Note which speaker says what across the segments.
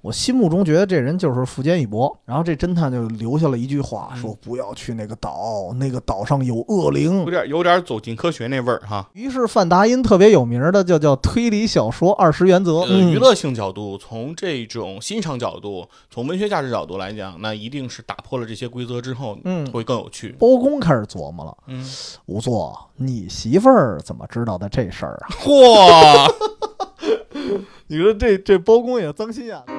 Speaker 1: 我心目中觉得这人就是富坚义博，然后这侦探就留下了一句话，
Speaker 2: 嗯
Speaker 1: 说不要去那个岛，那个岛上有恶
Speaker 2: 有
Speaker 1: 灵。
Speaker 2: 点有点走进科学那味儿哈。
Speaker 1: 于是范达因特别有名的就叫推理小说《二十原则》
Speaker 2: 呃，
Speaker 1: 嗯
Speaker 2: 娱乐性角度，从这种欣赏角度，从文学价值角度来讲，那一定是打破了这些规则之后，
Speaker 1: 嗯，
Speaker 2: 会更有趣。
Speaker 1: 包公开始琢磨了，
Speaker 2: 嗯，
Speaker 1: 仵作，你媳妇儿怎么知道的这事儿啊？
Speaker 2: 嚯，
Speaker 1: 你说这这包公也脏心眼子。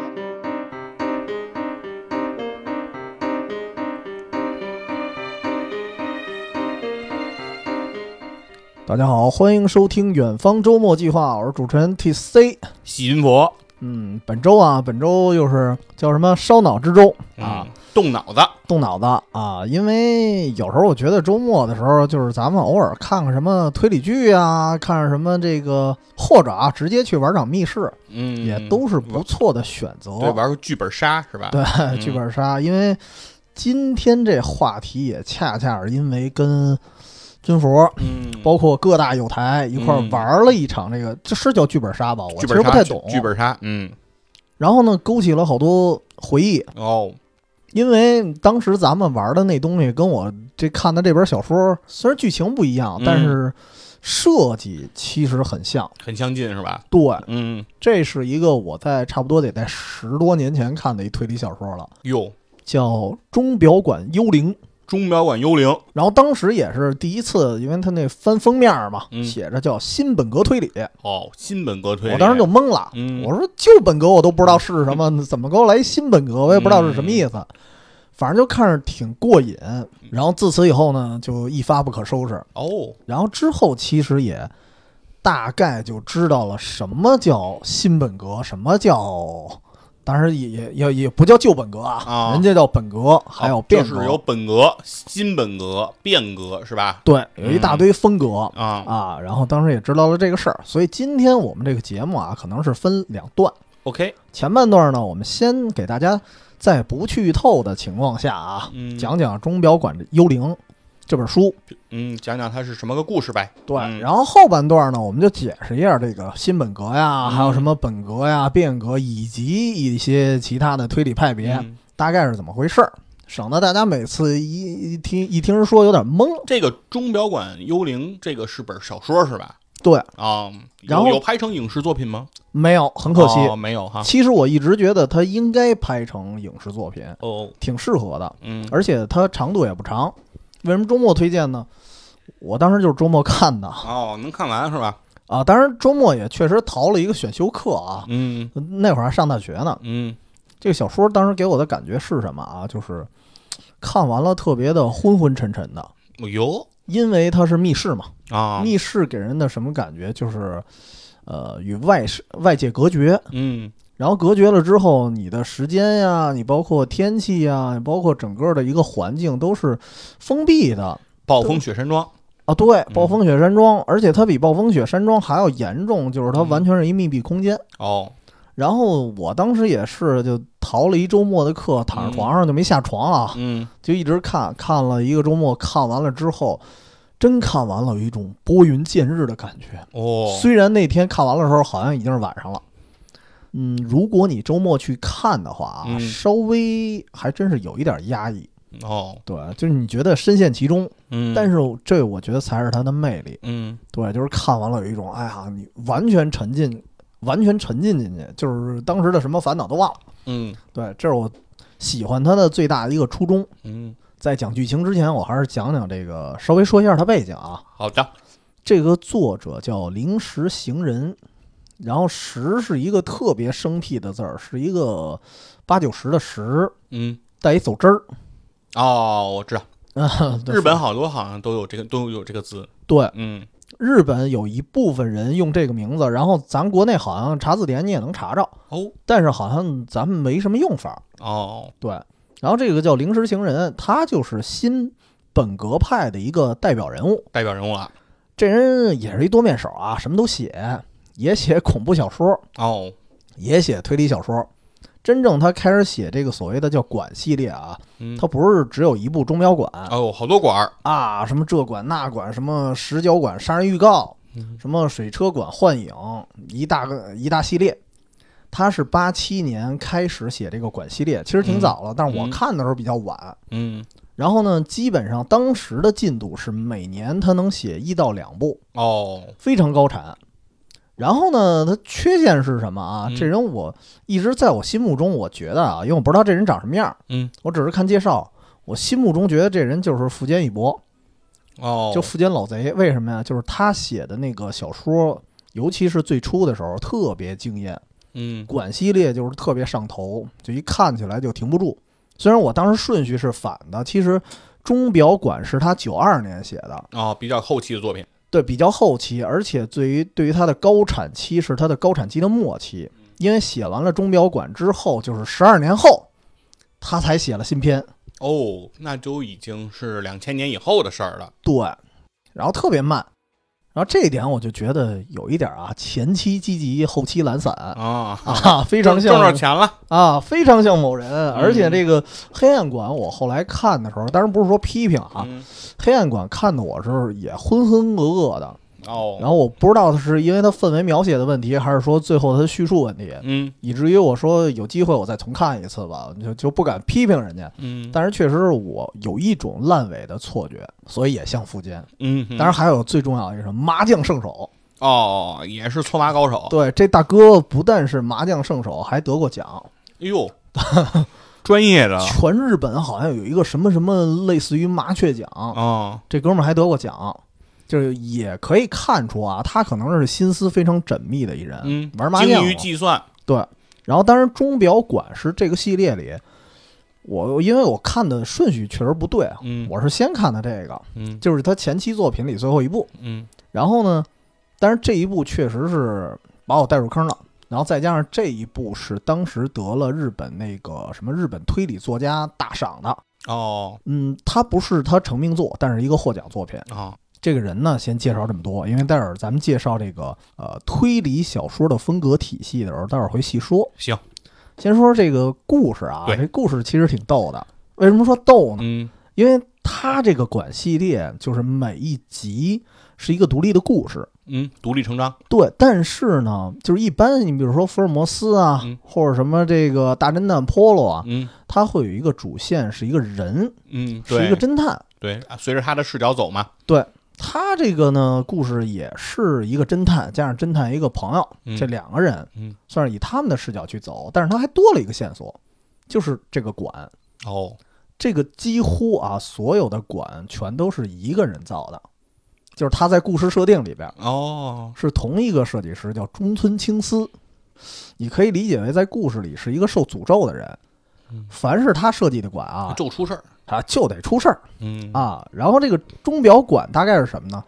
Speaker 1: 大家好，欢迎收听《远方周末计划》，我是主持人 T C。
Speaker 2: 喜云佛
Speaker 1: 嗯，本周啊，本周又是叫什么烧脑之周啊
Speaker 2: 啊，，动脑子，
Speaker 1: 动脑子啊，因为有时候我觉得周末的时候，就是咱们偶尔看看什么推理剧啊，看看什么这个，或者啊，直接去玩场密室，
Speaker 2: 嗯，
Speaker 1: 也都是不错的选择。
Speaker 2: 对玩个剧本杀是吧？嗯
Speaker 1: 对，剧本杀，因为今天这话题也恰恰是因为跟军佛。
Speaker 2: 嗯，
Speaker 1: 包括各大友台一块儿玩了一场这个，这是叫剧本杀吧？我其
Speaker 2: 剧本
Speaker 1: 实
Speaker 2: 杀
Speaker 1: 不太懂。
Speaker 2: 剧本杀，嗯，
Speaker 1: 然后呢，勾起了好多回忆，
Speaker 2: 哦，
Speaker 1: 因为当时咱们玩的那东西跟我这看的这本小说，虽然剧情不一样
Speaker 2: 嗯，
Speaker 1: 但是设计其实很像。
Speaker 2: 很相近是吧？
Speaker 1: 对，
Speaker 2: 嗯，
Speaker 1: 这是一个我在差不多得在十多年前看的一推理小说了，
Speaker 2: 哟，
Speaker 1: 叫《钟表馆幽灵》。
Speaker 2: 钟表馆幽灵，
Speaker 1: 然后当时也是第一次，因为他那翻封面嘛，
Speaker 2: 嗯
Speaker 1: 写着叫新本格推理，
Speaker 2: 哦，新本格推理，
Speaker 1: 我当时就懵了，
Speaker 2: 嗯
Speaker 1: 我说旧本格我都不知道是什么，怎么给我来一新本格？我也不知道是什么意思，
Speaker 2: 嗯
Speaker 1: 反正就看着挺过瘾。然后自此以后呢，就一发不可收拾。
Speaker 2: 哦，
Speaker 1: 然后之后其实也大概就知道了什么叫新本格，什么叫。当然也也也也不叫旧本格啊，
Speaker 2: 啊哦
Speaker 1: 人家叫本格，还有变
Speaker 2: 就
Speaker 1: 革，
Speaker 2: 是有本格、新本格、变革是吧？
Speaker 1: 对，有一
Speaker 2: 嗯
Speaker 1: 大堆风格、
Speaker 2: 啊，
Speaker 1: 啊。然后当时也知道了这个事儿，所以今天我们这个节目啊，可能是分两段，
Speaker 2: OK，
Speaker 1: 前半段呢，我们先给大家在不剧透的情况下啊，
Speaker 2: 嗯，
Speaker 1: 讲讲《钟表馆的幽灵》这本书。
Speaker 2: 嗯，讲讲它是什么个故事呗？
Speaker 1: 对，
Speaker 2: 嗯
Speaker 1: 然后后半段呢，我们就解释一下这个新本格呀，
Speaker 2: 嗯
Speaker 1: 还有什么本格呀、变革，以及一些其他的推理派别，
Speaker 2: 嗯
Speaker 1: 大概是怎么回事儿，省得大家每次一一听一听人说有点懵。
Speaker 2: 这个《钟表馆幽灵》这个是本小说是吧？
Speaker 1: 对，
Speaker 2: 啊，有
Speaker 1: 然后
Speaker 2: 有拍成影视作品吗？
Speaker 1: 没有，很可惜。
Speaker 2: 哦没有哈。
Speaker 1: 其实我一直觉得它应该拍成影视作品，
Speaker 2: 哦，
Speaker 1: 挺适合的。
Speaker 2: 嗯，
Speaker 1: 而且它长度也不长。为什么周末推荐呢？我当时就是周末看的
Speaker 2: 哦，能看完是吧？
Speaker 1: 啊，当然周末也确实逃了一个选修课啊。
Speaker 2: 嗯
Speaker 1: 那会儿还上大学呢。
Speaker 2: 嗯，
Speaker 1: 这个小说当时给我的感觉是什么啊？就是看完了特别的昏昏沉沉的，
Speaker 2: 哦哟
Speaker 1: 因为它是密室嘛。
Speaker 2: 啊，
Speaker 1: 密室给人的什么感觉？就是呃，与外世外界隔绝。
Speaker 2: 嗯
Speaker 1: 然后隔绝了之后，你的时间呀，你包括天气呀，你包括整个的一个环境都是封闭的，
Speaker 2: 暴风雪山庄，
Speaker 1: 啊，对，暴风雪山庄，而且它比暴风雪山庄还要严重，就是它完全是一密闭空间。
Speaker 2: 哦，
Speaker 1: 然后我当时也是就逃了一周末的课，躺在床上就没下床啊，
Speaker 2: 嗯，
Speaker 1: 就一直看，看了一个周末，看完了之后，真看完了有一种拨云见日的感觉。
Speaker 2: 哦，
Speaker 1: 虽然那天看完了时候好像已经是晚上了。嗯，如果你周末去看的话啊，
Speaker 2: 嗯
Speaker 1: 稍微还真是有一点压抑。
Speaker 2: 哦，
Speaker 1: 对，就是你觉得深陷其中，
Speaker 2: 嗯，
Speaker 1: 但是这我觉得才是它的魅力。
Speaker 2: 嗯，
Speaker 1: 对，就是看完了有一种，哎呀，你完全沉浸，完全沉浸进去，就是当时的什么烦恼都忘了。
Speaker 2: 嗯
Speaker 1: 对，这是我喜欢它的最大的一个初衷。
Speaker 2: 嗯，
Speaker 1: 在讲剧情之前，我还是讲讲这个，稍微说一下它背景啊。
Speaker 2: 好的，
Speaker 1: 这个作者叫临时行人，然后“时”是一个特别生僻的字儿，是一个八九十的“十
Speaker 2: 嗯，”，
Speaker 1: 带一走之儿。
Speaker 2: 哦，我知道，
Speaker 1: 啊，对
Speaker 2: 日本好多好像都有这个都有这个字，
Speaker 1: 对
Speaker 2: 嗯，
Speaker 1: 日本有一部分人用这个名字，然后咱国内好像查字典你也能查着。
Speaker 2: 哦
Speaker 1: 但是好像咱们没什么用法。
Speaker 2: 哦，
Speaker 1: 对，然后这个叫灵石行人，他就是新本格派的一个代表人物。
Speaker 2: 代表人物啊了，
Speaker 1: 这人也是一多面手啊，什么都写，也写恐怖小说，
Speaker 2: 哦，
Speaker 1: 也写推理小说。真正他开始写这个所谓的叫馆系列啊，
Speaker 2: 嗯，
Speaker 1: 他不是只有一部钟表馆
Speaker 2: 哦，好多馆儿，
Speaker 1: 啊，什么这馆那馆，什么石角馆杀人预告，
Speaker 2: 嗯
Speaker 1: 什么水车馆幻影，一大个一大系列。他是八七年开始写这个管系列，其实挺早了，但是我看的时候比较晚。
Speaker 2: 嗯，
Speaker 1: 然后呢，基本上当时的进度是每年他能写一到两部，
Speaker 2: 哦，
Speaker 1: 非常高产。然后呢，他缺陷是什么啊
Speaker 2: 嗯？
Speaker 1: 这人我一直在我心目中，我觉得啊，因为我不知道这人长什么样，
Speaker 2: 嗯，
Speaker 1: 我只是看介绍，我心目中觉得这人就是富坚义博。
Speaker 2: 哦，
Speaker 1: 就富坚老贼，为什么呀？就是他写的那个小说，尤其是最初的时候，特别惊艳。
Speaker 2: 嗯
Speaker 1: 管系列就是特别上头，就一看起来就停不住。虽然我当时顺序是反的，其实钟表馆是他九二年写的，
Speaker 2: 哦，比较后期的作品，
Speaker 1: 对，比较后期，而且对于对于他的高产期是他的高产期的末期，
Speaker 2: 嗯
Speaker 1: 因为写完了钟表馆之后，就是十二年后，他才写了新篇。
Speaker 2: 哦，那都已经是两千年以后的事儿了。
Speaker 1: 对，然后特别慢。然后这一点我就觉得有一点啊，前期积极，后期懒散
Speaker 2: 啊，
Speaker 1: 啊，非常
Speaker 2: 挣挣着
Speaker 1: 像
Speaker 2: 钱了，
Speaker 1: 啊，非常像某
Speaker 2: 嗯
Speaker 1: 人。而且这个黑暗馆，我后来看的时候，当然不是说批评啊，
Speaker 2: 嗯
Speaker 1: 黑暗馆看的我是也浑浑噩噩的。
Speaker 2: 哦，
Speaker 1: 然后我不知道是因为它氛围描写的问题，还是说最后它的叙述问题，
Speaker 2: 嗯
Speaker 1: 以至于我说有机会我再重看一次吧，就就不敢批评人家。
Speaker 2: 嗯
Speaker 1: 但是确实我有一种烂尾的错觉，所以也像富坚。
Speaker 2: 嗯，
Speaker 1: 当然还有最重要的一个什么麻将圣手，
Speaker 2: 哦，也是搓麻高手。
Speaker 1: 对，这大哥不但是麻将圣手，还得过奖。
Speaker 2: 哎呦，专业的
Speaker 1: 全日本好像有一个什么什么类似于麻雀奖，
Speaker 2: 啊，
Speaker 1: 这哥们儿还得过奖，就是也可以看出啊，他可能是心思非常缜密的一人，
Speaker 2: 嗯，
Speaker 1: 玩麻
Speaker 2: 精
Speaker 1: 将
Speaker 2: 于。计算，
Speaker 1: 对，然后当然钟表馆是这个系列里，我因为我看的顺序确实不对，啊，
Speaker 2: 嗯
Speaker 1: 我是先看的这个，
Speaker 2: 嗯
Speaker 1: 就是他前期作品里最后一部，
Speaker 2: 嗯
Speaker 1: 然后呢，但是这一部确实是把我带入坑了。然后再加上这一部是当时得了日本那个什么日本推理作家大赏的，
Speaker 2: 哦
Speaker 1: 嗯，他不是他成名作，但是一个获奖作品。
Speaker 2: 啊
Speaker 1: 这个人呢，先介绍这么多，因为待会儿咱们介绍这个呃推理小说的风格体系的时候，待会儿会细说。
Speaker 2: 行，
Speaker 1: 先说这个故事啊，
Speaker 2: 对
Speaker 1: 这故事其实挺逗的。为什么说逗呢？
Speaker 2: 嗯
Speaker 1: 因为他这个管系列就是每一集是一个独立的故事，
Speaker 2: 嗯，独立成章，
Speaker 1: 对，但是呢，就是一般你比如说福尔摩斯啊，
Speaker 2: 嗯
Speaker 1: 或者什么这个大侦探 Polo 啊，
Speaker 2: 嗯
Speaker 1: 它会有一个主线是一个人，
Speaker 2: 嗯，
Speaker 1: 是一
Speaker 2: 对
Speaker 1: 个侦探。
Speaker 2: 对，啊随着他的视角走嘛，
Speaker 1: 他这个呢，故事也是一个侦探，加上侦探一个朋友，
Speaker 2: 嗯
Speaker 1: 这两个人
Speaker 2: 嗯
Speaker 1: 算是以他们的视角去走，但是他还多了一个线索，就是这个馆，
Speaker 2: 哦
Speaker 1: 这个几乎啊所有的馆全都是一个人造的，就是他在故事设定里边
Speaker 2: 哦
Speaker 1: 是同一个设计师，叫中村青司。你可以理解为在故事里是一个受诅咒的人
Speaker 2: 嗯，
Speaker 1: 凡是他设计的馆啊，
Speaker 2: 就出事儿，
Speaker 1: 啊就得出事儿
Speaker 2: 嗯
Speaker 1: 啊。然后这个钟表馆大概是什么呢？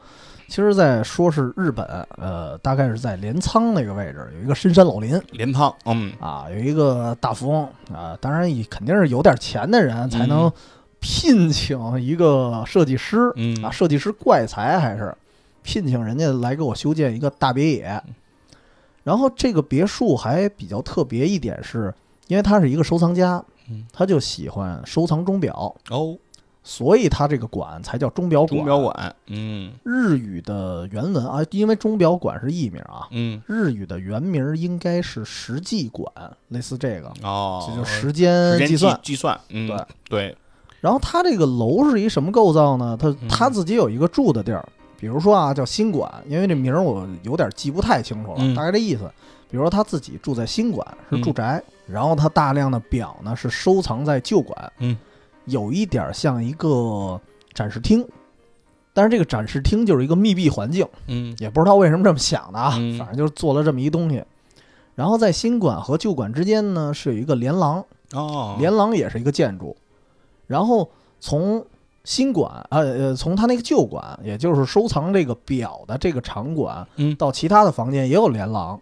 Speaker 1: 其实，在说是日本，呃，大概是在镰仓那个位置有一个深山老林
Speaker 2: 镰仓，嗯
Speaker 1: 啊，有一个大富翁啊，当然也肯定是有点钱的人才能
Speaker 2: 嗯
Speaker 1: 聘请一个设计师，
Speaker 2: 嗯
Speaker 1: 啊，设计师怪才还是聘请人家来给我修建一个大别野。
Speaker 2: 嗯
Speaker 1: 然后这个别墅还比较特别一点是，因为他是一个收藏家
Speaker 2: 嗯，
Speaker 1: 他就喜欢收藏钟表，
Speaker 2: 哦，
Speaker 1: 所以他这个馆才叫钟表馆。
Speaker 2: 钟表馆，嗯
Speaker 1: 日语的原文啊，因为钟表馆是译名啊，
Speaker 2: 嗯
Speaker 1: 日语的原名应该是实际馆，类似这个，
Speaker 2: 哦，
Speaker 1: 这就时间
Speaker 2: 时间
Speaker 1: 计算。
Speaker 2: 计算，嗯
Speaker 1: 对
Speaker 2: 对，
Speaker 1: 然后它这个楼是一什么构造呢？它
Speaker 2: 嗯
Speaker 1: 它自己有一个住的地儿，比如说啊，叫新馆，因为这名儿我有点记不太清楚了，
Speaker 2: 嗯
Speaker 1: 大概这意思。比如说他自己住在新馆是住宅，然后他大量的表呢是收藏在旧馆，
Speaker 2: 嗯，
Speaker 1: 有一点像一个展示厅，但是这个展示厅就是一个密闭环境，
Speaker 2: 嗯
Speaker 1: 也不知道为什么这么想的啊，
Speaker 2: 嗯
Speaker 1: 反正就是做了这么一东西。然后在新馆和旧馆之间呢是有一个连廊，
Speaker 2: 哦，
Speaker 1: 连廊也是一个建筑，然后从新馆啊呃呃，从他那个旧馆，也就是收藏这个表的这个场馆，
Speaker 2: 嗯
Speaker 1: 到其他的房间也有连廊。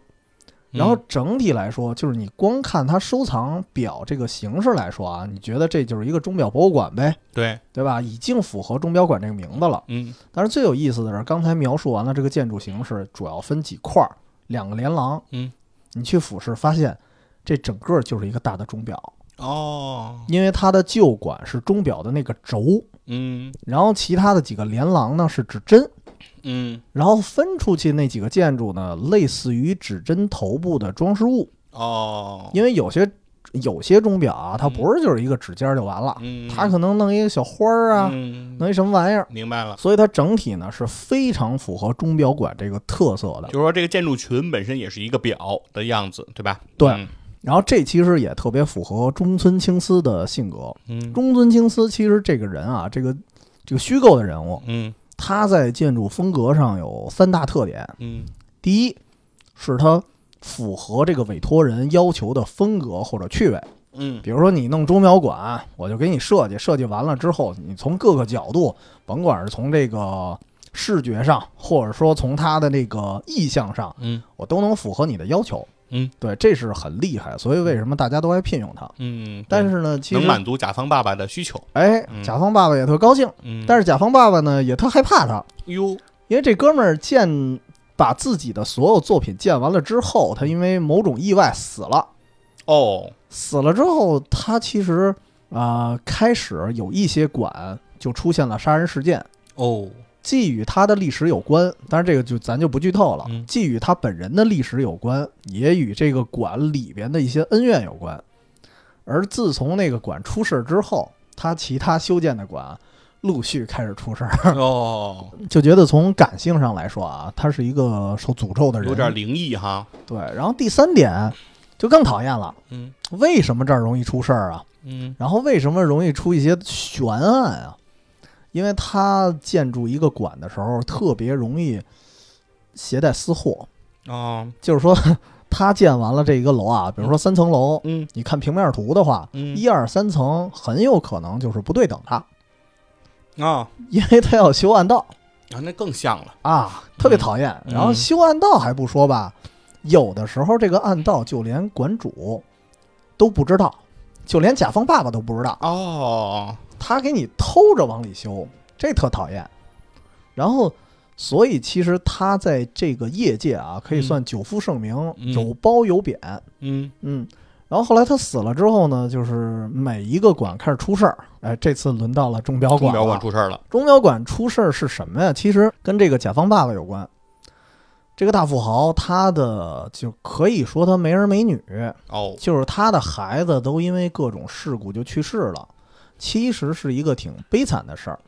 Speaker 1: 然后
Speaker 2: 嗯
Speaker 1: 整体来说，就是你光看他收藏表这个形式来说啊，你觉得这就是一个钟表博物馆呗，
Speaker 2: 对，
Speaker 1: 对吧？已经符合钟表馆这个名字了。
Speaker 2: 嗯
Speaker 1: 但是最有意思的是，刚才描述完了这个建筑形式，主要分几块儿，两个连廊。
Speaker 2: 嗯，
Speaker 1: 你去俯视发现，这整个就是一个大的钟表。
Speaker 2: 哦，
Speaker 1: 因为它的旧管是钟表的那个轴，
Speaker 2: 嗯
Speaker 1: 然后其他的几个连廊呢是指针，
Speaker 2: 嗯
Speaker 1: 然后分出去那几个建筑呢，类似于指针头部的装饰物，
Speaker 2: 哦，
Speaker 1: 因为有些有些钟表啊，它
Speaker 2: 嗯
Speaker 1: 不是就是一个指尖儿就完了，
Speaker 2: 嗯，
Speaker 1: 它可能弄一个小花儿啊，
Speaker 2: 嗯
Speaker 1: 弄一什么玩意儿，
Speaker 2: 明白了，
Speaker 1: 所以它整体呢是非常符合钟表馆这个特色的
Speaker 2: 就。是说这个建筑群本身也是一个表的样子，对吧？嗯
Speaker 1: 对然后这其实也特别符合中村青司的性格。
Speaker 2: 嗯，
Speaker 1: 中村青司其实这个人啊，这个这个虚构的人物，
Speaker 2: 嗯
Speaker 1: 他在建筑风格上有三大特点。
Speaker 2: 嗯
Speaker 1: 第一，是他符合这个委托人要求的风格或者趣味。
Speaker 2: 嗯
Speaker 1: 比如说你弄钟表馆，我就给你设计，设计完了之后，你从各个角度，甭管是从这个视觉上，或者说从它的这个意向上，
Speaker 2: 嗯
Speaker 1: 我都能符合你的要求。
Speaker 2: 嗯，
Speaker 1: 对，这是很厉害，所以为什么大家都爱聘用他？
Speaker 2: 嗯，
Speaker 1: 但
Speaker 2: 对
Speaker 1: 是呢，其
Speaker 2: 能
Speaker 1: 实
Speaker 2: 满足甲方爸爸的需求。
Speaker 1: 哎，
Speaker 2: 嗯
Speaker 1: 甲方爸爸也特高兴，
Speaker 2: 嗯，
Speaker 1: 但是甲方爸爸呢也特害怕他，
Speaker 2: 是哟，
Speaker 1: 因为这哥们儿建把自己的所有作品建完了之后，他因为某种意外死了。
Speaker 2: 哦，
Speaker 1: 死了之后，他其实啊、呃开始有一些馆就出现了杀人事件，
Speaker 2: 哦，
Speaker 1: 既与他的历史有关，当然这个就咱就不剧透了，
Speaker 2: 嗯
Speaker 1: 既与他本人的历史有关，也与这个馆里边的一些恩怨有关。而自从那个馆出事之后，他其他修建的馆陆续开始出事儿，
Speaker 2: 哦，
Speaker 1: 就觉得从感性上来说啊，他是一个受诅咒的人，
Speaker 2: 有点灵异哈。
Speaker 1: 对。然后第三点就更讨厌了，
Speaker 2: 嗯
Speaker 1: 为什么这儿容易出事儿啊？
Speaker 2: 嗯
Speaker 1: 然后为什么容易出一些悬案啊？因为他建筑一个馆的时候，特别容易携带私货，
Speaker 2: 哦，
Speaker 1: 就是说 他建完了这一个楼啊，比如说三层楼，
Speaker 2: 嗯
Speaker 1: 你看平面图的话，
Speaker 2: 嗯
Speaker 1: 一二三层很有可能就是不对等的，
Speaker 2: 啊
Speaker 1: 因为他要修暗道
Speaker 2: 啊，那更像了。
Speaker 1: 啊，特别讨厌。
Speaker 2: 嗯
Speaker 1: 然后修暗道还不说吧，有的时候这个暗道就连馆主都不知道，就连甲方爸爸都不知道。
Speaker 2: 哦，
Speaker 1: 他给你偷着往里修，这特讨厌。然后，所以其实他在这个业界啊，可以算久负盛名，
Speaker 2: 嗯
Speaker 1: 有褒有贬。
Speaker 2: 嗯
Speaker 1: 嗯，然后后来他死了之后呢，就是每一个馆开始出事儿。哎，这次轮到了钟表
Speaker 2: 钟
Speaker 1: 馆
Speaker 2: 表
Speaker 1: 了。
Speaker 2: 馆出事儿了。
Speaker 1: 钟表馆出事儿是什么呀？其实跟这个甲方爸爸有关。这个大富豪，他的就可以说他没儿没女，
Speaker 2: 哦，
Speaker 1: 就是他的孩子都因为各种事故就去世了，其实是一个挺悲惨的事儿。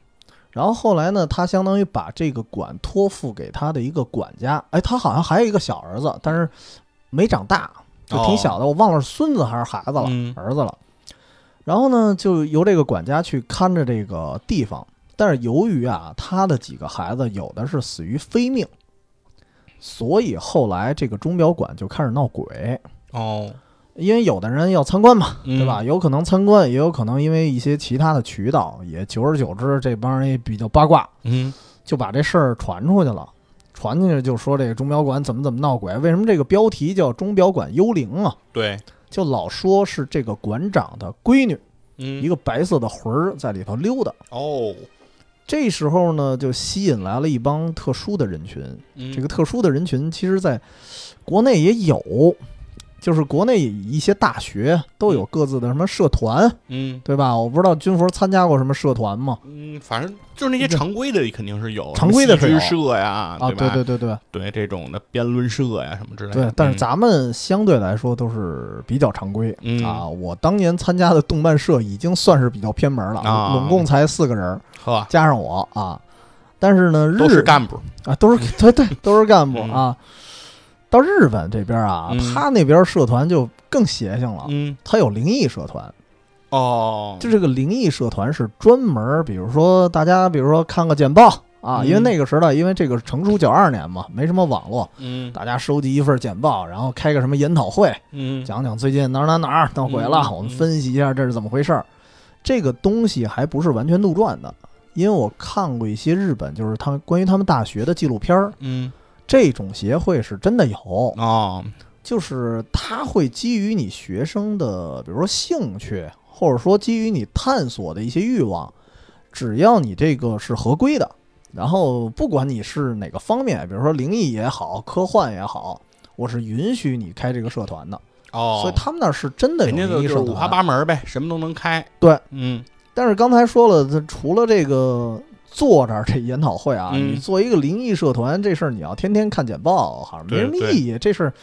Speaker 1: 然后后来呢，他相当于把这个馆托付给他的一个管家，哎，他好像还有一个小儿子，但是没长大，就挺小的，我忘了是孙子还是孩子了，
Speaker 2: 嗯
Speaker 1: 儿子了。然后呢，就由这个管家去看着这个地方。但是由于啊，他的几个孩子有的是死于非命，所以后来这个钟表馆就开始闹鬼。
Speaker 2: 哦，
Speaker 1: 因为有的人要参观嘛，
Speaker 2: 嗯
Speaker 1: 对吧？有可能参观，也有可能因为一些其他的渠道，也久而久之，这帮人也比较八卦，
Speaker 2: 嗯
Speaker 1: 就把这事儿传出去了。传进去就说这个钟表馆怎么怎么闹鬼，为什么这个标题叫“钟表馆幽灵”啊？
Speaker 2: 对，
Speaker 1: 就老说是这个馆长的闺女，
Speaker 2: 嗯
Speaker 1: 一个白色的魂儿在里头溜达。
Speaker 2: 哦，
Speaker 1: 这时候呢，就吸引来了一帮特殊的人群，
Speaker 2: 嗯
Speaker 1: 这个特殊的人群，其实在国内也有，就是国内一些大学都有各自的什么社团，
Speaker 2: 嗯
Speaker 1: 对吧？我不知道军服参加过什么社团吗？
Speaker 2: 嗯，反正就是那些常规的肯定是有，
Speaker 1: 常规的是
Speaker 2: 什么
Speaker 1: 有
Speaker 2: 戏剧社呀，
Speaker 1: 啊，对
Speaker 2: 吧？
Speaker 1: 对对对
Speaker 2: 对这种的辩论社呀什么之类的。
Speaker 1: 对，但是
Speaker 2: 嗯
Speaker 1: 咱们相对来说都是比较常规
Speaker 2: 嗯
Speaker 1: 啊。我当年参加的动漫社已经算是比较偏门了，
Speaker 2: 啊
Speaker 1: 拢共才四个人，
Speaker 2: 呵，
Speaker 1: 加上我啊。但是呢，日
Speaker 2: 都是干部。
Speaker 1: 啊，都 是对对，都是干部
Speaker 2: 嗯
Speaker 1: 啊。到日本这边啊，
Speaker 2: 嗯
Speaker 1: 他那边社团就更邪性了，
Speaker 2: 嗯
Speaker 1: 它有灵异社团，
Speaker 2: 哦，
Speaker 1: 就这个灵异社团是专门儿，比如说大家，比如说看个简报啊，
Speaker 2: 嗯
Speaker 1: 因为那个时代，因为这个成书九二年嘛，没什么网络，
Speaker 2: 嗯
Speaker 1: 大家收集一份简报，然后开个什么研讨会，
Speaker 2: 嗯
Speaker 1: 讲讲最近哪儿哪儿哪儿闹鬼了，
Speaker 2: 嗯
Speaker 1: 我们分析一下这是怎么回事儿。这个东西还不是完全杜撰的，因为我看过一些日本，就是他们关于他们大学的纪录片儿，
Speaker 2: 嗯
Speaker 1: 这种协会是真的有，
Speaker 2: 哦
Speaker 1: 就是它会基于你学生的，比如说兴趣，或者说基于你探索的一些欲望，只要你这个是合规的，然后不管你是哪个方面，比如说灵异也好，科幻也好，我是允许你开这个社团的。
Speaker 2: 哦，
Speaker 1: 所以他们那儿是真的
Speaker 2: 人家
Speaker 1: 有
Speaker 2: 就
Speaker 1: 灵异
Speaker 2: 是
Speaker 1: 社
Speaker 2: 五花
Speaker 1: 团。
Speaker 2: 八门儿呗，什么都能开。
Speaker 1: 对，
Speaker 2: 嗯
Speaker 1: 但是刚才说了，它除了这个坐这儿这研讨会啊，
Speaker 2: 嗯
Speaker 1: 你做一个灵异社团这事儿，你要天天看简报，好像没什么
Speaker 2: 对对
Speaker 1: 意义。这事儿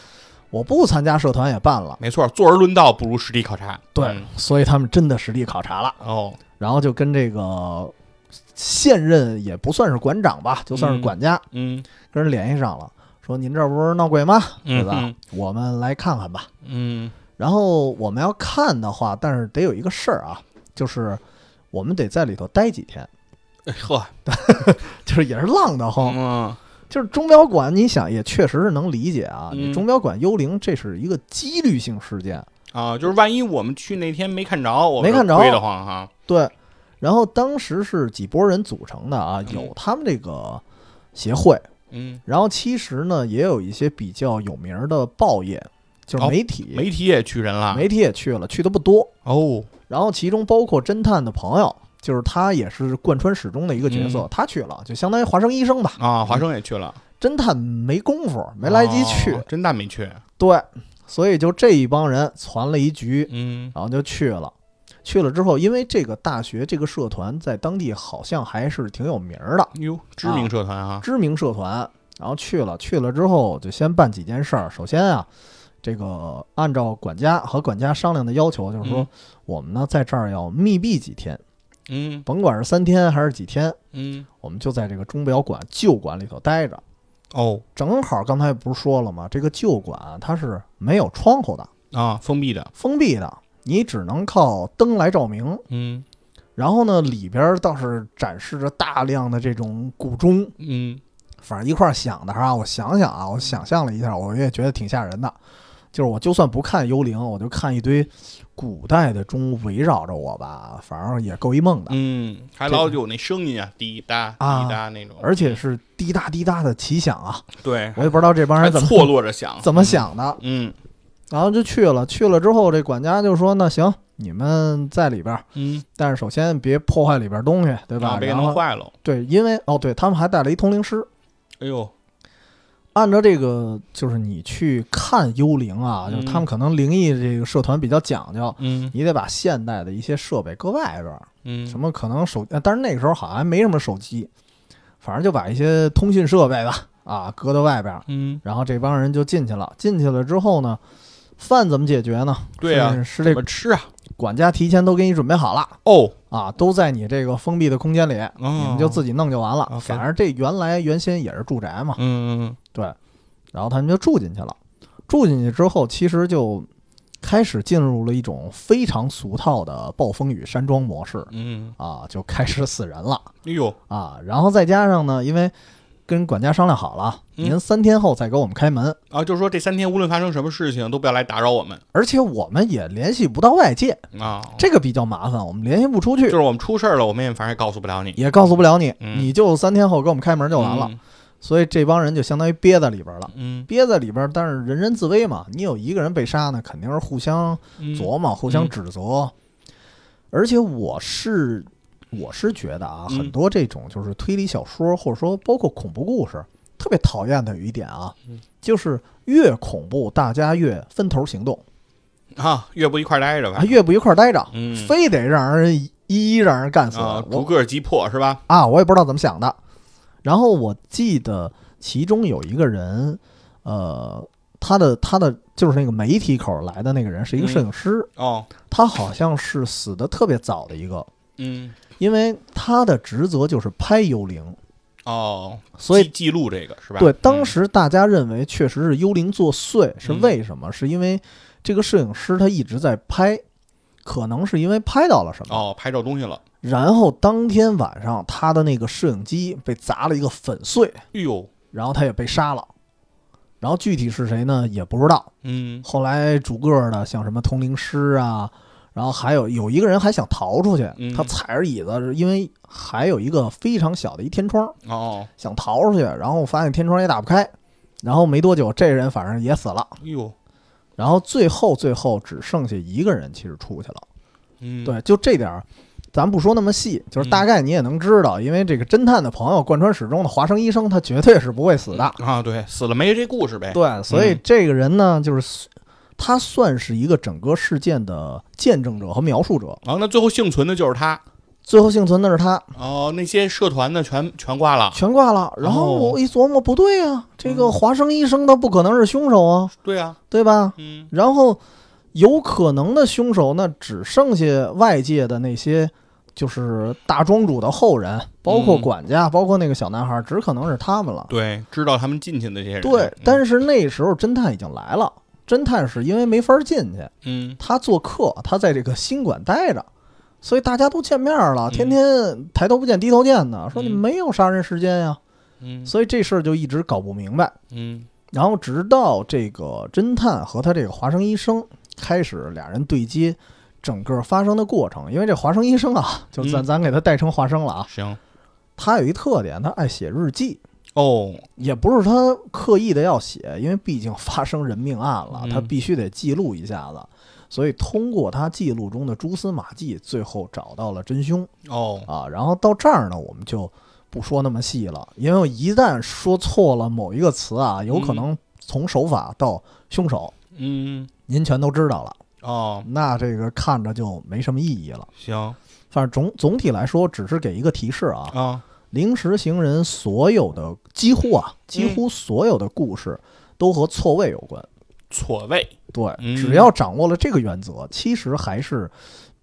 Speaker 1: 我不参加社团也办了，
Speaker 2: 没错，坐而论道不如实地考察。
Speaker 1: 对，
Speaker 2: 嗯
Speaker 1: 所以他们真的实地考察了，
Speaker 2: 哦，
Speaker 1: 然后就跟这个现任也不算是馆长吧，就算是管家，
Speaker 2: 嗯
Speaker 1: 跟人联系上了，说您这儿不是闹鬼吗？对
Speaker 2: 嗯
Speaker 1: 吧？
Speaker 2: 嗯
Speaker 1: 我们来看看吧。
Speaker 2: 嗯
Speaker 1: 然后我们要看的话，但是得有一个事儿啊，就是我们得在里头待几天，
Speaker 2: 哎呵，
Speaker 1: 就是也是浪得慌。
Speaker 2: 嗯
Speaker 1: 就是钟表馆，你想也确实是能理解啊。
Speaker 2: 嗯
Speaker 1: 你钟表馆幽灵这是一个几率性事件，
Speaker 2: 啊，就是万一我们去那天没看着，我们
Speaker 1: 没看着
Speaker 2: 亏得慌哈。
Speaker 1: 对。然后当时是几拨人组成的啊，
Speaker 2: 嗯
Speaker 1: 有他们这个协会，
Speaker 2: 嗯，
Speaker 1: 然后其实呢也有一些比较有名儿的报业，就是
Speaker 2: 哦
Speaker 1: 媒体，
Speaker 2: 媒体也去人了。
Speaker 1: 媒体也去了，去的不多。
Speaker 2: 哦，
Speaker 1: 然后其中包括侦探的朋友，就是他也是贯穿始终的一个角色，
Speaker 2: 嗯
Speaker 1: 他去了，就相当于华生医生吧。
Speaker 2: 啊，华生也去了，
Speaker 1: 侦探没工夫，没来得及去，
Speaker 2: 哦真蛋没去。
Speaker 1: 对，所以就这一帮人攒了一局，
Speaker 2: 嗯
Speaker 1: 然后就去了。去了之后，因为这个大学这个社团在当地好像还是挺有名儿的，
Speaker 2: 哟，知名社团啊，
Speaker 1: 知名社团。然后去了，去了之后就先办几件事儿。首先啊，这个按照管家和管家商量的要求，就是说、
Speaker 2: 嗯
Speaker 1: 我们呢在这儿要密闭几天，
Speaker 2: 嗯
Speaker 1: 甭管是三天还是几天，
Speaker 2: 嗯，
Speaker 1: 我们就在这个钟表馆旧馆里头待着。
Speaker 2: 哦
Speaker 1: 正好刚才不是说了吗？这个旧馆啊它是没有窗户的，
Speaker 2: 啊，封闭的。
Speaker 1: 封闭的，你只能靠灯来照明。
Speaker 2: 嗯
Speaker 1: 然后呢，里边倒是展示着大量的这种古钟，
Speaker 2: 嗯
Speaker 1: 反正一块儿想的啊，我想想啊，我想象了一下，我也觉得挺吓人的。就是我就算不看幽灵，我就看一堆古代的钟围绕着我吧，反正也够一梦的。
Speaker 2: 嗯，还老有那声音啊，滴答滴答那种，
Speaker 1: 而且是滴答滴答的奇响啊，
Speaker 2: 对，
Speaker 1: 我也不知道这帮
Speaker 2: 还
Speaker 1: 人怎么
Speaker 2: 哎错落着想，
Speaker 1: 怎么？想的。
Speaker 2: 嗯
Speaker 1: 然后就去了，去了之后，这管家就说：“那行，你们在里边儿，
Speaker 2: 嗯，
Speaker 1: 但是首先别破坏里边儿东西，对
Speaker 2: 然
Speaker 1: 吧？
Speaker 2: 后被
Speaker 1: 然
Speaker 2: 弄
Speaker 1: 后
Speaker 2: 坏了。
Speaker 1: 对，因为哦，对他们还带了一通灵师。
Speaker 2: 哎呦，
Speaker 1: 按照这个，就是你去看幽灵啊，
Speaker 2: 嗯
Speaker 1: 就是他们可能灵异这个社团比较讲究，
Speaker 2: 嗯
Speaker 1: 你得把现代的一些设备搁外边儿，
Speaker 2: 嗯，
Speaker 1: 什么可能手，呃但是那个时候好像还没什么手机，反正就把一些通讯设备吧，啊，搁到外边儿。
Speaker 2: 嗯，
Speaker 1: 然后这帮人就进去了，进去了之后呢，饭怎么解决呢？
Speaker 2: 对呀、
Speaker 1: 是是
Speaker 2: 怎
Speaker 1: 这
Speaker 2: 么吃啊？
Speaker 1: 管家提前都给你准备好了
Speaker 2: 哦，
Speaker 1: 啊，都在你这个封闭的空间里，你们就自
Speaker 2: 己
Speaker 1: 己弄就完了。
Speaker 2: 哦 OK
Speaker 1: 反正这原来原先也是住宅嘛，
Speaker 2: 嗯
Speaker 1: 对，然后他们就住进去了。住进去之后，其实就开始进入了一种非常俗套的暴风雨山庄模式
Speaker 2: 嗯嗯，
Speaker 1: 啊，就开始死人了
Speaker 2: 哎呦，
Speaker 1: 啊。然后再加上呢，因为跟管家商量好了，
Speaker 2: 嗯
Speaker 1: 您三天后再给我们开门，
Speaker 2: 啊，就是说这三天无论发生什么事情都不要来打扰我们
Speaker 1: 而且我们也联系不到外界，
Speaker 2: 啊。
Speaker 1: 这个比较麻烦，我们联系不出去
Speaker 2: 就。是我们出事儿了，我们也反正也告诉不了你，
Speaker 1: 也告诉不了你，
Speaker 2: 嗯
Speaker 1: 你就三天后给我们开门就完了。所以这帮人就相当于憋在里边了，
Speaker 2: 嗯。
Speaker 1: 憋在里边，但是人人自危嘛。你有一个人被杀呢，肯定是互相
Speaker 2: 嗯，
Speaker 1: 琢磨、互相指责。而且我是我是觉得啊，
Speaker 2: 嗯
Speaker 1: 很多这种就是推理小说，或者说包括恐怖故事，特别讨厌的有一点啊
Speaker 2: 嗯，
Speaker 1: 就是越恐怖，大家越分头行动，
Speaker 2: 啊，越不一块儿待着吧
Speaker 1: 啊，，越不一块儿待着，
Speaker 2: 嗯
Speaker 1: 非得让人一一让人干死。
Speaker 2: 啊，
Speaker 1: 我
Speaker 2: 逐个击破是吧？
Speaker 1: 啊，我也不知道怎么想的。然后我记得其中有一个人，呃，他的他的就是那个媒体口来的那个人是一个摄影师，
Speaker 2: 哦，
Speaker 1: 他好像是死的特别早的一个，
Speaker 2: 嗯，
Speaker 1: 因为他的职责就是拍幽灵，
Speaker 2: 哦，
Speaker 1: 所以
Speaker 2: 记记录这个是吧？
Speaker 1: 对当
Speaker 2: 嗯
Speaker 1: 时大家认为确实是幽灵作祟，是
Speaker 2: 嗯
Speaker 1: 为什么？是因为这个摄影师他一直在拍，可能是因为拍到了什么，
Speaker 2: 哦，拍照东西了，
Speaker 1: 然后当天晚上他的那个摄影机被砸了一个粉碎。
Speaker 2: 哎呦，
Speaker 1: 然后他也被杀了。然后具体是谁呢？也不知道。
Speaker 2: 嗯，
Speaker 1: 后来逐个的，像什么通灵师啊，然后还有有一个人还想逃出去
Speaker 2: 嗯，
Speaker 1: 他踩着椅子，因为还有一个非常小的一天窗，
Speaker 2: 哦，
Speaker 1: 想逃出去，然后发现天窗也打不开，然后没多久这人反正也死了。
Speaker 2: 哎呦，
Speaker 1: 然后最后最后只剩下一个人，其实出去了。
Speaker 2: 嗯，，
Speaker 1: 对，就这点儿，咱不说那么细，就是大概你也能知
Speaker 2: 嗯
Speaker 1: 道，因为这个侦探的朋友贯穿始终的华生医生，他绝对是不会死的。
Speaker 2: 啊，对，死了没这故事呗？
Speaker 1: 对，所
Speaker 2: 嗯
Speaker 1: 以这个人呢，就是他算是一个整个事件的见证者和描述者。
Speaker 2: 啊，那最后幸存的就是他，
Speaker 1: 最后幸存的是他，
Speaker 2: 哦，那些社团的全全挂了。
Speaker 1: 全挂了。然后
Speaker 2: 哦嗯
Speaker 1: 我一琢磨，不对呀、这个华生医生他不可能是凶手啊，
Speaker 2: 对啊，
Speaker 1: 对吧？
Speaker 2: 嗯，
Speaker 1: 然后有可能的凶手那只剩下外界的那些，就是大庄主的后人，包括
Speaker 2: 嗯
Speaker 1: 管家，包括那个小男孩，只可能是他们了。
Speaker 2: 对，知道他们进去的这些人。
Speaker 1: 对
Speaker 2: 嗯，
Speaker 1: 但是那时候侦探已经来了，侦探是因为没法进去，
Speaker 2: 嗯
Speaker 1: 他做客，他在这个新馆待着，所以大家都见面了，
Speaker 2: 嗯
Speaker 1: 天天抬头不见低头见的，说你
Speaker 2: 嗯
Speaker 1: 没有杀人时间呀，
Speaker 2: 嗯
Speaker 1: 所以这事儿就一直搞不明白。
Speaker 2: 嗯
Speaker 1: 然后直到这个侦探和他这个华生医生开始俩人对接整个发生的过程，因为这华生医生啊，就咱、
Speaker 2: 嗯
Speaker 1: 咱给他代称华生了啊，
Speaker 2: 行
Speaker 1: 他有一特点，他爱写日记。
Speaker 2: 哦，
Speaker 1: 也不是他刻意的要写，因为毕竟发生人命案了，
Speaker 2: 嗯
Speaker 1: 他必须得记录一下子。所以通过他记录中的蛛丝马迹，最后找到了真凶
Speaker 2: 哦，
Speaker 1: 啊。然后到这儿呢，我们就不说那么细了，因为我一旦说错了某一个词啊，有可能从手法到凶手，
Speaker 2: 嗯
Speaker 1: 您全都知道了，
Speaker 2: 哦，
Speaker 1: 那这个看着就没什么意义了。
Speaker 2: 行
Speaker 1: 反正总总体来说，只是给一个提示啊，
Speaker 2: 啊，
Speaker 1: 临时行人所有的几乎
Speaker 2: 嗯
Speaker 1: 啊，几乎所有的故事都和错位有关。
Speaker 2: 错位，
Speaker 1: 对，
Speaker 2: 嗯
Speaker 1: 只要掌握了这个原则，其实还是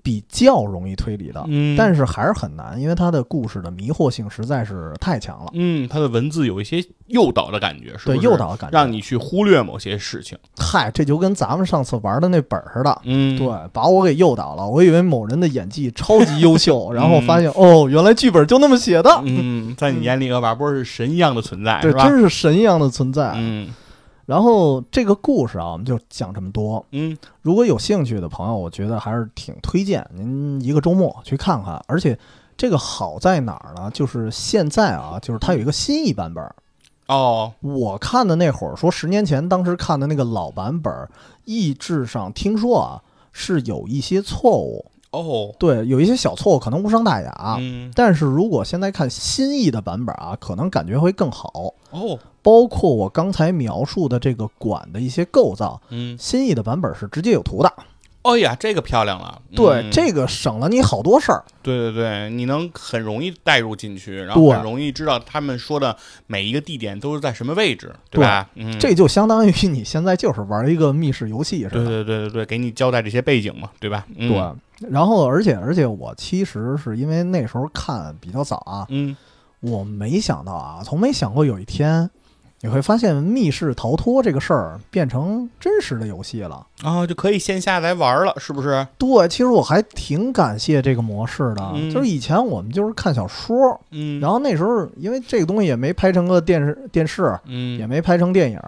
Speaker 1: 比较容易推理的，
Speaker 2: 嗯，
Speaker 1: 啊但是还是很难，因为它的故事的迷惑性实在是太强了，
Speaker 2: 嗯，它的文字有一些诱导的感觉，是不
Speaker 1: 对
Speaker 2: 是
Speaker 1: 诱，导的感觉。
Speaker 2: 让你去忽略某些事情。
Speaker 1: 嗨，这就跟咱们上次玩的那本儿似的。
Speaker 2: 嗯，
Speaker 1: 对，把我给诱导了。我以为某人的演技超级优 秀，然后发现哦，原来剧本就那么写的。
Speaker 2: 嗯，在你眼里，恶霸波是神一样的存在，
Speaker 1: 对，
Speaker 2: 是吧？
Speaker 1: 真是神一样的存在。
Speaker 2: 嗯
Speaker 1: 然后这个故事啊，我们就讲这么多。
Speaker 2: 嗯
Speaker 1: 如果有兴趣的朋友，我觉得还是挺推荐您一个周末去看看。而且这个好在哪儿呢？就是现在啊，就是它有一个新一版本儿。
Speaker 2: 哦，
Speaker 1: 我看的那会儿说，十年前当时看的那个老版本儿，意志上听说啊是有一些错误，
Speaker 2: 哦，
Speaker 1: 对，有一些小错误可能无伤大雅。啊
Speaker 2: 嗯，
Speaker 1: 但是如果现在看新译的版本儿啊，可能感觉会更好。
Speaker 2: 哦，
Speaker 1: 包括我刚才描述的这个馆的一些构造，
Speaker 2: 嗯，
Speaker 1: 新译的版本是直接有图的。
Speaker 2: 哦呀，这个漂亮了。
Speaker 1: 对，
Speaker 2: 嗯
Speaker 1: 这个省了你好多事儿。
Speaker 2: 对对对，你能很容易带入进去，然后
Speaker 1: 对
Speaker 2: 很容易知道他们说的每一个地点都是在什么位置，吧？嗯，
Speaker 1: 这就相当于你现在就是玩一个密室游戏似
Speaker 2: 对
Speaker 1: 的。
Speaker 2: 对对对对，给你交代这些背景嘛，对吧？嗯，
Speaker 1: 对然后而且而且我其实是因为那时候看比较早啊，
Speaker 2: 嗯
Speaker 1: 我没想到啊，从没想过有一天你会发现密室逃脱这个事儿变成真实的游戏了。
Speaker 2: 啊，就可以线下来玩了，是不是？
Speaker 1: 对，其实我还挺感谢这个模式的，
Speaker 2: 嗯
Speaker 1: 啊就是以前我们就是看小说，
Speaker 2: 嗯，
Speaker 1: 然
Speaker 2: 后
Speaker 1: 后那时候因为这个东西也没拍成个电视电视，也
Speaker 2: 嗯
Speaker 1: 没拍成电影，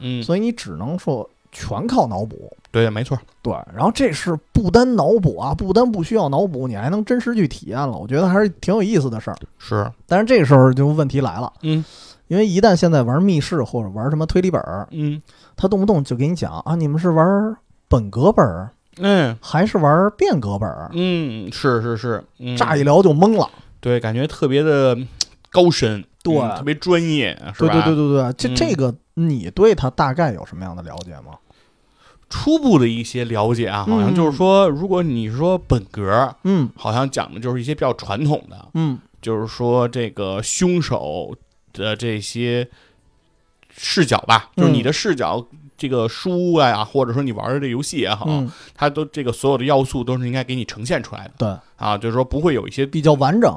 Speaker 2: 嗯，
Speaker 1: 所以你只能说全靠脑补。
Speaker 2: 对，没错，
Speaker 1: 对，然后这是不单脑补啊，不单不需要脑补，你还能真实去体验了，我觉得还是挺有意思的事儿。
Speaker 2: 是，
Speaker 1: 但是这时候就问题来了，
Speaker 2: 嗯
Speaker 1: 因为一旦现在玩密室或者玩什么推理本儿，
Speaker 2: 嗯
Speaker 1: 他动不动就给你讲啊，你们是玩本格本儿
Speaker 2: 嗯
Speaker 1: 还是玩变革本儿，
Speaker 2: 嗯，是是是，嗯
Speaker 1: 乍一聊就懵了。
Speaker 2: 对，感觉特别的高深，
Speaker 1: 对
Speaker 2: 嗯特别专业，是
Speaker 1: 对
Speaker 2: 吧？
Speaker 1: 对对对对，这、
Speaker 2: 嗯
Speaker 1: 这个你对他大概有什么样的了解吗？
Speaker 2: 初步的一些了解啊，好像就是说，如果你说本格，
Speaker 1: 嗯
Speaker 2: 好像讲的就是一些比较传统的，
Speaker 1: 嗯，
Speaker 2: 就是说这个凶手的这些视角吧，
Speaker 1: 嗯
Speaker 2: 就是你的视角，这个书啊，或者说你玩的这游戏也好，
Speaker 1: 嗯，
Speaker 2: 它都这个所有的要素都是应该给你呈现出来的
Speaker 1: 对，
Speaker 2: 啊，就是说不会有一些
Speaker 1: 比较完整。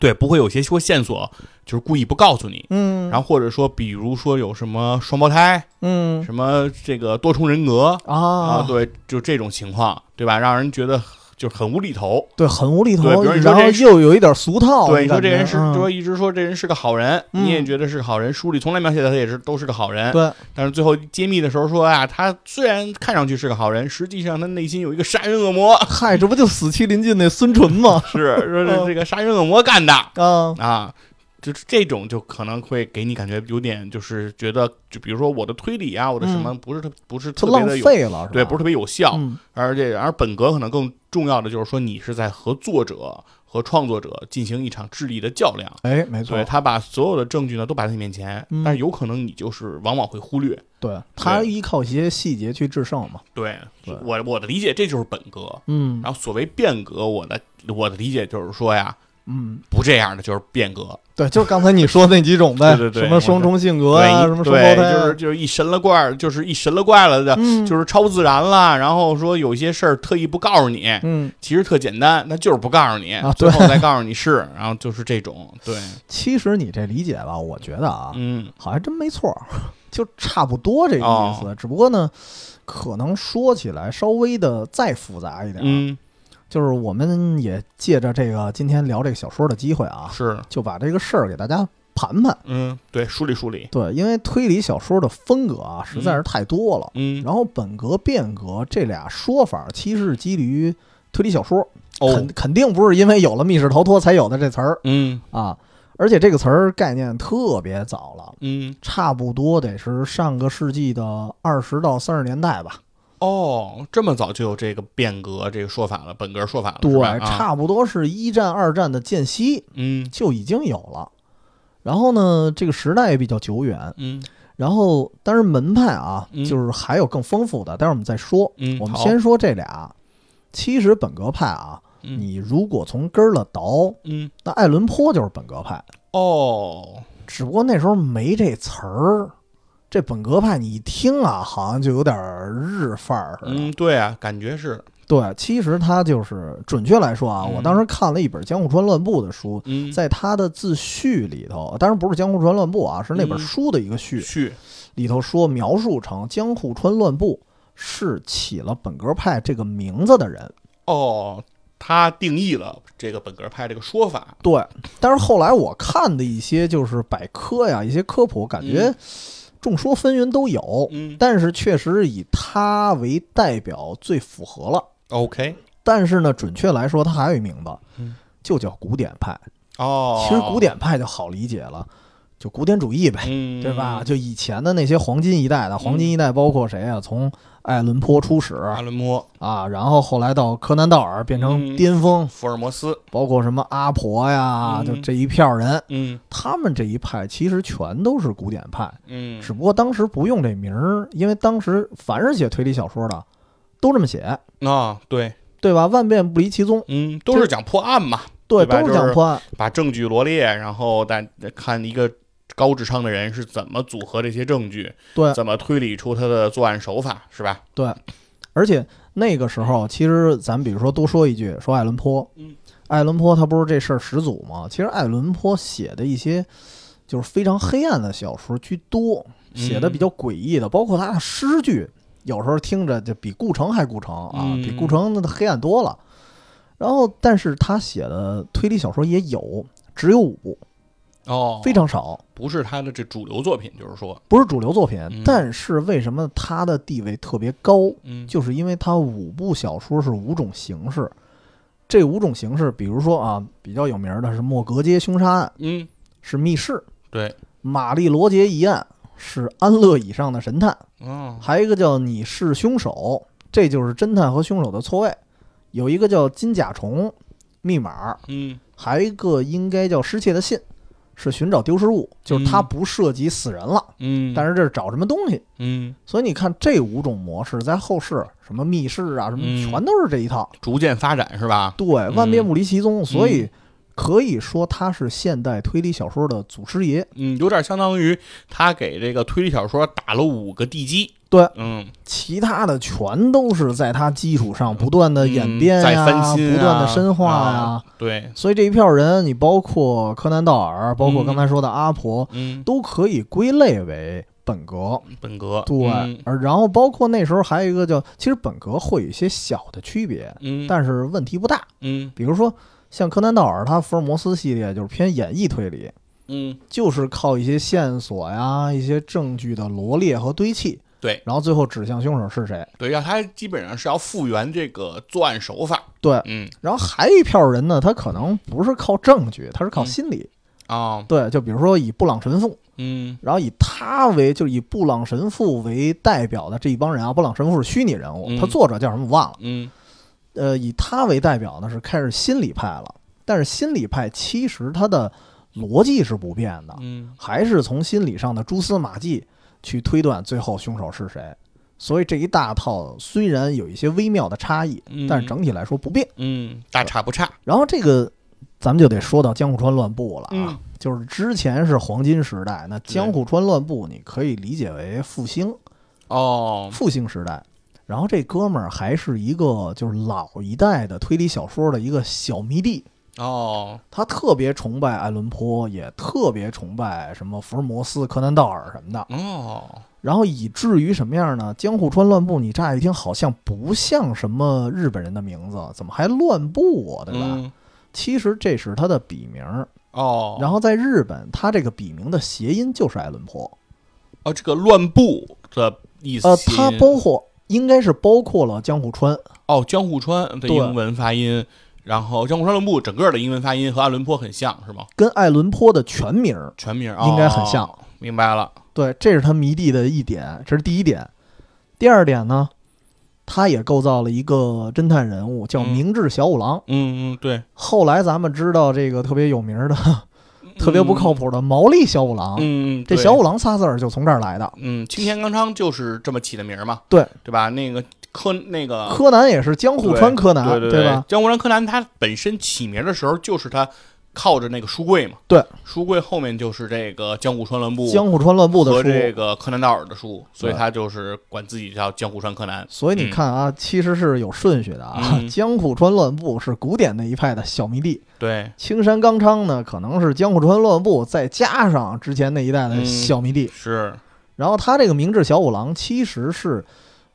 Speaker 2: 对，不会有一些说线索就是故意不告诉你。
Speaker 1: 嗯，
Speaker 2: 然后或者说，比如说有什么双胞胎，
Speaker 1: 嗯
Speaker 2: 什么这个多重人格啊，
Speaker 1: 啊，
Speaker 2: 对，就这种情况，对吧？让人觉得就是很无厘头。
Speaker 1: 对，很无厘头
Speaker 2: 对比如，你说
Speaker 1: 然后
Speaker 2: 这是
Speaker 1: 又有一点俗套。
Speaker 2: 对，你说
Speaker 1: 感
Speaker 2: 这
Speaker 1: 觉
Speaker 2: 人是，
Speaker 1: 嗯
Speaker 2: 说一直说这人是个好人，
Speaker 1: 嗯
Speaker 2: 你也觉得是个好人，书里从来描写的他也是都是个好人，
Speaker 1: 对，
Speaker 2: 但是最后揭秘的时候说啊，他虽然看上去是个好人，实际上他内心有一个杀人恶魔，
Speaker 1: 嗨，这不就死期临近那孙淳吗？
Speaker 2: 是说
Speaker 1: 嗯
Speaker 2: 是这个杀人恶魔干的
Speaker 1: 啊，
Speaker 2: 啊。就是这种，就可能会给你感觉有点，就是觉得，就比如说我的推理啊，我的什么不是特不是
Speaker 1: 嗯就
Speaker 2: 特别
Speaker 1: 浪
Speaker 2: 的有，
Speaker 1: 费了，
Speaker 2: 对，不
Speaker 1: 是
Speaker 2: 是
Speaker 1: 吧
Speaker 2: 特别有效，
Speaker 1: 嗯
Speaker 2: 而且而本格可能更重要的就是说，你是在和作者和创作者进行一场智力的较量。
Speaker 1: 哎，没错
Speaker 2: 对，他把所有的证据呢都摆在你面前，
Speaker 1: 嗯
Speaker 2: 但是有可能你就是往往会忽略。
Speaker 1: 对他依靠一些细节去制胜嘛。
Speaker 2: 对
Speaker 1: 对
Speaker 2: 我我的理解，这就是本格。
Speaker 1: 嗯
Speaker 2: 然后所谓变革，我的我的理解就是说呀，
Speaker 1: 嗯，
Speaker 2: 不这样的就是变革，
Speaker 1: 对，就刚才你说那几种呗，
Speaker 2: 对对
Speaker 1: 什
Speaker 2: 对
Speaker 1: 么双重性格啊，
Speaker 2: 对，
Speaker 1: 什么双胞
Speaker 2: 对，
Speaker 1: 胎啊、
Speaker 2: 就是就是一神了怪儿，就是一神了怪了的，
Speaker 1: 嗯
Speaker 2: 就是超自然啦。然后说有些事儿特意不告诉你，
Speaker 1: 嗯，
Speaker 2: 其实特简单，那就是不告诉你，
Speaker 1: 啊
Speaker 2: 最
Speaker 1: 对
Speaker 2: 后再告诉你是，然后就是这种，对，
Speaker 1: 其实你这理解吧，我觉得啊，
Speaker 2: 嗯
Speaker 1: 好像真没错儿，就差不多这个意
Speaker 2: 哦
Speaker 1: 思。只不过呢，可能说起来稍微的再复杂一点儿，
Speaker 2: 嗯，
Speaker 1: 就是我们也借着这个今天聊这个小说的机会啊，
Speaker 2: 是，
Speaker 1: 就把这个事儿给大家盘盘。
Speaker 2: 嗯，对，梳理梳理，
Speaker 1: 对，因为推理小说的风格啊实在是太多了，
Speaker 2: 嗯，
Speaker 1: 然后本格、变革这俩说法其实是基于推理小说，肯
Speaker 2: 哦，
Speaker 1: 肯定不是因为有了密室逃脱才有的这词儿
Speaker 2: 嗯
Speaker 1: 啊，而且这个词儿概念特别早了。
Speaker 2: 嗯，
Speaker 1: 差不多得是上个世纪的二十到三十年代吧，
Speaker 2: 哦，这么早就有这个变革这个说法了，本格说法了，是
Speaker 1: 对
Speaker 2: 吧，啊，
Speaker 1: 差不多是一战、二战的间隙
Speaker 2: 嗯
Speaker 1: 就已经有了。然后呢，这个时代也比较久远。
Speaker 2: 嗯
Speaker 1: 然后，但是门派啊，
Speaker 2: 嗯
Speaker 1: 就是还有更丰富的，待会儿我们再说。
Speaker 2: 嗯，
Speaker 1: 我们
Speaker 2: 好
Speaker 1: 先，说这俩。其实本格派啊，
Speaker 2: 嗯
Speaker 1: 你如果从根儿了倒，
Speaker 2: 嗯，
Speaker 1: 那爱伦坡就是本格派，
Speaker 2: 哦，
Speaker 1: 只不过那时候没这词儿。这本格派你一听啊，好像就有点儿日范儿似的。
Speaker 2: 嗯，对啊，感觉是，
Speaker 1: 对，其实他就是准确来说啊，
Speaker 2: 嗯
Speaker 1: 我当时看了一本江户川乱步的书，
Speaker 2: 嗯，
Speaker 1: 在他的自序里头，当然不是江户川乱步啊，是那本
Speaker 2: 嗯
Speaker 1: 书的一个序
Speaker 2: 去，
Speaker 1: 里头说描述成江户川乱步是起了本格派这个名字的人。
Speaker 2: 哦，他定义了这个本格派这个说法，
Speaker 1: 对，但是后来我看的一些就是百科呀，一些科普，感觉众说纷纭都有，
Speaker 2: 嗯
Speaker 1: 但是确实以他为代表最符合了。
Speaker 2: ，OK，
Speaker 1: 但是呢，准确来说，他还有一名字
Speaker 2: 嗯，
Speaker 1: 就叫古典派。
Speaker 2: 哦，
Speaker 1: 其实古，典派就好理解了，就古典主义呗，
Speaker 2: 嗯，
Speaker 1: 对吧？？就以前的那些黄金一代的，黄金一代包括谁啊？从爱伦坡初始
Speaker 2: 阿伦坡、
Speaker 1: 啊，然后后来到柯南道尔变
Speaker 2: 嗯
Speaker 1: 成巅峰，
Speaker 2: 福尔摩斯，
Speaker 1: 包括什么阿婆呀，
Speaker 2: 嗯
Speaker 1: 就这一票人，
Speaker 2: 嗯
Speaker 1: 他们这一派其实全都是古典派，
Speaker 2: 嗯，
Speaker 1: 只不过当时不用这名儿，因为当时凡是写推理小说的都这么写，
Speaker 2: 啊，对，
Speaker 1: 对吧？万变不离其宗，
Speaker 2: 嗯，都是讲破案嘛，对吧
Speaker 1: 都是
Speaker 2: 就
Speaker 1: 讲
Speaker 2: 是
Speaker 1: 破案。
Speaker 2: 把证据罗列，然后但看一个高智商的人是怎么组合这些证据，
Speaker 1: 对
Speaker 2: 怎么推理出他的作案手法，是吧？
Speaker 1: 而且那个时候，其实咱比如说多说一句，说爱伦坡，
Speaker 2: 嗯，
Speaker 1: 爱伦坡他不是这事儿始祖吗？其实爱伦坡写的一些就是非常黑暗的小说居多，
Speaker 2: 嗯
Speaker 1: 写的比较诡异的，包括他的诗句，有时候听着就比顾城还顾城啊，
Speaker 2: 嗯
Speaker 1: 比顾城那黑暗多了。然后，但是他写的推理小说也有，只有五部，
Speaker 2: 哦
Speaker 1: 非常少，
Speaker 2: 不是他的这主流作品，就是说，
Speaker 1: 不是主流作品。
Speaker 2: 嗯
Speaker 1: 但是为什么他的地位特别高？
Speaker 2: 嗯，
Speaker 1: 就是因为它五部小说是五种形式，这五种形式，比如说啊，比较有名的是莫格街凶杀案
Speaker 2: 嗯，
Speaker 1: 是密室，
Speaker 2: 对，
Speaker 1: 玛丽罗杰一案是安乐椅上的神探，
Speaker 2: 哦，
Speaker 1: 还有一个叫你是凶手，这就是侦探和凶手的错位，有一个叫金甲虫密码，
Speaker 2: 嗯
Speaker 1: 还有一个应该叫失窃的信。是寻找丢失物，就是它
Speaker 2: 嗯
Speaker 1: 不涉及死人了，
Speaker 2: 嗯，
Speaker 1: 但是这是找什么东西。
Speaker 2: 嗯，
Speaker 1: 所以你看这五种模式在后世什么密室啊，什么
Speaker 2: 嗯
Speaker 1: 全都是这一套。
Speaker 2: 逐渐发展是吧？
Speaker 1: 对，万变不离其宗，所
Speaker 2: 嗯
Speaker 1: 以可以说他是现代推理小说的祖师爷。
Speaker 2: 嗯，有点相当于他给这个推理小说打了五个地基。
Speaker 1: 对，
Speaker 2: 嗯，
Speaker 1: 其他的全都是在他基础上不断的呃演变
Speaker 2: 嗯再
Speaker 1: 呀、
Speaker 2: 翻新啊、
Speaker 1: 不断的深化呀、
Speaker 2: 啊对，
Speaker 1: 所以这一票人，你包括柯南道尔，包括
Speaker 2: 嗯
Speaker 1: 刚才说的阿婆，
Speaker 2: 嗯，
Speaker 1: 都可以归类为本格。
Speaker 2: 本格，
Speaker 1: 对，
Speaker 2: 嗯
Speaker 1: 而然后包括那时候还有一个叫，其实本格会有一些小的区别，
Speaker 2: 嗯，
Speaker 1: 但是问题不大。
Speaker 2: 嗯
Speaker 1: 比如说像柯南道尔，他福尔摩斯系列就是偏演绎推理，
Speaker 2: 嗯，
Speaker 1: 就是靠一些线索呀、一些证据的罗列和堆砌，
Speaker 2: 对
Speaker 1: 然后最后指向凶手是谁。
Speaker 2: 对，要他基本上是要复原这个作案手法。
Speaker 1: 对，
Speaker 2: 嗯
Speaker 1: 然后还有一票人呢，他可能不是靠证据，他是靠心理。
Speaker 2: 啊，
Speaker 1: 对，就比如说以布朗神父，
Speaker 2: 嗯
Speaker 1: 然后以他为，就是以布朗神父为代表的这一帮人啊，布朗神父是虚拟人物，
Speaker 2: 嗯
Speaker 1: 他作者叫什么我忘了。
Speaker 2: 嗯
Speaker 1: 呃，以他为代表呢是开始新理派了，但是新理派其实它的逻辑是不变的，
Speaker 2: 嗯
Speaker 1: 还是从心理上的蛛丝马迹去推断最后凶手是谁。所以这一大套虽然有一些微妙的差异，
Speaker 2: 嗯
Speaker 1: 但是整体来说不变。
Speaker 2: 嗯大差不差
Speaker 1: 然后这个咱们就得说到江户川乱步了啊，
Speaker 2: 嗯
Speaker 1: 就是之前是黄金时代，那江户川乱步你可以理解为复兴
Speaker 2: 哦，
Speaker 1: 复兴时代。然后这哥们儿还是一个就是老一代的推理小说的一个小迷弟，
Speaker 2: 哦，
Speaker 1: 他特别崇拜爱伦坡，也特别崇拜什么福尔摩斯、柯南道尔什么的。
Speaker 2: 哦，
Speaker 1: 然后以至于什么样呢？江户川乱步，你乍一听好像不像什么日本人的名字，怎么还乱步啊？对吧？
Speaker 2: 嗯，
Speaker 1: 其实这是他的笔名儿，
Speaker 2: 哦，
Speaker 1: 然后在日本，他这个笔名的谐音就是爱伦坡。
Speaker 2: 哦，这个乱步的意思
Speaker 1: 呃，
Speaker 2: 起因，
Speaker 1: 他包括应该是包括了江户川，
Speaker 2: 哦，江户川的
Speaker 1: 对
Speaker 2: 英文发音，然后江户川乱步整个的英文发音和爱伦坡很像是吗？
Speaker 1: 跟爱伦坡的全名儿。
Speaker 2: 全名
Speaker 1: 应该很像
Speaker 2: 哦明白了，
Speaker 1: 对，这是他迷弟的一点，这是第一点。第二点呢，他也构造了一个侦探人物，叫
Speaker 2: 嗯
Speaker 1: 明智小五郎。
Speaker 2: 嗯嗯，对，
Speaker 1: 后来咱们知道这个特别有名儿的、特别不靠谱的毛利小五郎，
Speaker 2: 嗯，嗯，
Speaker 1: 啊这
Speaker 2: 对
Speaker 1: 小五郎仨字儿就从这儿来的。
Speaker 2: 嗯，青田刚昌就是这么起的名儿嘛，
Speaker 1: 对
Speaker 2: 对吧？那个柯那个
Speaker 1: 柯南也是江户川柯南，
Speaker 2: 对对
Speaker 1: 吧？？
Speaker 2: 江湖人柯南他本身起名的时候就是他靠着那个书柜嘛，
Speaker 1: 对，
Speaker 2: 书柜后面就是这个江户川乱步
Speaker 1: 江户川乱步的
Speaker 2: 和
Speaker 1: 书，
Speaker 2: 这个柯南道尔的书，所以
Speaker 1: 对
Speaker 2: 他就是管自己叫江户川柯南。
Speaker 1: 所以你看啊，其实是有顺序的啊。
Speaker 2: 嗯
Speaker 1: 江户川乱步是古典那一派的小迷弟，
Speaker 2: 对，
Speaker 1: 青山刚昌呢可能是江户川乱步，再加上之前那一代的小迷弟。
Speaker 2: 是，
Speaker 1: 然后他这个明智小五郎其实是，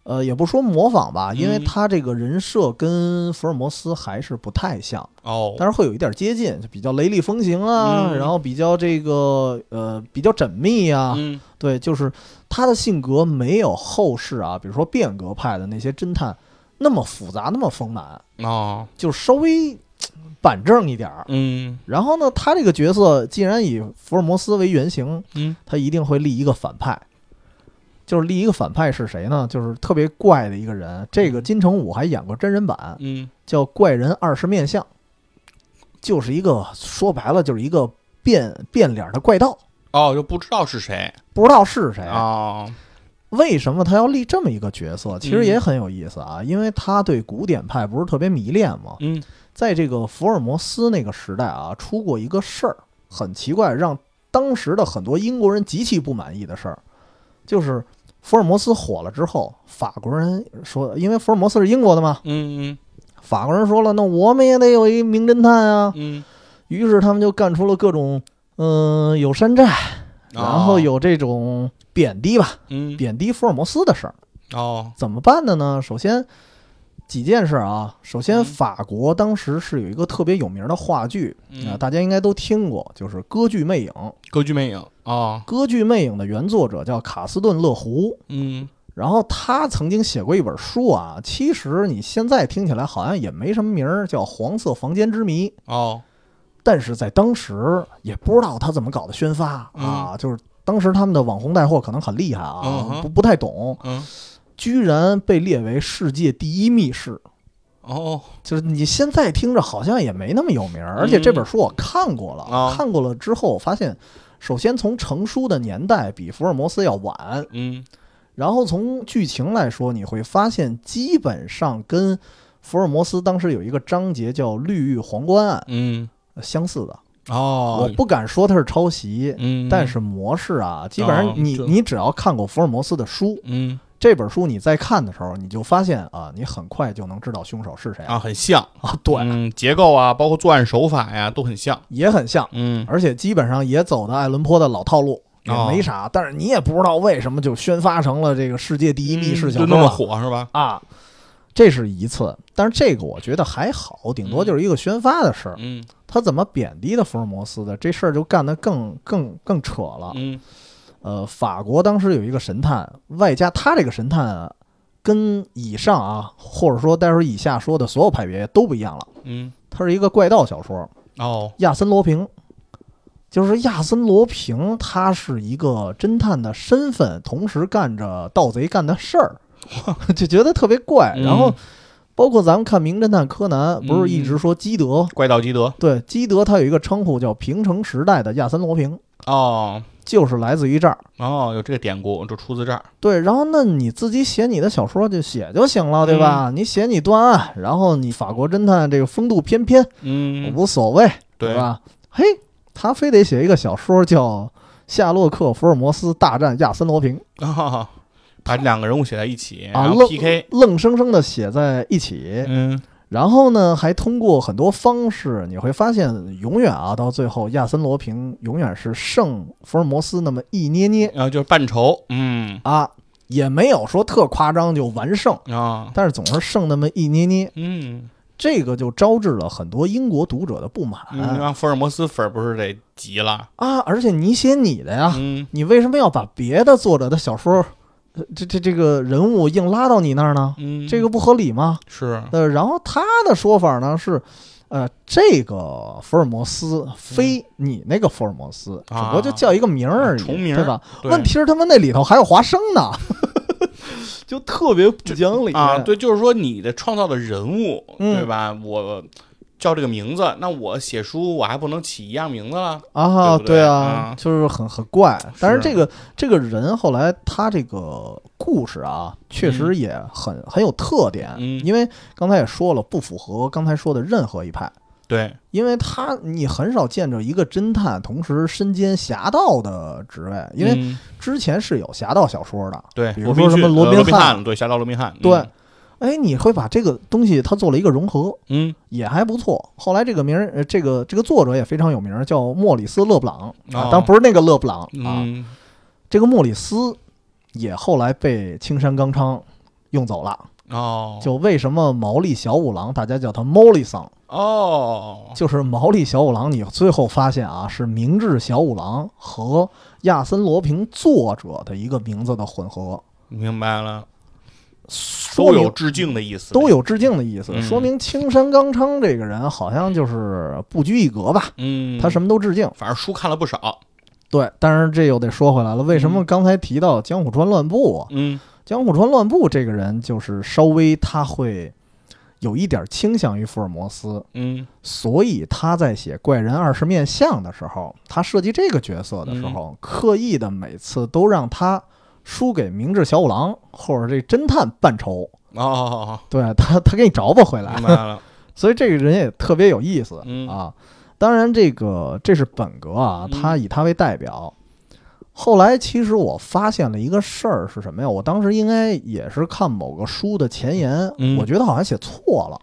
Speaker 1: 呃，也不说模仿吧，
Speaker 2: 嗯
Speaker 1: 因为他这个人设跟福尔摩斯还是不太像，
Speaker 2: 哦，
Speaker 1: 但是会有一点接近，就比较雷厉风行啊，
Speaker 2: 嗯
Speaker 1: 然后比较这个呃比较缜密啊，
Speaker 2: 嗯，
Speaker 1: 对，就是他的性格没有后世啊，比如说变革派的那些侦探那么复杂，那么丰满，
Speaker 2: 哦，
Speaker 1: 就稍微嘖板正一点儿。
Speaker 2: 嗯
Speaker 1: 然后呢，他这个角色既然以福尔摩斯为原型，
Speaker 2: 嗯，
Speaker 1: 他一定会立一个反派。就是立一个反派是谁呢？就是特别怪的一个人。这个金城武还演过真人版，
Speaker 2: 嗯，
Speaker 1: 叫《怪人二十面相》，就是一个说白了就是一个变变脸儿的怪盗，
Speaker 2: 哦，就不知道是谁
Speaker 1: 不知道是谁啊
Speaker 2: 哦，
Speaker 1: 为什么他要立这么一个角色？其实也很有意思啊，因为他对古典派不是特别迷恋嘛。
Speaker 2: 嗯
Speaker 1: 在这个福尔摩斯那个时代啊，出过一个事儿，很奇怪，让当时的很多英国人极其不满意的事儿，就是福尔摩斯火了之后，法国人说，因为福尔摩斯是英国的嘛，
Speaker 2: 嗯
Speaker 1: 法国人说了，那我们也得有一名侦探啊
Speaker 2: 嗯，嗯，
Speaker 1: 于是他们就干出了各种，嗯、有山寨，然后
Speaker 2: 哦，
Speaker 1: 有这种贬低吧，
Speaker 2: 嗯，
Speaker 1: 贬低福尔摩斯的事儿。
Speaker 2: 哦，
Speaker 1: 怎么办的呢？首先几件事啊，首先
Speaker 2: 嗯
Speaker 1: 法国当时是有一个特别有名的话剧啊、
Speaker 2: 嗯，
Speaker 1: 大家应该都听过，就是《歌剧魅影》。《
Speaker 2: 歌剧魅影，哦，
Speaker 1: 歌剧魅影》的原作者叫卡斯顿·勒胡，
Speaker 2: 嗯，
Speaker 1: 然后他曾经写过一本书啊，其实你现在听起来好像也没什么名儿，叫《黄色房间之谜》。
Speaker 2: 哦，
Speaker 1: 但是在当时也不知道他怎么搞的宣发啊，就是当时他们的网红带货可能很厉害
Speaker 2: 嗯
Speaker 1: 啊，
Speaker 2: 哼
Speaker 1: 不不太懂，
Speaker 2: 嗯，
Speaker 1: 居然被列为世界第一密室。
Speaker 2: 哦，
Speaker 1: 就是你现在听着好像也没那么有名儿，而且这本书我看过了，
Speaker 2: 嗯啊
Speaker 1: 看过了之后发现，首先从成书的年代比福尔摩斯要晚，
Speaker 2: 嗯，
Speaker 1: 然后从剧情来说，你会发现基本上跟福尔摩斯当时有一个章节叫《绿玉皇冠案
Speaker 2: 嗯，》
Speaker 1: 呃相似的，
Speaker 2: 哦，
Speaker 1: 我不敢说它是抄袭。
Speaker 2: 嗯，哦
Speaker 1: 但是模式啊，基本上你、
Speaker 2: 这
Speaker 1: 你只要看过福尔摩斯的书，
Speaker 2: 嗯
Speaker 1: 这本书你再看的时候，你就发现啊，你很快就能知道凶手是谁
Speaker 2: 啊，很像，
Speaker 1: 啊对，
Speaker 2: 嗯，结构啊，包括作案手法呀，都很像，
Speaker 1: 也很像。
Speaker 2: 嗯，
Speaker 1: 而且基本上也走的爱伦坡的老套路，也
Speaker 2: 哦
Speaker 1: 没啥。但是你也不知道为什么就宣发成了这个世界第一密室小说
Speaker 2: 嗯就那么
Speaker 1: 了、
Speaker 2: 火是吧？
Speaker 1: 啊，这是一次。但是这个我觉得还好，顶多就是一个宣发的事儿。
Speaker 2: 嗯
Speaker 1: 他怎么贬低的福尔摩斯的这事儿就干得更更更扯了。
Speaker 2: 嗯
Speaker 1: 呃，法国当时有一个神探，外加他这个神探啊跟以上啊，或者说待会儿以下说的所有派别都不一样了。
Speaker 2: 嗯，
Speaker 1: 他是一个怪盗小说，
Speaker 2: 哦，
Speaker 1: 亚森罗平，就是亚森罗平，他是一个侦探的身 份，同时干着盗贼干的事儿，就觉得特别怪。
Speaker 2: 嗯
Speaker 1: 然后包括咱们看《名侦探柯南》，不是一直说基德？
Speaker 2: 怪盗基德
Speaker 1: 对，基德他有一个称呼叫平成时代的亚森罗平，
Speaker 2: 哦
Speaker 1: 就是来自于这儿。
Speaker 2: 哦，有这个典故，就出自这儿。
Speaker 1: 对，然后那你自己写你的小说就写就行了，对
Speaker 2: 嗯
Speaker 1: 吧？你写你断案，然后你法国侦探这个风度翩翩，
Speaker 2: 嗯，
Speaker 1: 无所谓，
Speaker 2: 对
Speaker 1: 吧？嘿，他非得写一个小说叫《夏洛克·福尔摩斯大战亚森·罗平》，
Speaker 2: 哦，把两个人物写在一起，
Speaker 1: 啊
Speaker 2: 然后
Speaker 1: 愣
Speaker 2: PK，
Speaker 1: 愣生生的写在一起，
Speaker 2: 嗯，
Speaker 1: 然后呢，还通过很多方式，你会发现，永远啊，到最后，亚森·罗平永远是胜福尔摩斯那么一捏捏
Speaker 2: 然后就是扮丑，嗯
Speaker 1: 啊，也没有说特夸张就完胜，
Speaker 2: 啊，
Speaker 1: 但是总是胜那么一捏捏。
Speaker 2: 嗯，
Speaker 1: 这个就招致了很多英国读者的不满、
Speaker 2: 嗯那福尔摩斯粉儿不是得急了？
Speaker 1: 啊！而且你写你的呀，
Speaker 2: 嗯，
Speaker 1: 你为什么要把别的作者的小说，呃这这这个人物硬拉到你那儿呢？
Speaker 2: 嗯，
Speaker 1: 这个不合理吗？
Speaker 2: 是，
Speaker 1: 呃，然后他的说法呢是，呃，这个福尔摩斯非你那个福尔摩斯，
Speaker 2: 啊
Speaker 1: 只不过就叫一个名儿而已，
Speaker 2: 重名儿
Speaker 1: 对吧？
Speaker 2: 对
Speaker 1: 问题是他们那里头还有华生呢， 就特别不讲理
Speaker 2: 啊，对，就是说你的创造的人物，
Speaker 1: 嗯
Speaker 2: 对吧？我叫这个名字，那我写书我还不能起一样名字了？
Speaker 1: 啊，
Speaker 2: 对不对
Speaker 1: 啊
Speaker 2: 啊，
Speaker 1: 就是很很怪。但是
Speaker 2: 是啊
Speaker 1: 这个这个人后来他这个故事啊，确实也很、很有特点，
Speaker 2: 嗯
Speaker 1: 因为刚才也说了，不符合刚才说的任何一派。
Speaker 2: 对，
Speaker 1: 因为他，你很少见着一个侦探同时身兼侠盗的职位，因为
Speaker 2: 嗯
Speaker 1: 之前是有侠盗小说的。
Speaker 2: 对，
Speaker 1: 比如
Speaker 2: 罗宾
Speaker 1: 说什么
Speaker 2: 逊
Speaker 1: 罗
Speaker 2: 呃
Speaker 1: 宾
Speaker 2: 罗宾
Speaker 1: 汉
Speaker 2: 汉，对，侠盗罗宾汉，嗯
Speaker 1: 对，哎，你会把这个东西它做了一个融合，
Speaker 2: 嗯
Speaker 1: 也还不错。后来这个名儿，呃这个这个作者也非常有名儿，叫莫里斯·勒布朗啊，
Speaker 2: 哦
Speaker 1: 当然不是那个勒布朗啊，
Speaker 2: 嗯，
Speaker 1: 这个莫里斯也后来被青山刚昌用走了。
Speaker 2: 哦，
Speaker 1: 啊就为什么毛利小五郎大家叫他毛利桑，
Speaker 2: 哦，
Speaker 1: 就是毛利小五郎，你最后发现啊，是明治小五郎和亚森罗平作者的一个名字的混合，
Speaker 2: 明白了，
Speaker 1: 说
Speaker 2: 都
Speaker 1: 明
Speaker 2: 有致敬的意思，
Speaker 1: 都，有致敬的意思，
Speaker 2: 嗯
Speaker 1: 说明青山刚昌这个人好像就是不拘一格吧，
Speaker 2: 嗯，
Speaker 1: 他什么啊都致敬。
Speaker 2: 反正书看了不少，
Speaker 1: 对，但是这又得说回来了，为什么刚才提到江户川乱步啊？
Speaker 2: 嗯
Speaker 1: 江户川乱步这个人，就是稍微他会有一点倾向于福尔摩斯，
Speaker 2: 嗯
Speaker 1: 所以他在写《怪人二十面相》的时候，他设计这个角色的时候，刻意的每次都让他输给明智小五郎或者这侦探扮丑，
Speaker 2: 哦，
Speaker 1: 对他他给你找吧回来
Speaker 2: 明，白了，
Speaker 1: 所以这个人也特别有意思
Speaker 2: 嗯
Speaker 1: 啊。当然，这个这是本格啊，
Speaker 2: 嗯
Speaker 1: 他以他为代表。后来，其实我发现了一个事儿是什么呀？我当时应该也是看某个书的前言，
Speaker 2: 嗯
Speaker 1: 我觉得好像写错了，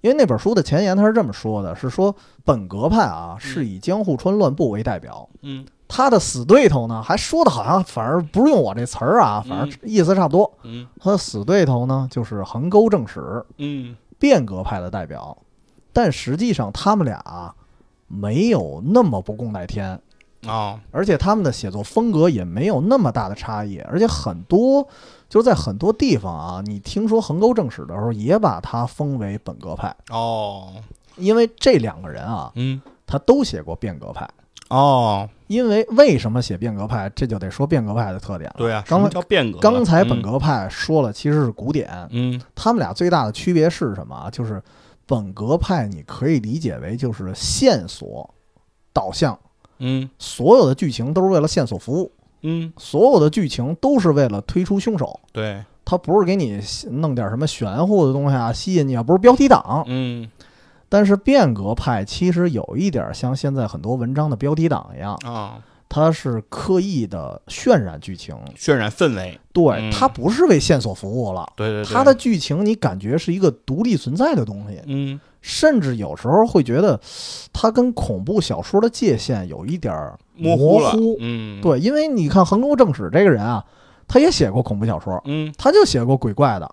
Speaker 1: 因为那本书的前言他是这么说的：是说本格派啊是以江户川乱步为代表，
Speaker 2: 嗯
Speaker 1: 他的死对头呢还说的好像反而不是用我这词儿啊，反正意思差不多。
Speaker 2: 嗯
Speaker 1: 他的死对头呢就是横沟正史，
Speaker 2: 嗯，
Speaker 1: 变革派的代表，但实际上他们俩啊没有那么不共戴天，
Speaker 2: 哦，
Speaker 1: 而且他们的写作风格也没有那么大的差异，而且很多就是在很多地方啊，你听说横沟正史的时候，也把他封为本格派，
Speaker 2: 哦，
Speaker 1: 因为这两个人啊，
Speaker 2: 嗯，
Speaker 1: 他都写过变革派。
Speaker 2: 哦，
Speaker 1: 因为为什么写变革派，这就得说变革派的特点了。
Speaker 2: 对啊，什
Speaker 1: 刚
Speaker 2: 么
Speaker 1: 才
Speaker 2: 叫变革？
Speaker 1: 刚才本
Speaker 2: 嗯，
Speaker 1: 格派说了，其实是古典，
Speaker 2: 嗯
Speaker 1: 他们俩最大的区别是什么啊？就是本格派，你可以理解为就是线索导向，
Speaker 2: 嗯
Speaker 1: 所有的剧情都是为了线索服务，
Speaker 2: 嗯，
Speaker 1: 所有的剧情都是为了推出凶手。
Speaker 2: 对，
Speaker 1: 它不是给你弄点什么玄乎的东西啊，吸引你啊，不是标题党。
Speaker 2: 嗯
Speaker 1: 但是变革派其实有一点像现在很多文章的标题党一样，
Speaker 2: 啊，
Speaker 1: 它是刻意的渲染剧情，
Speaker 2: 渲染氛围，
Speaker 1: 对，
Speaker 2: 嗯
Speaker 1: 它不是为线索服务了，
Speaker 2: 对对对，
Speaker 1: 它的，剧情你感觉是一个独立存在的东西。
Speaker 2: 嗯
Speaker 1: 甚至有时候会觉得，它跟恐怖小说的界限有一点儿
Speaker 2: 模
Speaker 1: 糊。
Speaker 2: 了，嗯，，
Speaker 1: 对，因为你看横沟正史这个人啊，他也写过恐怖小说，
Speaker 2: 嗯
Speaker 1: 他就写过鬼怪的。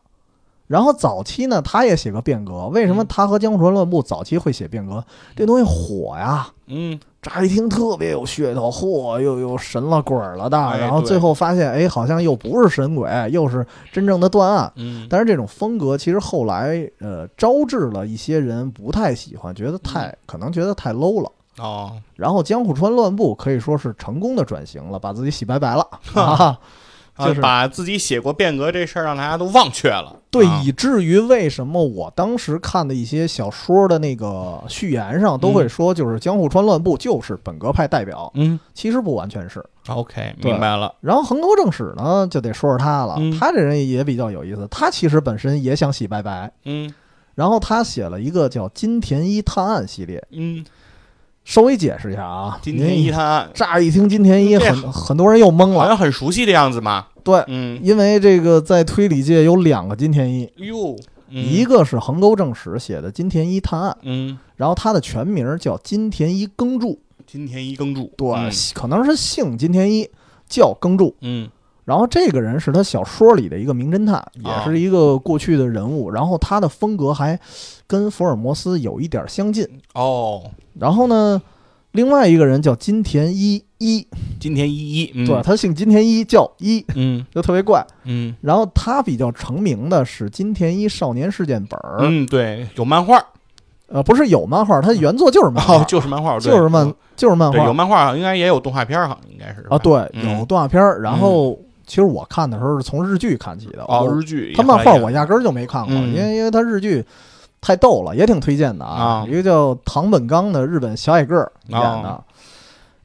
Speaker 1: 然后早期呢，他也写过变革。为什么
Speaker 2: 嗯
Speaker 1: 他和江户川乱步早期会写变革？这东西火呀，
Speaker 2: 嗯
Speaker 1: 乍一听特别有噱头，嚯，又又神了鬼儿了的。
Speaker 2: 哎
Speaker 1: 然后
Speaker 2: 对
Speaker 1: 最后发现，哎，好像又不是神鬼，又是真正的断案。
Speaker 2: 嗯，
Speaker 1: 但是这种风格其实后来呃招致了一些人不太喜欢，觉得
Speaker 2: 嗯
Speaker 1: 太可能觉得太 low 了。
Speaker 2: 哦，
Speaker 1: 然后江户川乱步可以说是成功的转型了，把自己洗白白了。啊、
Speaker 2: 啊
Speaker 1: 就是
Speaker 2: 把自己写过变革这事儿让大家都忘却了。
Speaker 1: 对，
Speaker 2: 啊
Speaker 1: 以至于为什么我当时看的一些小说的那个序言上都会说，就是江户川乱步就是本格派代表，
Speaker 2: 嗯
Speaker 1: 其实不完全是。
Speaker 2: 啊，OK，
Speaker 1: 对
Speaker 2: 明白了。
Speaker 1: 然后横沟正史呢，就得说说他了
Speaker 2: 嗯，
Speaker 1: 他这人也比较有意思，他其实本身也想洗白白，
Speaker 2: 嗯
Speaker 1: 然后他写了一个叫《金田一探案》系列，
Speaker 2: 嗯，
Speaker 1: 稍微解释一下啊，
Speaker 2: 今天一
Speaker 1: 您
Speaker 2: 探案
Speaker 1: 乍一听金田一，
Speaker 2: 这
Speaker 1: 很很多人又懵
Speaker 2: 好
Speaker 1: 了，
Speaker 2: 像很熟悉的样子嘛。
Speaker 1: 对，
Speaker 2: 嗯，
Speaker 1: 因为这个在推理界有两个金田一，
Speaker 2: 哟，嗯
Speaker 1: 一个是横沟正史写的《金田一探案》。
Speaker 2: 嗯，
Speaker 1: 然后他的全名叫金田一耕助，
Speaker 2: 今天一更助，
Speaker 1: 对，
Speaker 2: 嗯
Speaker 1: 可能是姓金田一，叫耕助。
Speaker 2: 嗯
Speaker 1: 然后这个人是他小说里的一个名侦探，也
Speaker 2: 啊
Speaker 1: 是一个过去的人物。然后他的风格还跟福尔摩斯有一点相近。
Speaker 2: 哦，
Speaker 1: 然后呢，另外一个人叫金田一一，
Speaker 2: 今天一一，嗯
Speaker 1: 对，他姓金田一，叫一，
Speaker 2: 嗯
Speaker 1: 就特别怪。
Speaker 2: 嗯
Speaker 1: 然后他比较成名的是《金田一少年事件本》儿，
Speaker 2: 嗯，对，有漫画，
Speaker 1: 呃，不是有漫画，他原作就是漫画，
Speaker 2: 哦，就是漫画，对
Speaker 1: 就是漫，就是漫
Speaker 2: 对，
Speaker 1: 画
Speaker 2: 有，漫画，应该也有动画片儿，好像应该是吧
Speaker 1: 啊，对，
Speaker 2: 嗯
Speaker 1: 有动画片儿。然后其实我看的时候是从日剧看起的，
Speaker 2: 哦，
Speaker 1: 我
Speaker 2: 日剧，
Speaker 1: 他漫画我压根儿就没看过，因
Speaker 2: 嗯
Speaker 1: 为因为他日剧太逗了，也挺推荐的
Speaker 2: 啊啊
Speaker 1: 一个叫唐本刚的日本小矮个儿演的。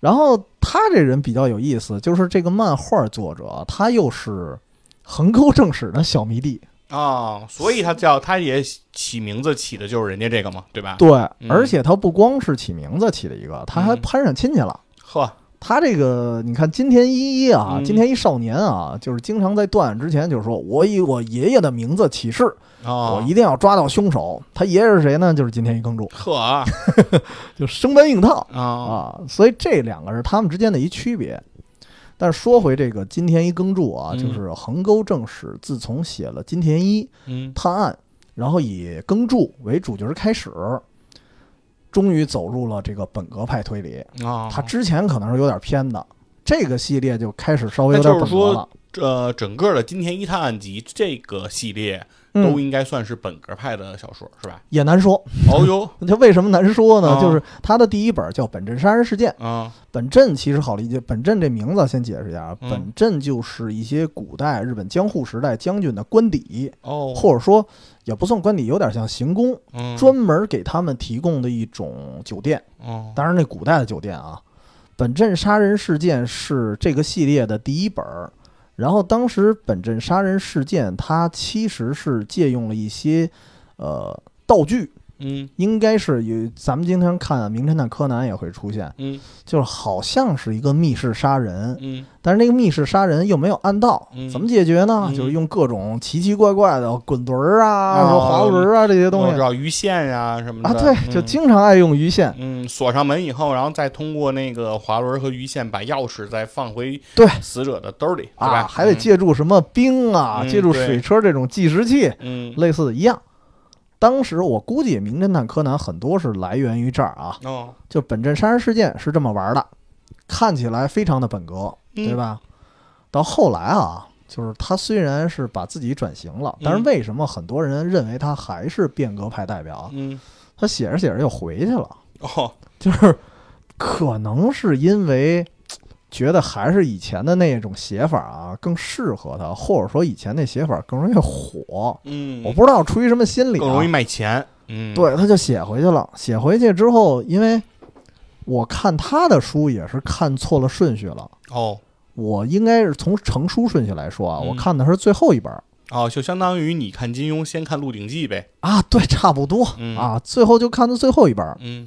Speaker 1: 然后他这人比较有意思，就是这个漫画作者，他又是横沟正史的小迷弟，
Speaker 2: 啊、哦，所以他叫他也起名字起的就是人家这个嘛，对吧？
Speaker 1: 对，
Speaker 2: 嗯
Speaker 1: 而且他不光是起名字起了一个，他还
Speaker 2: 嗯
Speaker 1: 攀上亲戚了。
Speaker 2: 呵，
Speaker 1: 他这个，你看金田一一啊，
Speaker 2: 嗯
Speaker 1: 金田一少年啊，就是经常在断案之前就说，我以我爷爷的名字起誓，我
Speaker 2: 哦，
Speaker 1: 一定要抓到凶手。他爷爷是谁呢？就是金田一耕助，
Speaker 2: 呵啊，
Speaker 1: 就生搬硬套
Speaker 2: 啊，
Speaker 1: 啊。所以这两个是他们之间的一区别。但是说回这个金田一耕助啊，
Speaker 2: 嗯
Speaker 1: 就是横沟正史自从写了金田一
Speaker 2: 嗯
Speaker 1: 探案，然后以耕助为主角开始，终于走入了这个本格派推理。
Speaker 2: 啊，
Speaker 1: 他之前可能是有点偏的，这个系列就开始稍微
Speaker 2: 那
Speaker 1: 有点
Speaker 2: 就
Speaker 1: 本
Speaker 2: 是
Speaker 1: 格
Speaker 2: 说
Speaker 1: 了。
Speaker 2: 呃，整个的《金田一探案集》这个系列都
Speaker 1: 嗯，
Speaker 2: 应该算是本格派的小说，是吧？
Speaker 1: 也难说。
Speaker 2: 哦哟，
Speaker 1: 它为什么难说呢？
Speaker 2: 啊
Speaker 1: 就是他的第一本叫《本镇杀人事件》，
Speaker 2: 啊，
Speaker 1: 本镇其实好理解。本镇这名字先解释一下啊，
Speaker 2: 嗯
Speaker 1: 本镇就是一些古代日本江户时代将军的官邸，
Speaker 2: 哦，
Speaker 1: 或者说也不算官邸，有点像行宫，
Speaker 2: 嗯，
Speaker 1: 专门给他们提供的一种酒店。
Speaker 2: 哦，
Speaker 1: 当然，那古代的酒店啊，本镇杀人事件是这个系列的第一本儿。然后当时本镇杀人事件，它其实是借用了一些呃道具，
Speaker 2: 嗯
Speaker 1: 应该是有咱们经常看《啊名侦探柯南》也会出现，
Speaker 2: 嗯
Speaker 1: 就是好像是一个密室杀人，
Speaker 2: 嗯
Speaker 1: 但是那个密室杀人又没有按道
Speaker 2: 嗯，
Speaker 1: 怎么解决呢？
Speaker 2: 嗯
Speaker 1: 就是用各种奇奇怪怪的滚轮儿啊、
Speaker 2: 哦
Speaker 1: 什么滑轮儿啊这些东
Speaker 2: 我知
Speaker 1: 西
Speaker 2: 道鱼线呀、什么的
Speaker 1: 啊，对，
Speaker 2: 嗯
Speaker 1: 就经常爱用鱼线，
Speaker 2: 嗯，锁上门以后，然后再通过那个滑轮和鱼线把钥匙再放回
Speaker 1: 对
Speaker 2: 死者的兜里，对
Speaker 1: 啊，
Speaker 2: 吧？
Speaker 1: 还得借助什么冰啊，
Speaker 2: 嗯
Speaker 1: 借助水车这种计时器，
Speaker 2: 嗯，嗯
Speaker 1: 类似的一样。当时我估计《名侦探柯南》很多是来源于这儿啊，
Speaker 2: 哦，
Speaker 1: 就本镇杀人事件是这么玩的，看起来非常的本格，
Speaker 2: 嗯
Speaker 1: 对吧？到后来啊，就是他虽然是把自己转型了，
Speaker 2: 嗯
Speaker 1: 但是为什么很多人认为他还是变革派代表？啊
Speaker 2: 嗯，
Speaker 1: 他写着写着又回去了，
Speaker 2: 哦，
Speaker 1: 就是可能是因为觉得还是以前的那种写法啊更适合他，或者说以前那写法更容易火。
Speaker 2: 嗯，
Speaker 1: 我不知道出于什么心理、啊，
Speaker 2: 更容易卖钱，嗯，，
Speaker 1: 对，他就写回去了。写回去之后，因为我看他的书也是看错了顺序了。
Speaker 2: 哦，
Speaker 1: 我应该是从成书顺序来说啊，
Speaker 2: 嗯
Speaker 1: 我看的是最后一本儿
Speaker 2: 哦，就相当于你看金庸先看《鹿鼎记》呗，
Speaker 1: 啊，对，差不多
Speaker 2: 嗯
Speaker 1: 啊，最后就看的最后一本儿。
Speaker 2: 嗯，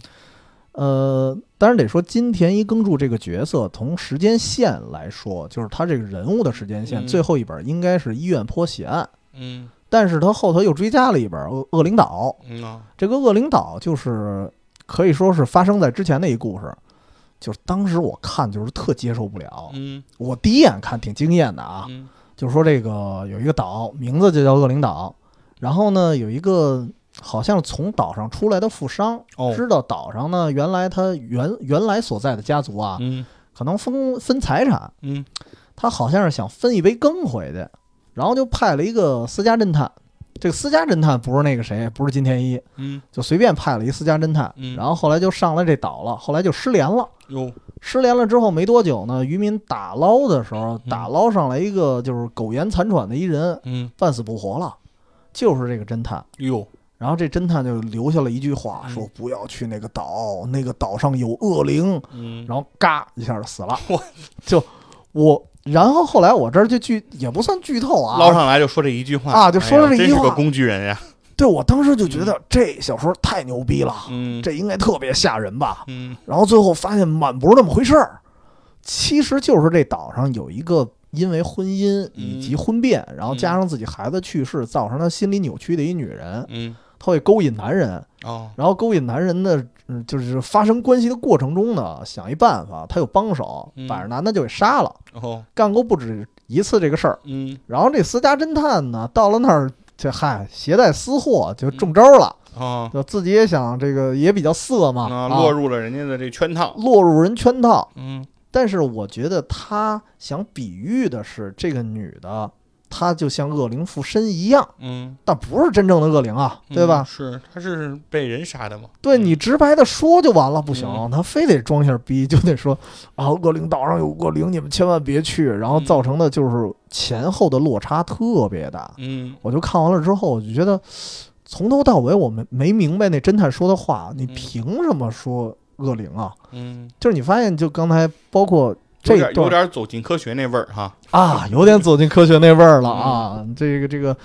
Speaker 1: 呃，当然得说金田一耕助这个角色，从时间线来说，就是他这个人物的时间线，
Speaker 2: 嗯
Speaker 1: 最后一本应该是《医院坡血案》，
Speaker 2: 嗯，
Speaker 1: 但是他后头又追加了一本《恶恶灵岛》。
Speaker 2: 嗯啊，
Speaker 1: 这个《恶灵岛》就是可以说是发生在之前的一故事，就是当时我看就是特接受不了，
Speaker 2: 嗯
Speaker 1: 我第一眼看挺惊艳的啊，
Speaker 2: 嗯
Speaker 1: 就是说这个有一个岛，名字就叫恶灵岛，然后呢有一个好像从岛上出来的富商，
Speaker 2: 哦
Speaker 1: 知道岛上呢原来他原原来所在的家族啊，
Speaker 2: 嗯
Speaker 1: 可能分分财产，
Speaker 2: 嗯
Speaker 1: 他好像是想分一杯羹回去，然后就派了一个私家侦探这个私家侦探不是那个谁，不是金田一，
Speaker 2: 嗯，
Speaker 1: 就随便派了一私家侦探，
Speaker 2: 嗯
Speaker 1: 然后后来就上来这岛了，后来就失联了。
Speaker 2: 哟，
Speaker 1: 失联了之后没多久呢，渔民打捞的时候
Speaker 2: 嗯
Speaker 1: 打捞上来一个就是苟延残喘的一人，
Speaker 2: 嗯，
Speaker 1: 半死不活了，就是这个侦探。
Speaker 2: 哟，
Speaker 1: 然后这侦探就留下了一句话，
Speaker 2: 嗯
Speaker 1: 说不要去那个岛，那个岛上有恶灵。
Speaker 2: 嗯，
Speaker 1: 然后嘎一下就死 了
Speaker 2: 哇，
Speaker 1: 就我，然后后来我这儿就剧也不算剧透啊，
Speaker 2: 捞上来就说这一句话
Speaker 1: 啊就说了这一句
Speaker 2: 哎呀真是
Speaker 1: 话
Speaker 2: 个工具人呀，
Speaker 1: 对我当时就觉得这小说太牛逼了，
Speaker 2: 嗯，
Speaker 1: 这应该特别吓人吧？
Speaker 2: 嗯
Speaker 1: 然后最后发现满不是那么回事儿，其实就是这岛上有一个因为婚姻以及婚变，然后加上自己孩子去世造成他心理扭曲的一女人，
Speaker 2: 嗯，
Speaker 1: 她会勾引男人，
Speaker 2: 哦，
Speaker 1: 然后勾引男人的，嗯，就是发生关系的过程中呢，想一办法，她有帮手
Speaker 2: 嗯，
Speaker 1: 把这男的就给杀了，
Speaker 2: 哦，
Speaker 1: 干过不止一次这个事儿。
Speaker 2: 嗯，
Speaker 1: 然后这私家侦探呢，到了那儿。这嗨，携带私货就中招了，
Speaker 2: 哦，
Speaker 1: 就自己也想这个也比较色嘛，
Speaker 2: 啊，
Speaker 1: 啊
Speaker 2: 落入了人家的这圈套，
Speaker 1: 落入人圈套。
Speaker 2: 嗯，
Speaker 1: 但是我觉得他想比喻的是这个女的，她就像恶灵附身一样，
Speaker 2: 嗯，
Speaker 1: 但不是真正的恶灵啊，对吧
Speaker 2: 嗯？是，他是被人杀的嘛？
Speaker 1: 对
Speaker 2: 嗯
Speaker 1: 你，直白的说就完了，不行，
Speaker 2: 嗯
Speaker 1: 他非得装一下逼，就得说啊，恶灵岛上有恶灵，你们千万别去，然后
Speaker 2: 嗯
Speaker 1: 造成的就是前后的落差特别大。
Speaker 2: 嗯，
Speaker 1: 我就看完了之后，我就觉得从头到尾我没没明白那侦探说的话，你
Speaker 2: 嗯
Speaker 1: 凭什么说恶灵啊？
Speaker 2: 嗯，
Speaker 1: 就是你发现，就刚才包括这
Speaker 2: 有
Speaker 1: 一
Speaker 2: 点
Speaker 1: 段
Speaker 2: 有点走进科学那味儿哈，
Speaker 1: 啊，有点走进科学那味儿了
Speaker 2: 嗯
Speaker 1: 啊。这个这个，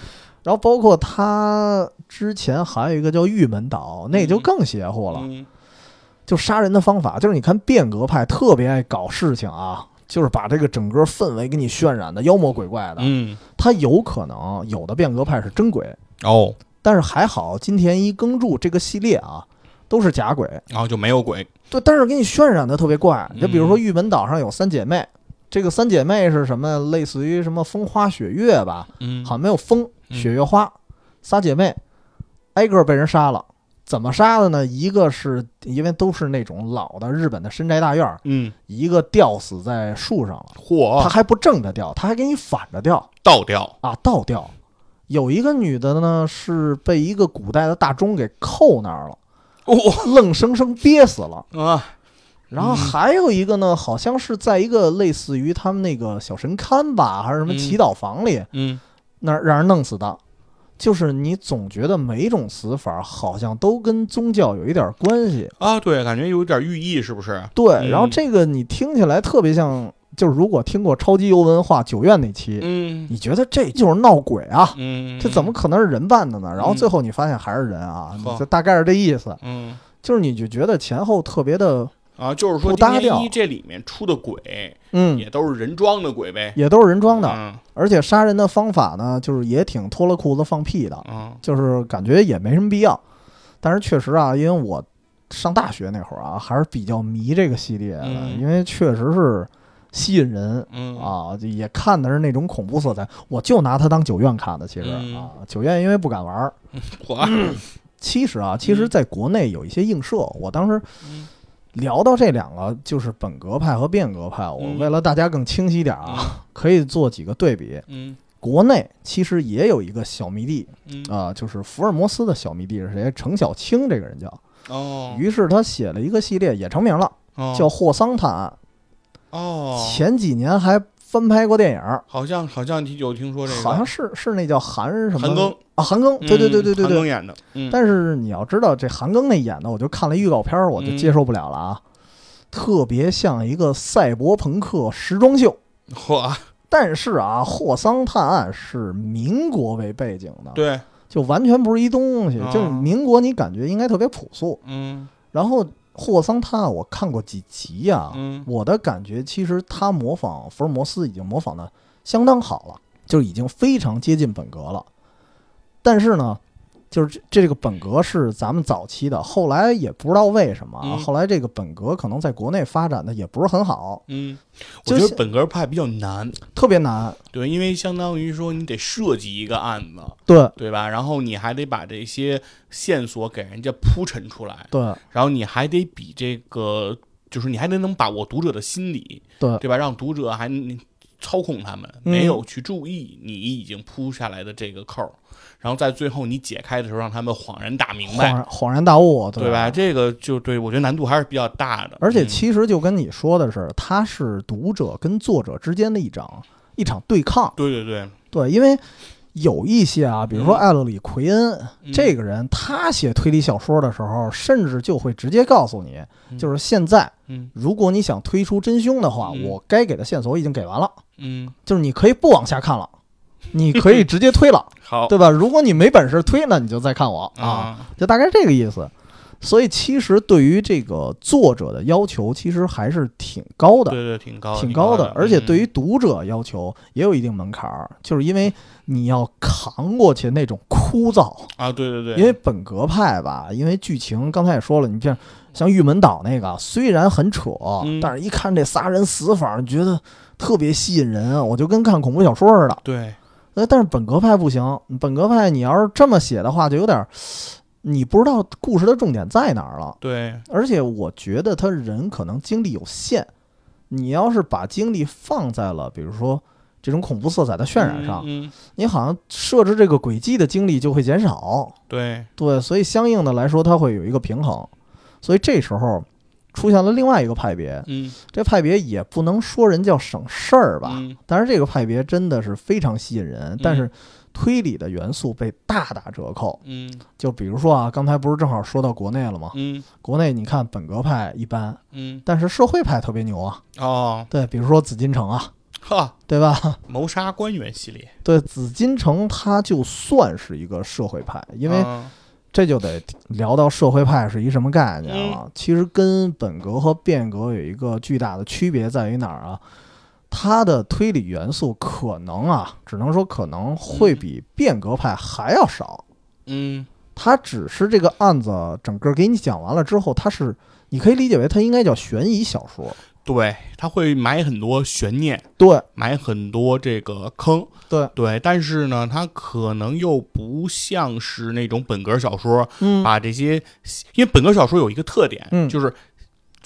Speaker 1: 然后包括他之前还有一个叫玉门岛，那就更邪乎了。
Speaker 2: 嗯，
Speaker 1: 就杀人的方法，就是你看变革派特别爱搞事情啊，就是把这个整个氛围给你渲染的妖魔鬼怪的。
Speaker 2: 嗯，
Speaker 1: 他有可能有的变革派是真鬼，
Speaker 2: 哦，
Speaker 1: 但是还好金田一耕助这个系列啊。都是假鬼，
Speaker 2: 然后就没有鬼，
Speaker 1: 对，但是给你渲染的特别怪。就比如说
Speaker 2: 嗯
Speaker 1: 玉门岛上有三姐妹，这个三姐妹是什么？类似于什么风花雪月吧，
Speaker 2: 嗯，
Speaker 1: 好像没有风，
Speaker 2: 嗯
Speaker 1: 雪月花，仨姐妹，挨个儿被人杀了。怎么杀的呢？一个是因为都是那种老的日本的深宅大院儿，
Speaker 2: 嗯，
Speaker 1: 一个吊死在树上了，他
Speaker 2: 嚯，
Speaker 1: 还不正着吊，他还给你反着吊
Speaker 2: 倒掉，
Speaker 1: 啊，倒吊。有一个女的呢，是被一个古代的大钟给扣那儿了，
Speaker 2: 哦
Speaker 1: 愣生生憋死了。
Speaker 2: 啊，
Speaker 1: 然后还有一个呢，好像是在一个类似于他们那个小神龛吧，还是什么
Speaker 2: 嗯
Speaker 1: 祈祷房里，
Speaker 2: 嗯，
Speaker 1: 那儿让人弄死的。就是你总觉得每种死法好像都跟宗教有一点关系，
Speaker 2: 啊，对，感觉有点寓意，是不是？
Speaker 1: 对。
Speaker 2: 嗯
Speaker 1: 然后这个你听起来特别像，就是如果听过超级游文化九院那期，
Speaker 2: 嗯
Speaker 1: 你觉得这就是闹鬼啊，
Speaker 2: 嗯，
Speaker 1: 这怎么？可能是人办的呢？然后
Speaker 2: 嗯
Speaker 1: 最后你发现还是人啊，
Speaker 2: 呵
Speaker 1: 就大概是这意思，
Speaker 2: 嗯。
Speaker 1: 就是你就觉得前后特别的，
Speaker 2: 啊，就是说
Speaker 1: 不
Speaker 2: 今
Speaker 1: 搭
Speaker 2: 天
Speaker 1: 调
Speaker 2: 一这里面出的鬼
Speaker 1: 嗯，
Speaker 2: 也都是人装的鬼呗，
Speaker 1: 也都是人装的，
Speaker 2: 嗯
Speaker 1: 而且杀人的方法呢，就是也挺脱了裤子放屁的，
Speaker 2: 嗯
Speaker 1: 就是感觉也没什么必要。但是确实啊，因为我上大学那会儿啊，还是比较迷这个系列的，
Speaker 2: 嗯
Speaker 1: 因为确实是吸引人
Speaker 2: 嗯，
Speaker 1: 啊，就也看的是那种恐怖色彩。我就拿它当九院看的，其实
Speaker 2: 嗯
Speaker 1: 啊，九院因为不敢玩儿。
Speaker 2: 我
Speaker 1: 其实啊，其实在国内有一些映射，我当时
Speaker 2: 嗯
Speaker 1: 聊到这两个，就是本格派和变革派，我
Speaker 2: 嗯
Speaker 1: 为了大家更清晰点儿啊，可以做几个对比。
Speaker 2: 嗯
Speaker 1: 国内其实也有一个小迷弟
Speaker 2: 嗯
Speaker 1: 啊、就是福尔摩斯的小迷弟是谁？程小青这个人叫。
Speaker 2: 哦
Speaker 1: 于是他写了一个系列，也成名了，
Speaker 2: 哦
Speaker 1: 叫《霍桑探案》。
Speaker 2: 哦，
Speaker 1: 前几年还翻拍过电影，
Speaker 2: 好像好像有听说这个，
Speaker 1: 好像是是那叫韩什么
Speaker 2: 韩庚，
Speaker 1: 啊，韩庚，对对对对对
Speaker 2: 韩庚
Speaker 1: 对。
Speaker 2: 演的，嗯
Speaker 1: 但是你要知道，这韩庚那演的，我就看了预告片儿，我就
Speaker 2: 嗯
Speaker 1: 接受不了了啊，特别像一个赛博朋克时装秀。
Speaker 2: 嚯，
Speaker 1: 但是啊，《霍桑探案》是民国为背景的，
Speaker 2: 对，
Speaker 1: 就完全不是一东西
Speaker 2: 啊。
Speaker 1: 就是民国，你感觉应该特别朴素。
Speaker 2: 嗯
Speaker 1: 然后《霍桑探案》我看过几集呀、
Speaker 2: 嗯
Speaker 1: 我的感觉其实他模仿福尔摩斯已经模仿的相当好了，就是已经非常接近本格了。但是呢，就是这这个本格是咱们早期的，后来也不知道为什么啊，
Speaker 2: 嗯
Speaker 1: 后来这个本格可能在国内发展的也不是很好，
Speaker 2: 嗯，我
Speaker 1: 就
Speaker 2: 觉得
Speaker 1: 是
Speaker 2: 本格派比较难，
Speaker 1: 特别难。
Speaker 2: 对，因为相当于说你得设计一个案子，
Speaker 1: 对
Speaker 2: 对吧？然后你还得把这些线索给人家铺陈出来，
Speaker 1: 对
Speaker 2: 然后你还得比这个，就是你还得能把握读者的心理，
Speaker 1: 对
Speaker 2: 对吧？让读者还能操控他们，
Speaker 1: 嗯
Speaker 2: 没有去注意你已经铺下来的这个扣儿，然后在最后你解开的时候，让他们恍然大明
Speaker 1: 恍
Speaker 2: 白，
Speaker 1: 然恍然大悟，
Speaker 2: 对吧？
Speaker 1: 吧？
Speaker 2: 这个就对我觉得难度还是比较大的，
Speaker 1: 而且
Speaker 2: 嗯
Speaker 1: 其实就跟你说的是，它是读者跟作者之间的一场一场对抗。
Speaker 2: 对对对，
Speaker 1: 对，因为有一些啊，比如说
Speaker 2: 嗯
Speaker 1: 艾勒里·奎恩
Speaker 2: 嗯
Speaker 1: 这个人，他写推理小说的时候，甚至就会直接告诉你，就是现在
Speaker 2: 嗯
Speaker 1: 如果你想推出真凶的话，
Speaker 2: 嗯
Speaker 1: 我该给的线索已经给完了，
Speaker 2: 嗯
Speaker 1: 就是你可以不往下看了，你可以直接推 了，
Speaker 2: 好
Speaker 1: 对吧？如果你没本事推，那你就再看我啊，就大概这个意思。所以其实对于这个作者的要求，其实还是挺高的。
Speaker 2: 对对挺高
Speaker 1: 挺高
Speaker 2: 的
Speaker 1: 的，，而且对于
Speaker 2: 嗯
Speaker 1: 读者要求也有一定门槛儿，就是因为你要扛过去那种枯燥，
Speaker 2: 啊对对对，
Speaker 1: 因为本格派吧，因为剧情刚才也说了，你像像玉门岛那个，虽然很扯，
Speaker 2: 嗯
Speaker 1: 但是一看这仨人死法儿，觉得特别吸引人啊，我就跟看恐怖小说似的。
Speaker 2: 对
Speaker 1: 呃，但是本格派不行，本格派你要是这么写的话，就有点儿你不知道故事的重点在哪儿了。
Speaker 2: 对
Speaker 1: 而且我觉得他人可能精力有限，你要是把精力放在了比如说这种恐怖色彩的渲染上，
Speaker 2: 嗯嗯
Speaker 1: 你好像设置这个轨迹的精力就会减少。
Speaker 2: 对
Speaker 1: 对，所以相应的来说，它会有一个平衡。所以这时候出现了另外一个派别，
Speaker 2: 嗯
Speaker 1: 这派别也不能说人叫省事儿吧，
Speaker 2: 嗯
Speaker 1: 但是这个派别真的是非常吸引人，但是推理的元素被大打折扣。
Speaker 2: 嗯
Speaker 1: 就比如说啊，刚才不是正好说到国内了吗？
Speaker 2: 嗯
Speaker 1: 国内你看本格派一般，
Speaker 2: 嗯
Speaker 1: 但是社会派特别牛啊，
Speaker 2: 哦
Speaker 1: 对，比如说紫禁城啊，
Speaker 2: 哈
Speaker 1: 对吧？
Speaker 2: 谋杀官员系列，
Speaker 1: 对，紫禁城它就算是一个社会派，因为
Speaker 2: 啊
Speaker 1: 这就得聊到社会派是一什么概念了。其实跟本格和变革有一个巨大的区别在于哪儿啊？它的推理元素可能啊，只能说可能会比变革派还要少。
Speaker 2: 嗯
Speaker 1: 它只是这个案子整个给你讲完了之后，它是你可以理解为它应该叫悬疑小说。
Speaker 2: 对他会埋很多悬念。
Speaker 1: 对
Speaker 2: 埋很多这个坑，
Speaker 1: 对，
Speaker 2: 对，但是呢，它可能又不像是那种本格小说，
Speaker 1: 嗯，
Speaker 2: 把这些，因为本格小说有一个特点，
Speaker 1: 嗯
Speaker 2: 就是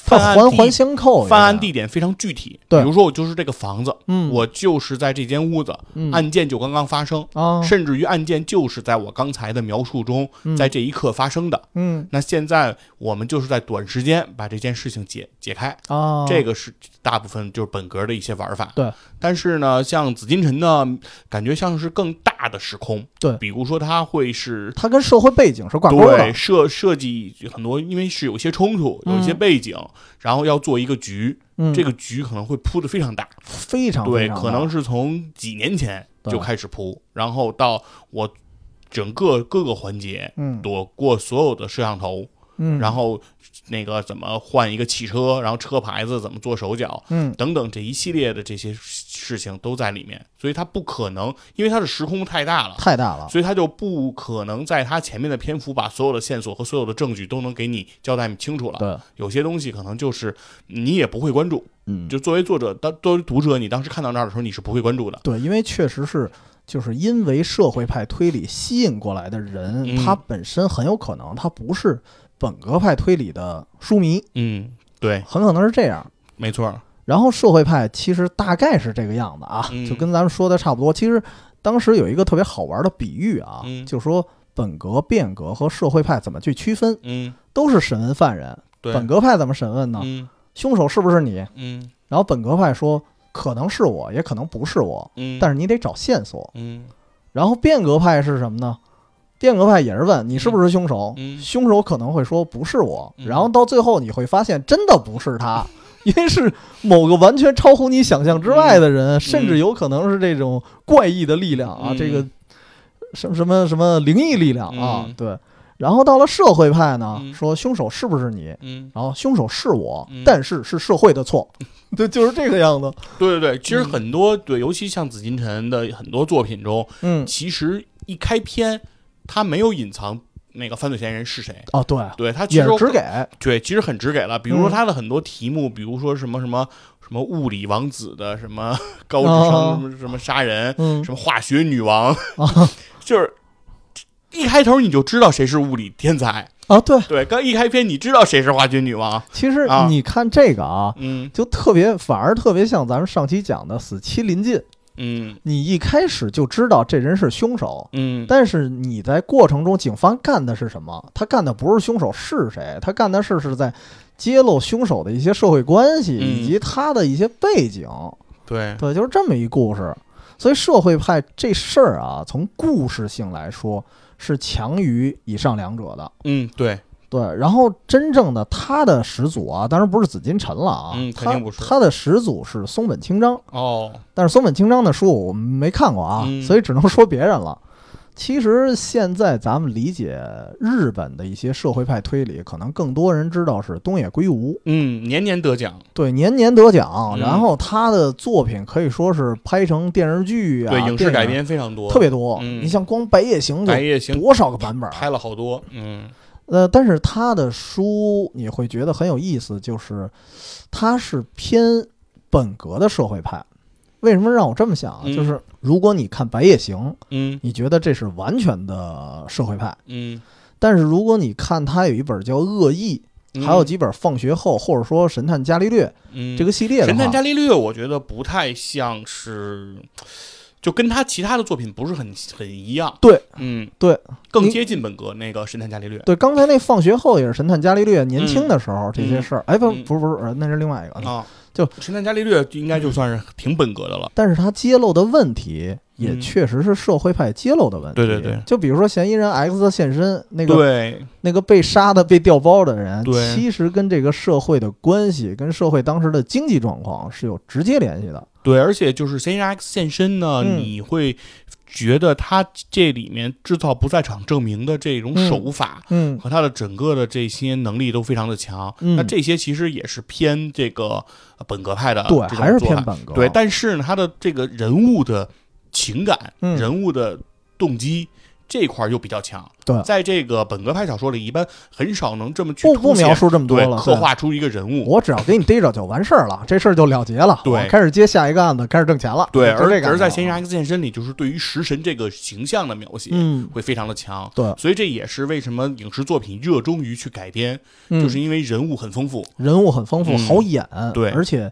Speaker 1: 它
Speaker 2: 犯案
Speaker 1: 环
Speaker 2: 地
Speaker 1: 环相扣有点，
Speaker 2: 犯案地点非常具体。
Speaker 1: 对
Speaker 2: 比如说我就是这个房子，
Speaker 1: 嗯，
Speaker 2: 我就是在这间屋子，
Speaker 1: 嗯
Speaker 2: 案件就刚刚发生，
Speaker 1: 啊，
Speaker 2: 甚至于案件就是在我刚才的描述中，
Speaker 1: 嗯
Speaker 2: 在这一刻发生的。
Speaker 1: 嗯
Speaker 2: 那现在我们就是在短时间把这件事情解解开，
Speaker 1: 啊，
Speaker 2: 这
Speaker 1: 个
Speaker 2: 个是大部分就是本格的一些玩法。
Speaker 1: 对，
Speaker 2: 但是呢，像紫禁城呢，感觉像是更大的时空。
Speaker 1: 对
Speaker 2: 比如说它会是。
Speaker 1: 它跟社会背景是挂钩
Speaker 2: 对
Speaker 1: 的，
Speaker 2: 设设计很多，因为是有一些冲突，有一些
Speaker 1: 嗯
Speaker 2: 背景，然后要做一个局，
Speaker 1: 嗯，
Speaker 2: 这个局可能会铺的非常大，
Speaker 1: 非常
Speaker 2: 对，
Speaker 1: 非常
Speaker 2: 可能
Speaker 1: 大
Speaker 2: 是从几年前
Speaker 1: 对
Speaker 2: 就开始铺，然后到我整个各个环节
Speaker 1: 嗯
Speaker 2: 躲过所有的摄像头，
Speaker 1: 嗯，
Speaker 2: 然后那个怎么换一个汽车，然后车牌子怎么做手脚，
Speaker 1: 嗯
Speaker 2: 等等这一系列的这些事情都在里面，所以它不可能，因为它的时空太大了，
Speaker 1: 太大了，
Speaker 2: 所以它就不可能在它前面的篇幅把所有的线索和所有的证据都能给你交代清楚了。
Speaker 1: 对，
Speaker 2: 有些东西可能就是你也不会关注，
Speaker 1: 嗯
Speaker 2: 就作为作者当作为读者，你当时看到那儿的时候，你是不会关注的。
Speaker 1: 对，因为确实是。就是因为社会派推理吸引过来的人，
Speaker 2: 嗯
Speaker 1: 他本身很有可能他不是本格派推理的书迷，
Speaker 2: 嗯，对，
Speaker 1: 很可能是这样。
Speaker 2: 没错。
Speaker 1: 然后社会派其实大概是这个样子啊，
Speaker 2: 嗯
Speaker 1: 就跟咱们说的差不多。其实当时有一个特别好玩的比喻啊，
Speaker 2: 嗯
Speaker 1: 就说本格、变革和社会派怎么去区分，
Speaker 2: 嗯，
Speaker 1: 都是审问犯人。
Speaker 2: 对，
Speaker 1: 本格派怎么审问呢？
Speaker 2: 嗯
Speaker 1: 凶手是不是你？
Speaker 2: 嗯
Speaker 1: 然后本格派说可能是我，也可能不是我，
Speaker 2: 嗯，
Speaker 1: 但
Speaker 2: 是
Speaker 1: 是你得找线索。
Speaker 2: 嗯
Speaker 1: 然后变革派是什么呢？变革派也是问你是不是凶手，
Speaker 2: 嗯嗯
Speaker 1: 凶手可能会说不是我，
Speaker 2: 嗯
Speaker 1: 然后到最后你会发现真的不是 他，因为是某个完全超乎你想象之外的人，甚至有可能是这种怪异的力量啊，
Speaker 2: 嗯
Speaker 1: 这个什么什么什么灵异力量啊，
Speaker 2: 嗯
Speaker 1: 对。然后到了社会派呢，
Speaker 2: 嗯
Speaker 1: 说凶手是不是你？
Speaker 2: 嗯，
Speaker 1: 然后凶手是我，
Speaker 2: 嗯
Speaker 1: 但是是社会的 错，对，就是这个样子。
Speaker 2: 对对对，其实
Speaker 1: 嗯
Speaker 2: 很多对，尤其像紫禁城的很多作品中，
Speaker 1: 嗯，
Speaker 2: 其实一开篇他没有隐藏那个犯罪嫌疑人是谁，
Speaker 1: 哦，对，
Speaker 2: 对他其
Speaker 1: 也
Speaker 2: 实嗯
Speaker 1: 是只给，
Speaker 2: 对，其实很直给了。比如说
Speaker 1: 嗯
Speaker 2: 他的很多题目，比如说什么什么什么物理王子的什么高智
Speaker 1: 哦
Speaker 2: 商什么什么杀人，
Speaker 1: 嗯
Speaker 2: 什么化学女王，就是一开头你就知道谁是物理天才，
Speaker 1: 啊，对，
Speaker 2: 对，刚一开篇你知道谁是花裙女王，
Speaker 1: 其实
Speaker 2: 啊
Speaker 1: 你看这个啊，
Speaker 2: 嗯
Speaker 1: 就特别反而特别像咱们上期讲的死期临近，
Speaker 2: 嗯
Speaker 1: 你一开始就知道这人是凶手。
Speaker 2: 嗯，
Speaker 1: 但是你在过程中，警方干的是什么？他干的不是凶手是谁，他干的事是在揭露凶手的一些社会关系
Speaker 2: 嗯
Speaker 1: 以及他的一些背景。
Speaker 2: 对，
Speaker 1: 对，就是这么一故事。所以社会派这事儿啊，从故事性来说是强于以上两者的。
Speaker 2: 嗯对，
Speaker 1: 对，然后真正的他的始祖啊，当然不是紫金陈了啊，
Speaker 2: 嗯肯
Speaker 1: 他
Speaker 2: 定不是
Speaker 1: 他的始祖是松本清张，
Speaker 2: 哦，
Speaker 1: 但是松本清张的书我们没看过啊，
Speaker 2: 嗯
Speaker 1: 所以只能说别人了。其实现在咱们理解日本的一些社会派推理，可能更多人知道是东野圭吾，
Speaker 2: 嗯，年年得奖，
Speaker 1: 对，年年得奖，
Speaker 2: 嗯
Speaker 1: 然后他的作品可以说是拍成电视剧啊，
Speaker 2: 对，影视改
Speaker 1: 电
Speaker 2: 编非常多，
Speaker 1: 影特别多。
Speaker 2: 嗯
Speaker 1: 你像光《白夜行》
Speaker 2: 白
Speaker 1: 就
Speaker 2: 夜行
Speaker 1: 多少个版本啊？
Speaker 2: 拍了好多，嗯
Speaker 1: 呃，但是他的书你会觉得很有意思，就是他是偏本格的社会派。为什么让我这么想啊？
Speaker 2: 嗯
Speaker 1: 就是如果你看《白夜行》，
Speaker 2: 嗯
Speaker 1: 你觉得这是完全的社会派，
Speaker 2: 嗯，
Speaker 1: 但是如果你看他有一本叫《恶意》，
Speaker 2: 嗯
Speaker 1: 还有几本放学后或者说《神探伽利略》
Speaker 2: 嗯
Speaker 1: 这个系列的
Speaker 2: 神探
Speaker 1: 话
Speaker 2: 伽利略，我觉得不太像是，就跟他其他的作品不是很很一样。
Speaker 1: 对，
Speaker 2: 嗯，
Speaker 1: 对，
Speaker 2: 更
Speaker 1: 你
Speaker 2: 接近本格那个神探伽利略。
Speaker 1: 对，刚才那放学后也是神探伽利略年轻的时候这些事儿，哎，不，
Speaker 2: 嗯
Speaker 1: 不是，不是，呃那是另外一个。
Speaker 2: 啊，
Speaker 1: 就
Speaker 2: 神探伽利略应该就算是挺本格的了。
Speaker 1: 但是他揭露的问题也
Speaker 2: 嗯
Speaker 1: 确实是社会派揭露的问题。
Speaker 2: 对对对
Speaker 1: 就比如说嫌疑人 X 的现身，那个
Speaker 2: 对，
Speaker 1: 那个被杀的、被调包的人，
Speaker 2: 对
Speaker 1: 其实跟这个社会的关系、跟社会当时的经济状况是有直接联系的。
Speaker 2: 对，而且就是嫌疑人 X 现身呢，
Speaker 1: 嗯
Speaker 2: 你会觉得他这里面制造不在场证明的这种手法。
Speaker 1: 嗯，
Speaker 2: 和他的整个的这些能力都非常的强，
Speaker 1: 嗯
Speaker 2: 那这些其实也是偏这个呃本格派的，
Speaker 1: 对，还是偏本格。
Speaker 2: 对，但是呢，他的这个人物的情感、
Speaker 1: 嗯
Speaker 2: 人物的动机这块儿又比较强。
Speaker 1: 对
Speaker 2: 在这个本格派小说里，一般很少能这么去
Speaker 1: 不不
Speaker 2: 凸显
Speaker 1: 描述这么多
Speaker 2: 对
Speaker 1: 了，
Speaker 2: 刻
Speaker 1: 对
Speaker 2: 画出一个人物。
Speaker 1: 我只要给你逮着就完事儿了，这事儿就了结了。
Speaker 2: 对
Speaker 1: 我开始接下一个案子，开始挣钱了。
Speaker 2: 对，
Speaker 1: 就
Speaker 2: 而
Speaker 1: 这感
Speaker 2: 而
Speaker 1: 觉
Speaker 2: 在
Speaker 1: 了
Speaker 2: 《嫌疑人 X 现身》里，就是对于食神这个形象的描写
Speaker 1: 嗯，
Speaker 2: 会非常的强。
Speaker 1: 对
Speaker 2: 所以这也是为什么影视作品热衷于去改编，
Speaker 1: 嗯
Speaker 2: 就是因为人物很丰富。
Speaker 1: 人物很丰富，
Speaker 2: 嗯
Speaker 1: 好演。
Speaker 2: 对
Speaker 1: 而且，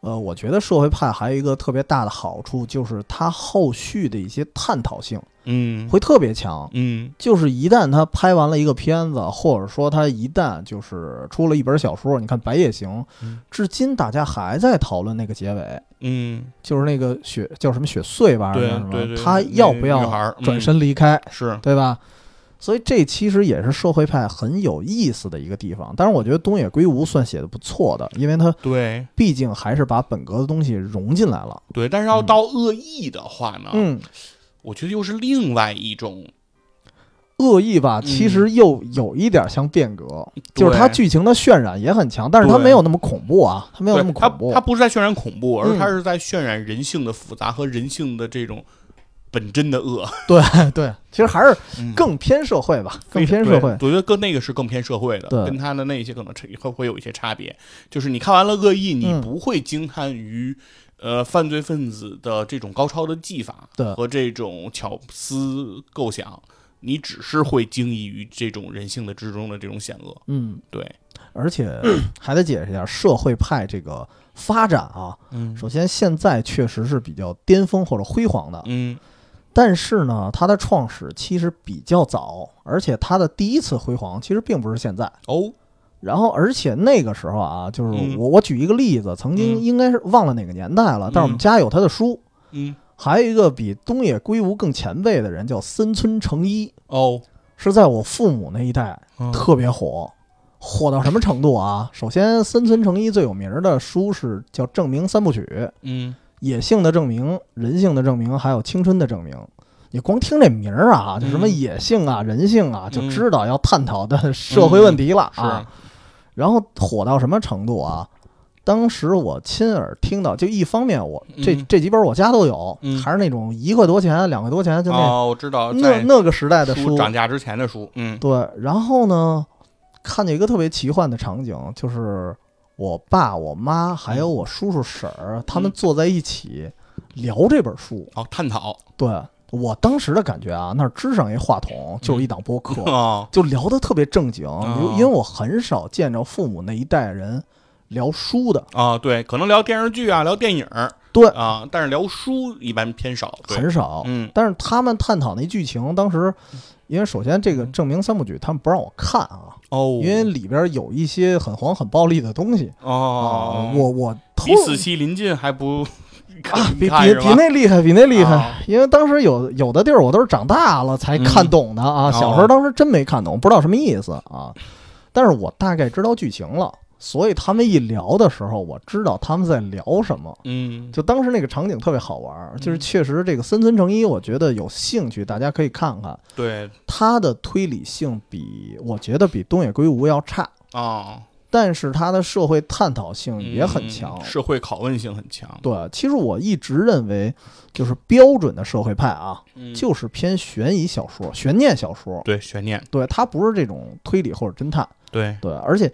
Speaker 1: 呃，我觉得社会派还有一个特别大的好处，就是它后续的一些探讨性
Speaker 2: 嗯
Speaker 1: 会特别强。
Speaker 2: 嗯
Speaker 1: 就是一旦他拍完了一个片子，或者说他一旦就是出了一本小说，你看《白夜行
Speaker 2: 嗯》，
Speaker 1: 至今大家还在讨论那个结尾，
Speaker 2: 嗯，
Speaker 1: 就是那个雪叫什么雪穗吧，还是
Speaker 2: 对
Speaker 1: 叫什么
Speaker 2: 对对，
Speaker 1: 他
Speaker 2: 那
Speaker 1: 要不
Speaker 2: 女孩
Speaker 1: 要
Speaker 2: 儿嗯
Speaker 1: 转身离开？
Speaker 2: 是
Speaker 1: 对吧？所以这其实也是社会派很有意思的一个地方。当然，我觉得东野圭吾算写的不错的，因为他
Speaker 2: 对
Speaker 1: 毕竟还是把本格的东西融进来了。
Speaker 2: 对，但是要
Speaker 1: 嗯
Speaker 2: 到恶意的话呢，
Speaker 1: 嗯，
Speaker 2: 我觉得又是另外一种，
Speaker 1: 恶意吧，
Speaker 2: 嗯
Speaker 1: 其实又有一点像变革，就是它
Speaker 2: 对
Speaker 1: 剧情的渲染也很强，但是它
Speaker 2: 对
Speaker 1: 没有那么恐怖啊，它没有那么
Speaker 2: 对它
Speaker 1: 恐怖
Speaker 2: 它。不是在渲染恐怖，而
Speaker 1: 嗯
Speaker 2: 它是在渲染人性的复杂和人性的这种本真的恶，
Speaker 1: 对啊 对，其实还是
Speaker 2: 嗯
Speaker 1: 更偏社会吧，更
Speaker 2: 非常
Speaker 1: 偏社会。
Speaker 2: 对我觉得跟那个是更偏社会的，
Speaker 1: 对
Speaker 2: 跟他的那些可能会会有一些差别。就是你看完了《恶意》，
Speaker 1: 嗯
Speaker 2: 你不会惊叹于。呃，犯罪分子的这种高超的技法
Speaker 1: 对
Speaker 2: 和这种巧思构想，你只是会惊异于这种人性的之中的这种险恶。
Speaker 1: 嗯，
Speaker 2: 对，
Speaker 1: 而且还得解释一下社会派这个发展啊。
Speaker 2: 嗯
Speaker 1: 首先，现在确实是比较巅峰或者辉煌的，
Speaker 2: 嗯
Speaker 1: 但是呢，它的创始其实比较早，而且它的第一次辉煌其实并不是现在。
Speaker 2: 哦，
Speaker 1: 然后，而且那个时候啊，就是
Speaker 2: 嗯
Speaker 1: 我、我举一个例子，曾经
Speaker 2: 嗯
Speaker 1: 应该是忘了哪个年代了，但是我们
Speaker 2: 嗯
Speaker 1: 家有他的书。
Speaker 2: 嗯
Speaker 1: 还有一个比东野圭吾更前辈的人叫森村诚一，
Speaker 2: 哦，
Speaker 1: 是在我父母那一代
Speaker 2: 嗯
Speaker 1: 特别火，火到什么程度啊？首先，森村诚一最有名的书是叫《证明三部曲》，
Speaker 2: 嗯
Speaker 1: 野性的证明、人性的证明，还有青春的证明。你光听这名儿啊，就什么
Speaker 2: 嗯
Speaker 1: 野性啊、人性啊，就
Speaker 2: 嗯
Speaker 1: 知道要探讨的社会问题了
Speaker 2: 是
Speaker 1: 啊。然后火到什么程度啊？当时我亲耳听到，就一方面我这、
Speaker 2: 嗯
Speaker 1: 这几本我家都有，
Speaker 2: 嗯
Speaker 1: 还是那种一块多钱、两块多钱，就那、
Speaker 2: 哦，我知道，
Speaker 1: 那
Speaker 2: 在
Speaker 1: 那个时代的
Speaker 2: 书
Speaker 1: 书。
Speaker 2: 涨价之前的书，嗯
Speaker 1: 对，然后呢，看见一个特别奇幻的场景，就是我爸、我妈还有我叔叔婶儿、他们
Speaker 2: 嗯
Speaker 1: 坐在一起聊这本书。
Speaker 2: 哦，探讨，
Speaker 1: 对，我当时的感觉啊，那儿支上一话筒就是一档播客，
Speaker 2: 啊，
Speaker 1: 就聊得特别正经，
Speaker 2: 哦
Speaker 1: 因为我很少见着父母那一代人聊书的，
Speaker 2: 啊，对，可能聊电视剧啊，聊电影儿
Speaker 1: 对，
Speaker 2: 啊，但是聊书一般偏少。对，
Speaker 1: 很少。
Speaker 2: 嗯
Speaker 1: 但是他们探讨那剧情，当时因为首先这
Speaker 2: 嗯
Speaker 1: 个证明三部曲他们不让我看啊，
Speaker 2: 哦，
Speaker 1: 因为里边有一些很黄很暴力的东西
Speaker 2: 哦
Speaker 1: 啊，，我我偷
Speaker 2: 比死期临近还不
Speaker 1: 啊，比
Speaker 2: 看
Speaker 1: 比
Speaker 2: 是
Speaker 1: 比
Speaker 2: 吧？
Speaker 1: 那厉害，比那厉害。
Speaker 2: 啊
Speaker 1: 因为当时有有的地儿我都是长大了才看懂的啊，
Speaker 2: 嗯
Speaker 1: 小时候当时真没看懂，不知道什么意思啊。但是我大概知道剧情了，所以他们一聊的时候，我知道他们在聊什么。
Speaker 2: 嗯，
Speaker 1: 就当时那个场景特别好玩儿，就是确实这个森村诚一，我觉得有兴趣大家可以看看，
Speaker 2: 对
Speaker 1: 他的推理性比我觉得比东野圭吾要差，
Speaker 2: 啊，
Speaker 1: 但是他的社会探讨性也很
Speaker 2: 嗯
Speaker 1: 强，
Speaker 2: 社会拷问性很强。
Speaker 1: 对，其实我一直认为，就是标准的社会派啊，
Speaker 2: 嗯
Speaker 1: 就是偏悬疑小说、悬念小说，
Speaker 2: 对悬念，
Speaker 1: 对，它不是这种推理或者侦探，
Speaker 2: 对，
Speaker 1: 对，而且，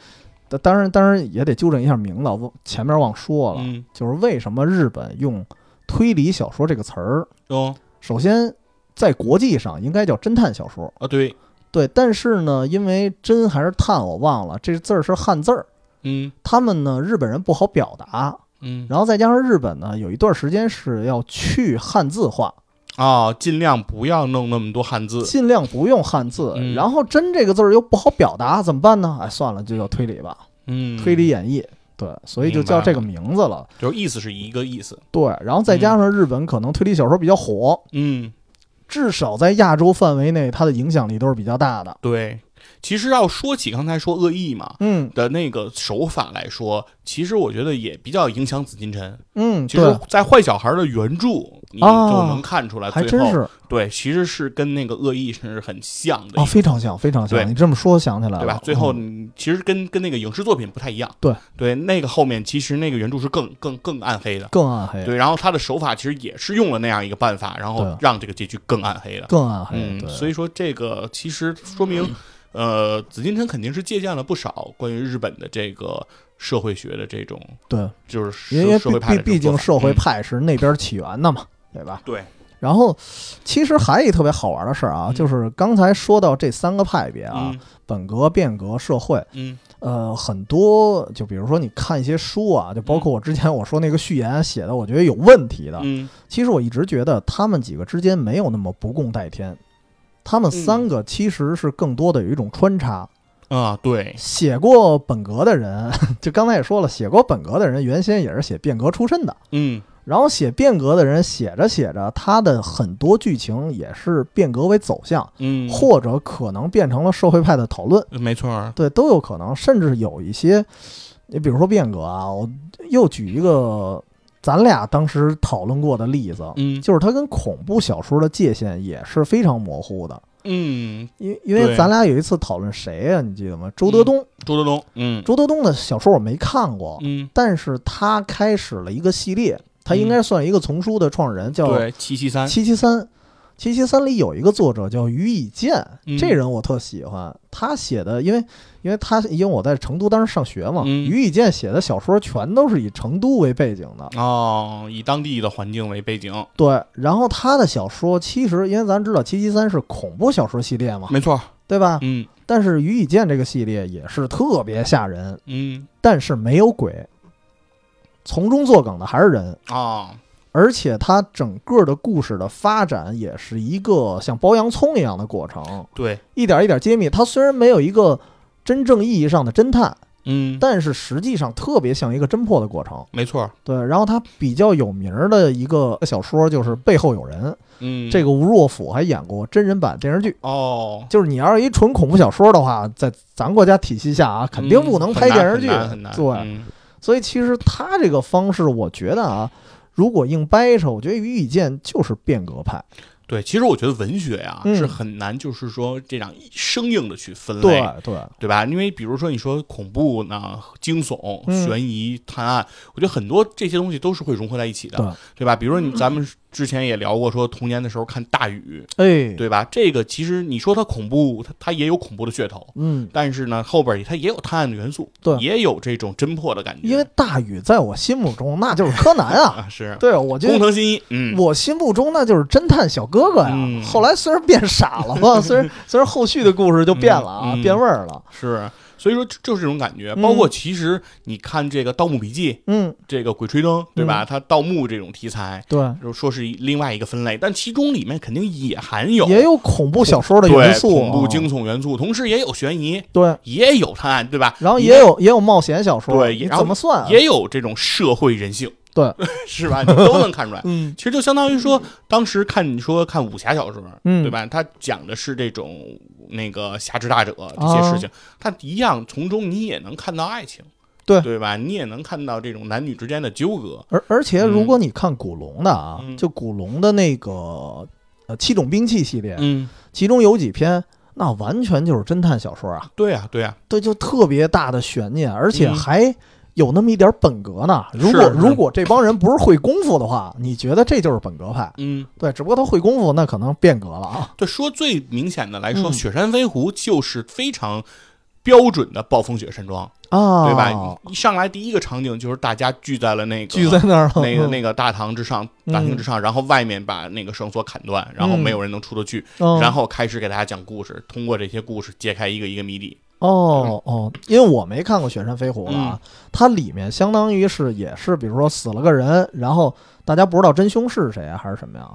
Speaker 1: 当当然，当然也得纠正一下名字，我前面忘说了，
Speaker 2: 嗯，
Speaker 1: 就是为什么日本用推理小说这个词儿，
Speaker 2: 哦
Speaker 1: 首先在国际上应该叫侦探小说，
Speaker 2: 啊，对，
Speaker 1: 对，但是呢，因为侦还是探我忘了，这字儿是汉字儿，
Speaker 2: 嗯
Speaker 1: 他们呢日本人不好表达，
Speaker 2: 嗯，
Speaker 1: 然后再加上日本呢，有一段时间是要去汉字化，
Speaker 2: 啊，尽量不要弄那么多汉字。
Speaker 1: 尽量不用汉字。
Speaker 2: 嗯
Speaker 1: 然后“真”这个字儿又不好表达，怎么办呢？哎，算了，就叫推理吧，
Speaker 2: 嗯，
Speaker 1: 推理演绎。对，所以就叫这个名字了。
Speaker 2: 就是意思是一个意思。
Speaker 1: 对，然后再加上日本可能推理小说比较火，
Speaker 2: 嗯，
Speaker 1: 至少在亚洲范围内，它的影响力都是比较大的。
Speaker 2: 对。其实要说起刚才说恶意嘛
Speaker 1: 嗯
Speaker 2: 的那个手法来说，其实我觉得也比较影响紫禁城。
Speaker 1: 嗯，
Speaker 2: 其实
Speaker 1: 对，，
Speaker 2: 在坏小孩的原著，你就
Speaker 1: 啊
Speaker 2: 能看出来，
Speaker 1: 还
Speaker 2: 最
Speaker 1: 真
Speaker 2: 后
Speaker 1: 是
Speaker 2: 对，其实是跟那个恶意是很像的
Speaker 1: 啊，，非常像，非常
Speaker 2: 对
Speaker 1: 像。你这么说想起来了，
Speaker 2: 对吧？最后
Speaker 1: 嗯
Speaker 2: 你其实跟跟那个影视作品不太一样，
Speaker 1: 对
Speaker 2: 对，那个后面其实那个原著是更更更暗黑的，
Speaker 1: 更暗黑，
Speaker 2: 对，然后他的手法其实也是用了那样一个办法，然后
Speaker 1: 对
Speaker 2: 让这个结局更暗黑的，
Speaker 1: 更暗黑。
Speaker 2: 嗯，
Speaker 1: 对，嗯
Speaker 2: 所以说这个其实说明，呃，紫禁城肯定是借鉴了不少关于日本的这个社会学的这种，
Speaker 1: 对，
Speaker 2: 就是
Speaker 1: 因为
Speaker 2: 社会
Speaker 1: 毕
Speaker 2: 派
Speaker 1: 毕
Speaker 2: 的这
Speaker 1: 毕
Speaker 2: 种做
Speaker 1: 竟
Speaker 2: 法
Speaker 1: 社会
Speaker 2: 嗯
Speaker 1: 派是那边起源的嘛，对吧？
Speaker 2: 对，
Speaker 1: 然后，其实还有一特别好玩的事儿啊，
Speaker 2: 嗯
Speaker 1: 就是刚才说到这三个派别啊，
Speaker 2: 嗯
Speaker 1: 本格、变革、社会，
Speaker 2: 嗯
Speaker 1: 呃，很多就比如说你看一些书啊，就包括我之前我说那个序言写的，我觉得有问题的。
Speaker 2: 嗯
Speaker 1: 其实我一直觉得他们几个之间没有那么不共戴天，他
Speaker 2: 嗯
Speaker 1: 们三个其实是更多的有一种穿插。
Speaker 2: 啊，对，
Speaker 1: 写过本格的人， 就刚才也说了，写过本格的人原先也是写变革出身的。
Speaker 2: 嗯
Speaker 1: 然后写变革的人写着写着，他的很多剧情也是变革为走向，
Speaker 2: 嗯，
Speaker 1: 或者可能变成了社会派的讨论，
Speaker 2: 没错儿，
Speaker 1: 对，都有可能。甚至有一些，你比如说变革啊，我又举一个咱俩当时讨论过的例子，
Speaker 2: 嗯
Speaker 1: 就是它跟恐怖小说的界限也是非常模糊的。
Speaker 2: 嗯，
Speaker 1: 因因为
Speaker 2: 对嗯
Speaker 1: 咱俩有一次讨论谁呀、你记得吗？周德东，
Speaker 2: 周德东，嗯
Speaker 1: 周德东的小说我没看过，
Speaker 2: 嗯，
Speaker 1: 但是他开始了一个系列，他应该算一个丛书的创始人，叫
Speaker 2: 对，七七三，
Speaker 1: 七七三。七七三里有一个作者叫于以健，
Speaker 2: 嗯
Speaker 1: 这人我特喜欢。他写的，因为因为他因为我在成都当时上学嘛，
Speaker 2: 嗯
Speaker 1: 于以健写的小说全都是以成都为背景的。
Speaker 2: 哦，以当地的环境为背景，
Speaker 1: 对，然后他的小说其实因为咱知道七七三是恐怖小说系列嘛，
Speaker 2: 没错儿，
Speaker 1: 对吧？
Speaker 2: 嗯
Speaker 1: 但是于以健这个系列也是特别吓人，
Speaker 2: 嗯
Speaker 1: 但是没有鬼，从中作梗的还是人。
Speaker 2: 啊，
Speaker 1: 而且它整个的故事的发展也是一个像剥洋葱一样的过程，
Speaker 2: 对，
Speaker 1: 一点一点揭秘。它虽然没有一个真正意义上的侦探，
Speaker 2: 嗯，
Speaker 1: 但是实际上特别像一个侦破的过程。
Speaker 2: 没错儿，
Speaker 1: 对，然后它比较有名儿的一个小说就是《背后有人》，
Speaker 2: 嗯，
Speaker 1: 这个吴若甫还演过真人版电视剧。
Speaker 2: 哦，
Speaker 1: 就是你要是一纯恐怖小说的话，在咱国家体系下啊，肯定不能拍电视剧。
Speaker 2: 嗯很难，很
Speaker 1: 对，
Speaker 2: 难很难
Speaker 1: 所以其实他这个方式，我觉得啊，如果硬掰扯，我觉得于以健就是变革派。
Speaker 2: 嗯对，其实我觉得文学呀
Speaker 1: 嗯
Speaker 2: 是很难，就是说这样生硬的去分
Speaker 1: 对
Speaker 2: 类。
Speaker 1: 对，
Speaker 2: 对吧？因为比如说你说恐怖呢、惊悚、
Speaker 1: 嗯
Speaker 2: 悬疑、探案，我觉得很多这些东西都是会融合在一起的，
Speaker 1: 对
Speaker 2: 对吧？比如说你咱们之前也聊过，说童年的时候看《大雨》，
Speaker 1: 哎，，
Speaker 2: 对吧？这个其实你说它恐怖，它它也有恐怖的噱头，
Speaker 1: 嗯，
Speaker 2: 但是呢，后边它也有探案的元素，
Speaker 1: 对
Speaker 2: 也有这种侦破的感觉。
Speaker 1: 因为大禹在我心目中那就是柯南啊，
Speaker 2: 啊，是
Speaker 1: 对啊，我就
Speaker 2: 工藤新一，嗯，
Speaker 1: 我心目中那就是侦探小哥哥呀。
Speaker 2: 嗯
Speaker 1: 后来虽然变傻了 吧，虽然虽然后续的故事就变了啊，
Speaker 2: 嗯嗯
Speaker 1: 变味儿了。
Speaker 2: 是。所以说就就是这种感觉，包括其实你看这个《盗墓笔记》
Speaker 1: 嗯，
Speaker 2: 这个《鬼吹灯》，对吧？它盗墓这种题材，
Speaker 1: 对，
Speaker 2: 就说是一另外一个分类，但其中里面肯定也含有
Speaker 1: 也有恐怖小说的
Speaker 2: 对
Speaker 1: 元素啊，
Speaker 2: 恐怖惊悚元素，同时也有悬疑，
Speaker 1: 对，
Speaker 2: 也有探案，对吧？
Speaker 1: 然后也有也有冒险小说，
Speaker 2: 对
Speaker 1: 你
Speaker 2: 然后
Speaker 1: 怎么算啊？
Speaker 2: 也有这种社会人性，
Speaker 1: 对，
Speaker 2: 是吧？你都能看出来。
Speaker 1: 嗯
Speaker 2: 其实就相当于说，当时看你说看武侠小说，
Speaker 1: 嗯
Speaker 2: 对吧？它讲的是这种那个侠之大者这些
Speaker 1: 哦
Speaker 2: 事情，它一样从中你也能看到爱情，
Speaker 1: 对
Speaker 2: 对吧？你也能看到这种男女之间的纠葛，
Speaker 1: 而而且如果你看古龙的啊，
Speaker 2: 嗯
Speaker 1: 就古龙的那个呃七种兵器系列，
Speaker 2: 嗯，
Speaker 1: 其中有几篇那完全就是侦探小说啊，
Speaker 2: 对啊，对啊，
Speaker 1: 对，就特别大的悬念，而且
Speaker 2: 嗯
Speaker 1: 还有那么一点本格呢。如果
Speaker 2: 是
Speaker 1: 如果这帮人不是会功夫的话，你觉得这就是本格派？
Speaker 2: 嗯。
Speaker 1: 对，只不过他会功夫，那可能变革了啊。
Speaker 2: 对，说最明显的来说，
Speaker 1: 嗯
Speaker 2: 雪山飞狐就是非常标准的暴风雪山庄，
Speaker 1: 啊，
Speaker 2: 对吧？一上来第一个场景就是大家聚在了那 个
Speaker 1: 聚在那儿了，
Speaker 2: 那个
Speaker 1: 嗯
Speaker 2: 那个大堂之上，大厅之上，然后外面把那个绳索砍断，然后没有人能出得去，
Speaker 1: 嗯
Speaker 2: 然后开始给大家讲故事，通过这些故事揭开一个一个谜底。
Speaker 1: 哦哦，因为我没看过《雪山飞狐》啊，
Speaker 2: 嗯
Speaker 1: 它里面相当于是也是，比如说死了个人，然后大家不知道真凶是谁啊，还是什么呀？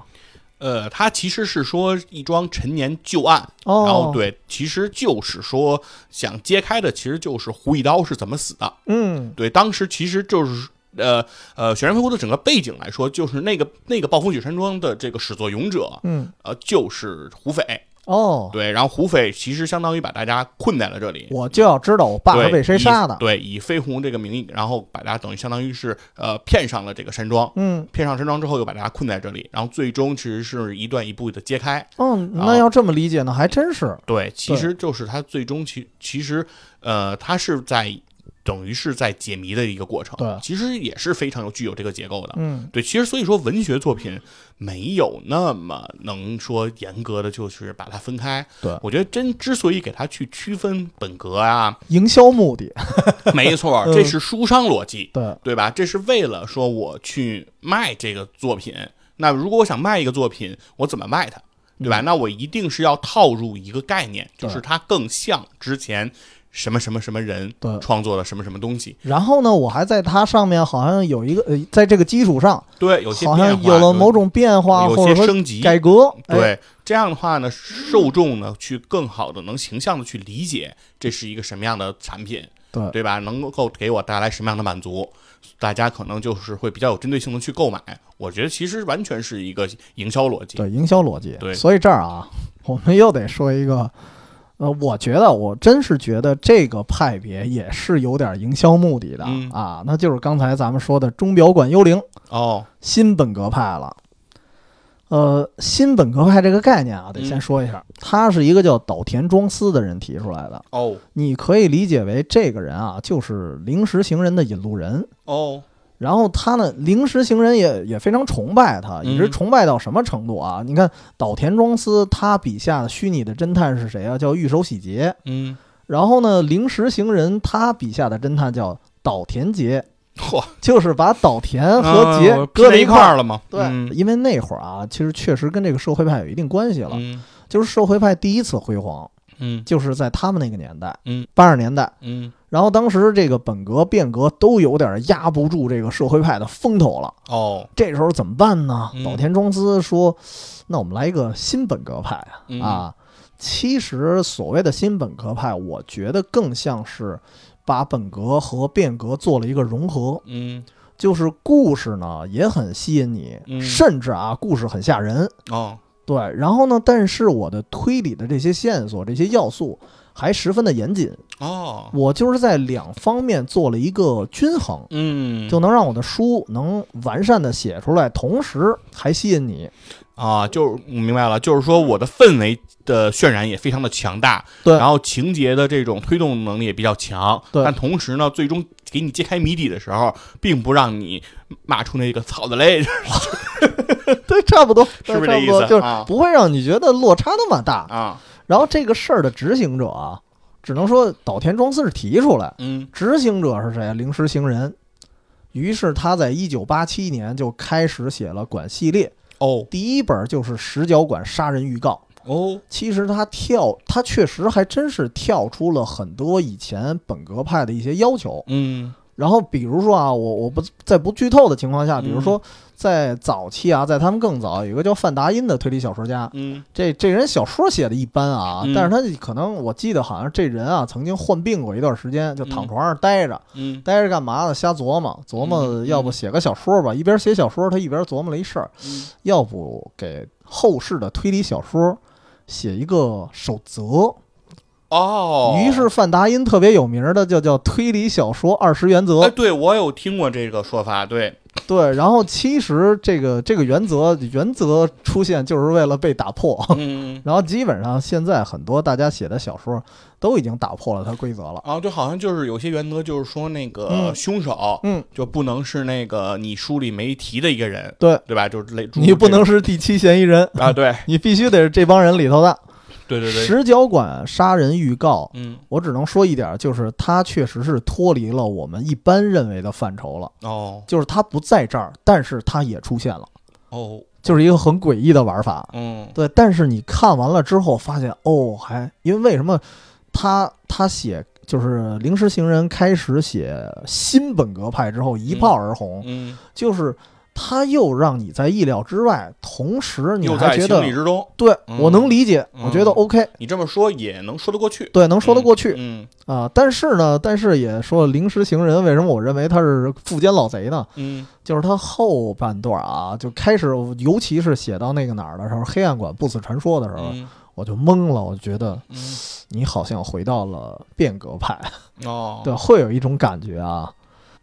Speaker 2: 呃，它其实是说一桩陈年旧案，
Speaker 1: 哦，
Speaker 2: 然后，对，其实就是说想揭开的，其实就是胡一刀是怎么死的。
Speaker 1: 嗯，
Speaker 2: 对，当时其实就是呃呃，雪山飞狐的整个背景来说，就是那个那个暴风雪山庄的这个始作俑者，
Speaker 1: 嗯，
Speaker 2: 呃，就是胡斐。
Speaker 1: 哦，
Speaker 2: 对，然后胡斐其实相当于把大家困在了这里。
Speaker 1: 我就要知道我爸
Speaker 2: 对
Speaker 1: 是被谁
Speaker 2: 以
Speaker 1: 杀的。
Speaker 2: 对，以飞鸿这个名义，然后把大家等于相当于是呃骗上了这个山庄，
Speaker 1: 嗯，
Speaker 2: 骗上山庄之后又把大家困在这里，然后最终其实是一段一步的揭开。
Speaker 1: 哦，
Speaker 2: 然
Speaker 1: 那
Speaker 2: 后
Speaker 1: 要这么理解呢，还真是，
Speaker 2: 对，其实就是他最终其其实呃，他是在等于是在解谜的一个过程，
Speaker 1: 对
Speaker 2: 其实也是非常有具有这个结构的。
Speaker 1: 嗯，
Speaker 2: 对，其实所以说文学作品没有那么能说严格的，就是把它分开。
Speaker 1: 对
Speaker 2: 我觉得真之所以给它去区分本格啊，
Speaker 1: 营销目的，
Speaker 2: 没错儿，
Speaker 1: 嗯
Speaker 2: 这是书商逻辑，
Speaker 1: 对，
Speaker 2: 对吧？这是为了说我去卖这个作品。那如果我想卖一个作品，我怎么卖它？对吧？那我一定是要套入一个概念，就
Speaker 1: 嗯对
Speaker 2: 是它更像之前什么什么什么人
Speaker 1: 对
Speaker 2: 创作了什么什么东西。
Speaker 1: 然后呢，我还在它上面好像有一个，呃，在这个基础上，
Speaker 2: 对，有些
Speaker 1: 好
Speaker 2: 变
Speaker 1: 像
Speaker 2: 化
Speaker 1: 有了某种变化，
Speaker 2: 有
Speaker 1: 或者
Speaker 2: 些
Speaker 1: 说
Speaker 2: 升级，
Speaker 1: 改革，哎，
Speaker 2: 对，这样的话呢，受众呢去更好的能形象的去理解这是一个什么样的产品，
Speaker 1: 对
Speaker 2: 对吧？能够给我带来什么样的满足，大家可能就是会比较有针对性的去购买。我觉得其实完全是一个营销逻辑。
Speaker 1: 对营销逻辑。
Speaker 2: 对
Speaker 1: 所以这儿啊， 我们又得说一个，呃，我觉得我真是觉得这个派别也是有点营销目的的、
Speaker 2: 嗯
Speaker 1: 啊，那就是刚才咱们说的钟表馆幽灵
Speaker 2: 哦，
Speaker 1: 新本格派了。呃，新本格派这个概念啊，得先
Speaker 2: 嗯
Speaker 1: 说一下，他是一个叫岛田庄司的人提出来的。
Speaker 2: 哦，
Speaker 1: 你可以理解为这个人啊，就是临时行人的引路人。
Speaker 2: 哦，
Speaker 1: 然后他呢，临时行人也也非常崇拜他，
Speaker 2: 嗯
Speaker 1: 一直崇拜到什么程度啊？你看岛田庄司他笔下的虚拟的侦探是谁啊？叫玉手洗劫。
Speaker 2: 嗯，
Speaker 1: 然后呢，临时行人他笔下的侦探叫岛田杰，
Speaker 2: 嚯，
Speaker 1: 就是把岛田和杰
Speaker 2: 嗯我
Speaker 1: 搁
Speaker 2: 拼在
Speaker 1: 在
Speaker 2: 一
Speaker 1: 块
Speaker 2: 块
Speaker 1: 儿。
Speaker 2: 儿了吗？
Speaker 1: 对，
Speaker 2: 嗯
Speaker 1: 因为那会儿啊，其实确实跟这个社会派有一定关系了。
Speaker 2: 嗯
Speaker 1: 就是社会派第一次辉煌，
Speaker 2: 嗯
Speaker 1: 就是在他们那个年代，
Speaker 2: 嗯，
Speaker 1: 八十年代。
Speaker 2: 嗯，
Speaker 1: 然后当时这个本格变革都有点压不住这个社会派的风头了。
Speaker 2: 哦，
Speaker 1: 这时候怎么办呢？
Speaker 2: 嗯
Speaker 1: 岛田庄司说：“那我们来一个新本格派啊！”
Speaker 2: 嗯
Speaker 1: 啊，其实所谓的新本格派，我觉得更像是把本格和变革做了一个融合，
Speaker 2: 嗯，
Speaker 1: 就是故事呢也很吸引你，
Speaker 2: 嗯
Speaker 1: 甚至啊故事很吓人。
Speaker 2: 哦，
Speaker 1: 对，然后呢，但是我的推理的这些线索、这些要素还十分的严谨，
Speaker 2: 哦，
Speaker 1: 我就是在两方面做了一个均衡。
Speaker 2: 嗯，
Speaker 1: 就能让我的书能完善的写出来，同时还吸引你。
Speaker 2: 啊，就是我明白了，就是说我的氛围的渲染也非常的强大，
Speaker 1: 对
Speaker 2: 然后情节的这种推动能力也比较强，
Speaker 1: 对
Speaker 2: 但同时呢，最终给你揭开谜底的时候，并不让你骂出那个操的嘞，
Speaker 1: 对，差不多，
Speaker 2: 是不是
Speaker 1: 差
Speaker 2: 这
Speaker 1: 不
Speaker 2: 意
Speaker 1: 多，
Speaker 2: 思
Speaker 1: 就是
Speaker 2: 啊
Speaker 1: 不会让你觉得落差那么大。
Speaker 2: 啊？
Speaker 1: 然后这个事儿的执行者啊，只能说岛田庄司是提出来，
Speaker 2: 嗯
Speaker 1: 执行者是谁啊？临时行人。于是他在一九八七年就开始写了《管》系列，
Speaker 2: 哦
Speaker 1: 第一本就是《石角馆杀人预告》。
Speaker 2: 哦
Speaker 1: 其实他跳，他确实还真是跳出了很多以前本格派的一些要求。
Speaker 2: 嗯
Speaker 1: 然后比如说啊，我我不在不剧透的情况
Speaker 2: 嗯
Speaker 1: 下，比如说在早期啊，在他们更早，有一个叫范达因的推理小说家，
Speaker 2: 嗯
Speaker 1: 这这人小说写的一般啊
Speaker 2: 嗯，
Speaker 1: 但是他可能我记得好像这人啊曾经患病过一段时间，就躺床上待着，
Speaker 2: 嗯
Speaker 1: 待着干嘛呢？瞎琢磨琢磨，
Speaker 2: 嗯
Speaker 1: 要不写个小说吧，一边写小说他一边琢磨了一事儿，
Speaker 2: 嗯
Speaker 1: 要不给后世的推理小说写一个守则。
Speaker 2: 哦，
Speaker 1: 于是范达因特别有名的就叫推理小说二十原则
Speaker 2: 哎，。对我有听过这个说法，对，哎
Speaker 1: 对，然后其实这个这个原则原则出现就是为了被打破，
Speaker 2: 嗯，
Speaker 1: 然后基本上现在很多大家写的小说都已经打破了它规则了。
Speaker 2: 然后就好像就是有些原则，就是说那个
Speaker 1: 嗯
Speaker 2: 凶手，
Speaker 1: 嗯，
Speaker 2: 就不能是那个你书里没提的一个人，
Speaker 1: 对
Speaker 2: 对吧？就是类诸如
Speaker 1: 你不
Speaker 2: 这
Speaker 1: 能是第七嫌疑人，
Speaker 2: 种啊，对
Speaker 1: 你必须得是这帮人里头的。
Speaker 2: 对对对，
Speaker 1: 石角馆杀人预告，
Speaker 2: 嗯
Speaker 1: 我只能说一点，就是它确实是脱离了我们一般认为的范畴了，
Speaker 2: 哦
Speaker 1: 就是它不在这儿，但是它也出现了，
Speaker 2: 哦
Speaker 1: 就是一个很诡异的玩法。
Speaker 2: 嗯
Speaker 1: 对，但是你看完了之后发现，哦，还因为为什么他他写就是《临时行人》开始写新本格派之后一炮而红，
Speaker 2: 嗯，
Speaker 1: 就是他又让你在意料之外，同时你
Speaker 2: 又
Speaker 1: 还
Speaker 2: 在
Speaker 1: 觉
Speaker 2: 情
Speaker 1: 得
Speaker 2: 理之中，
Speaker 1: 对、
Speaker 2: 嗯
Speaker 1: 我能理解，
Speaker 2: 嗯
Speaker 1: 我觉得 OK，
Speaker 2: 你这么说也能说得过去，
Speaker 1: 对，能说得过去
Speaker 2: 嗯
Speaker 1: 啊、但是呢，但是也说《临时行人》为什么我认为他是富坚老贼呢？
Speaker 2: 嗯
Speaker 1: 就是他后半段啊，就开始，尤其是写到那个哪儿的时候，黑暗馆不死传说的时候，
Speaker 2: 嗯
Speaker 1: 我就懵了，我觉得
Speaker 2: 嗯
Speaker 1: 你好像回到了变革派，
Speaker 2: 哦，
Speaker 1: 对，会有一种感觉啊。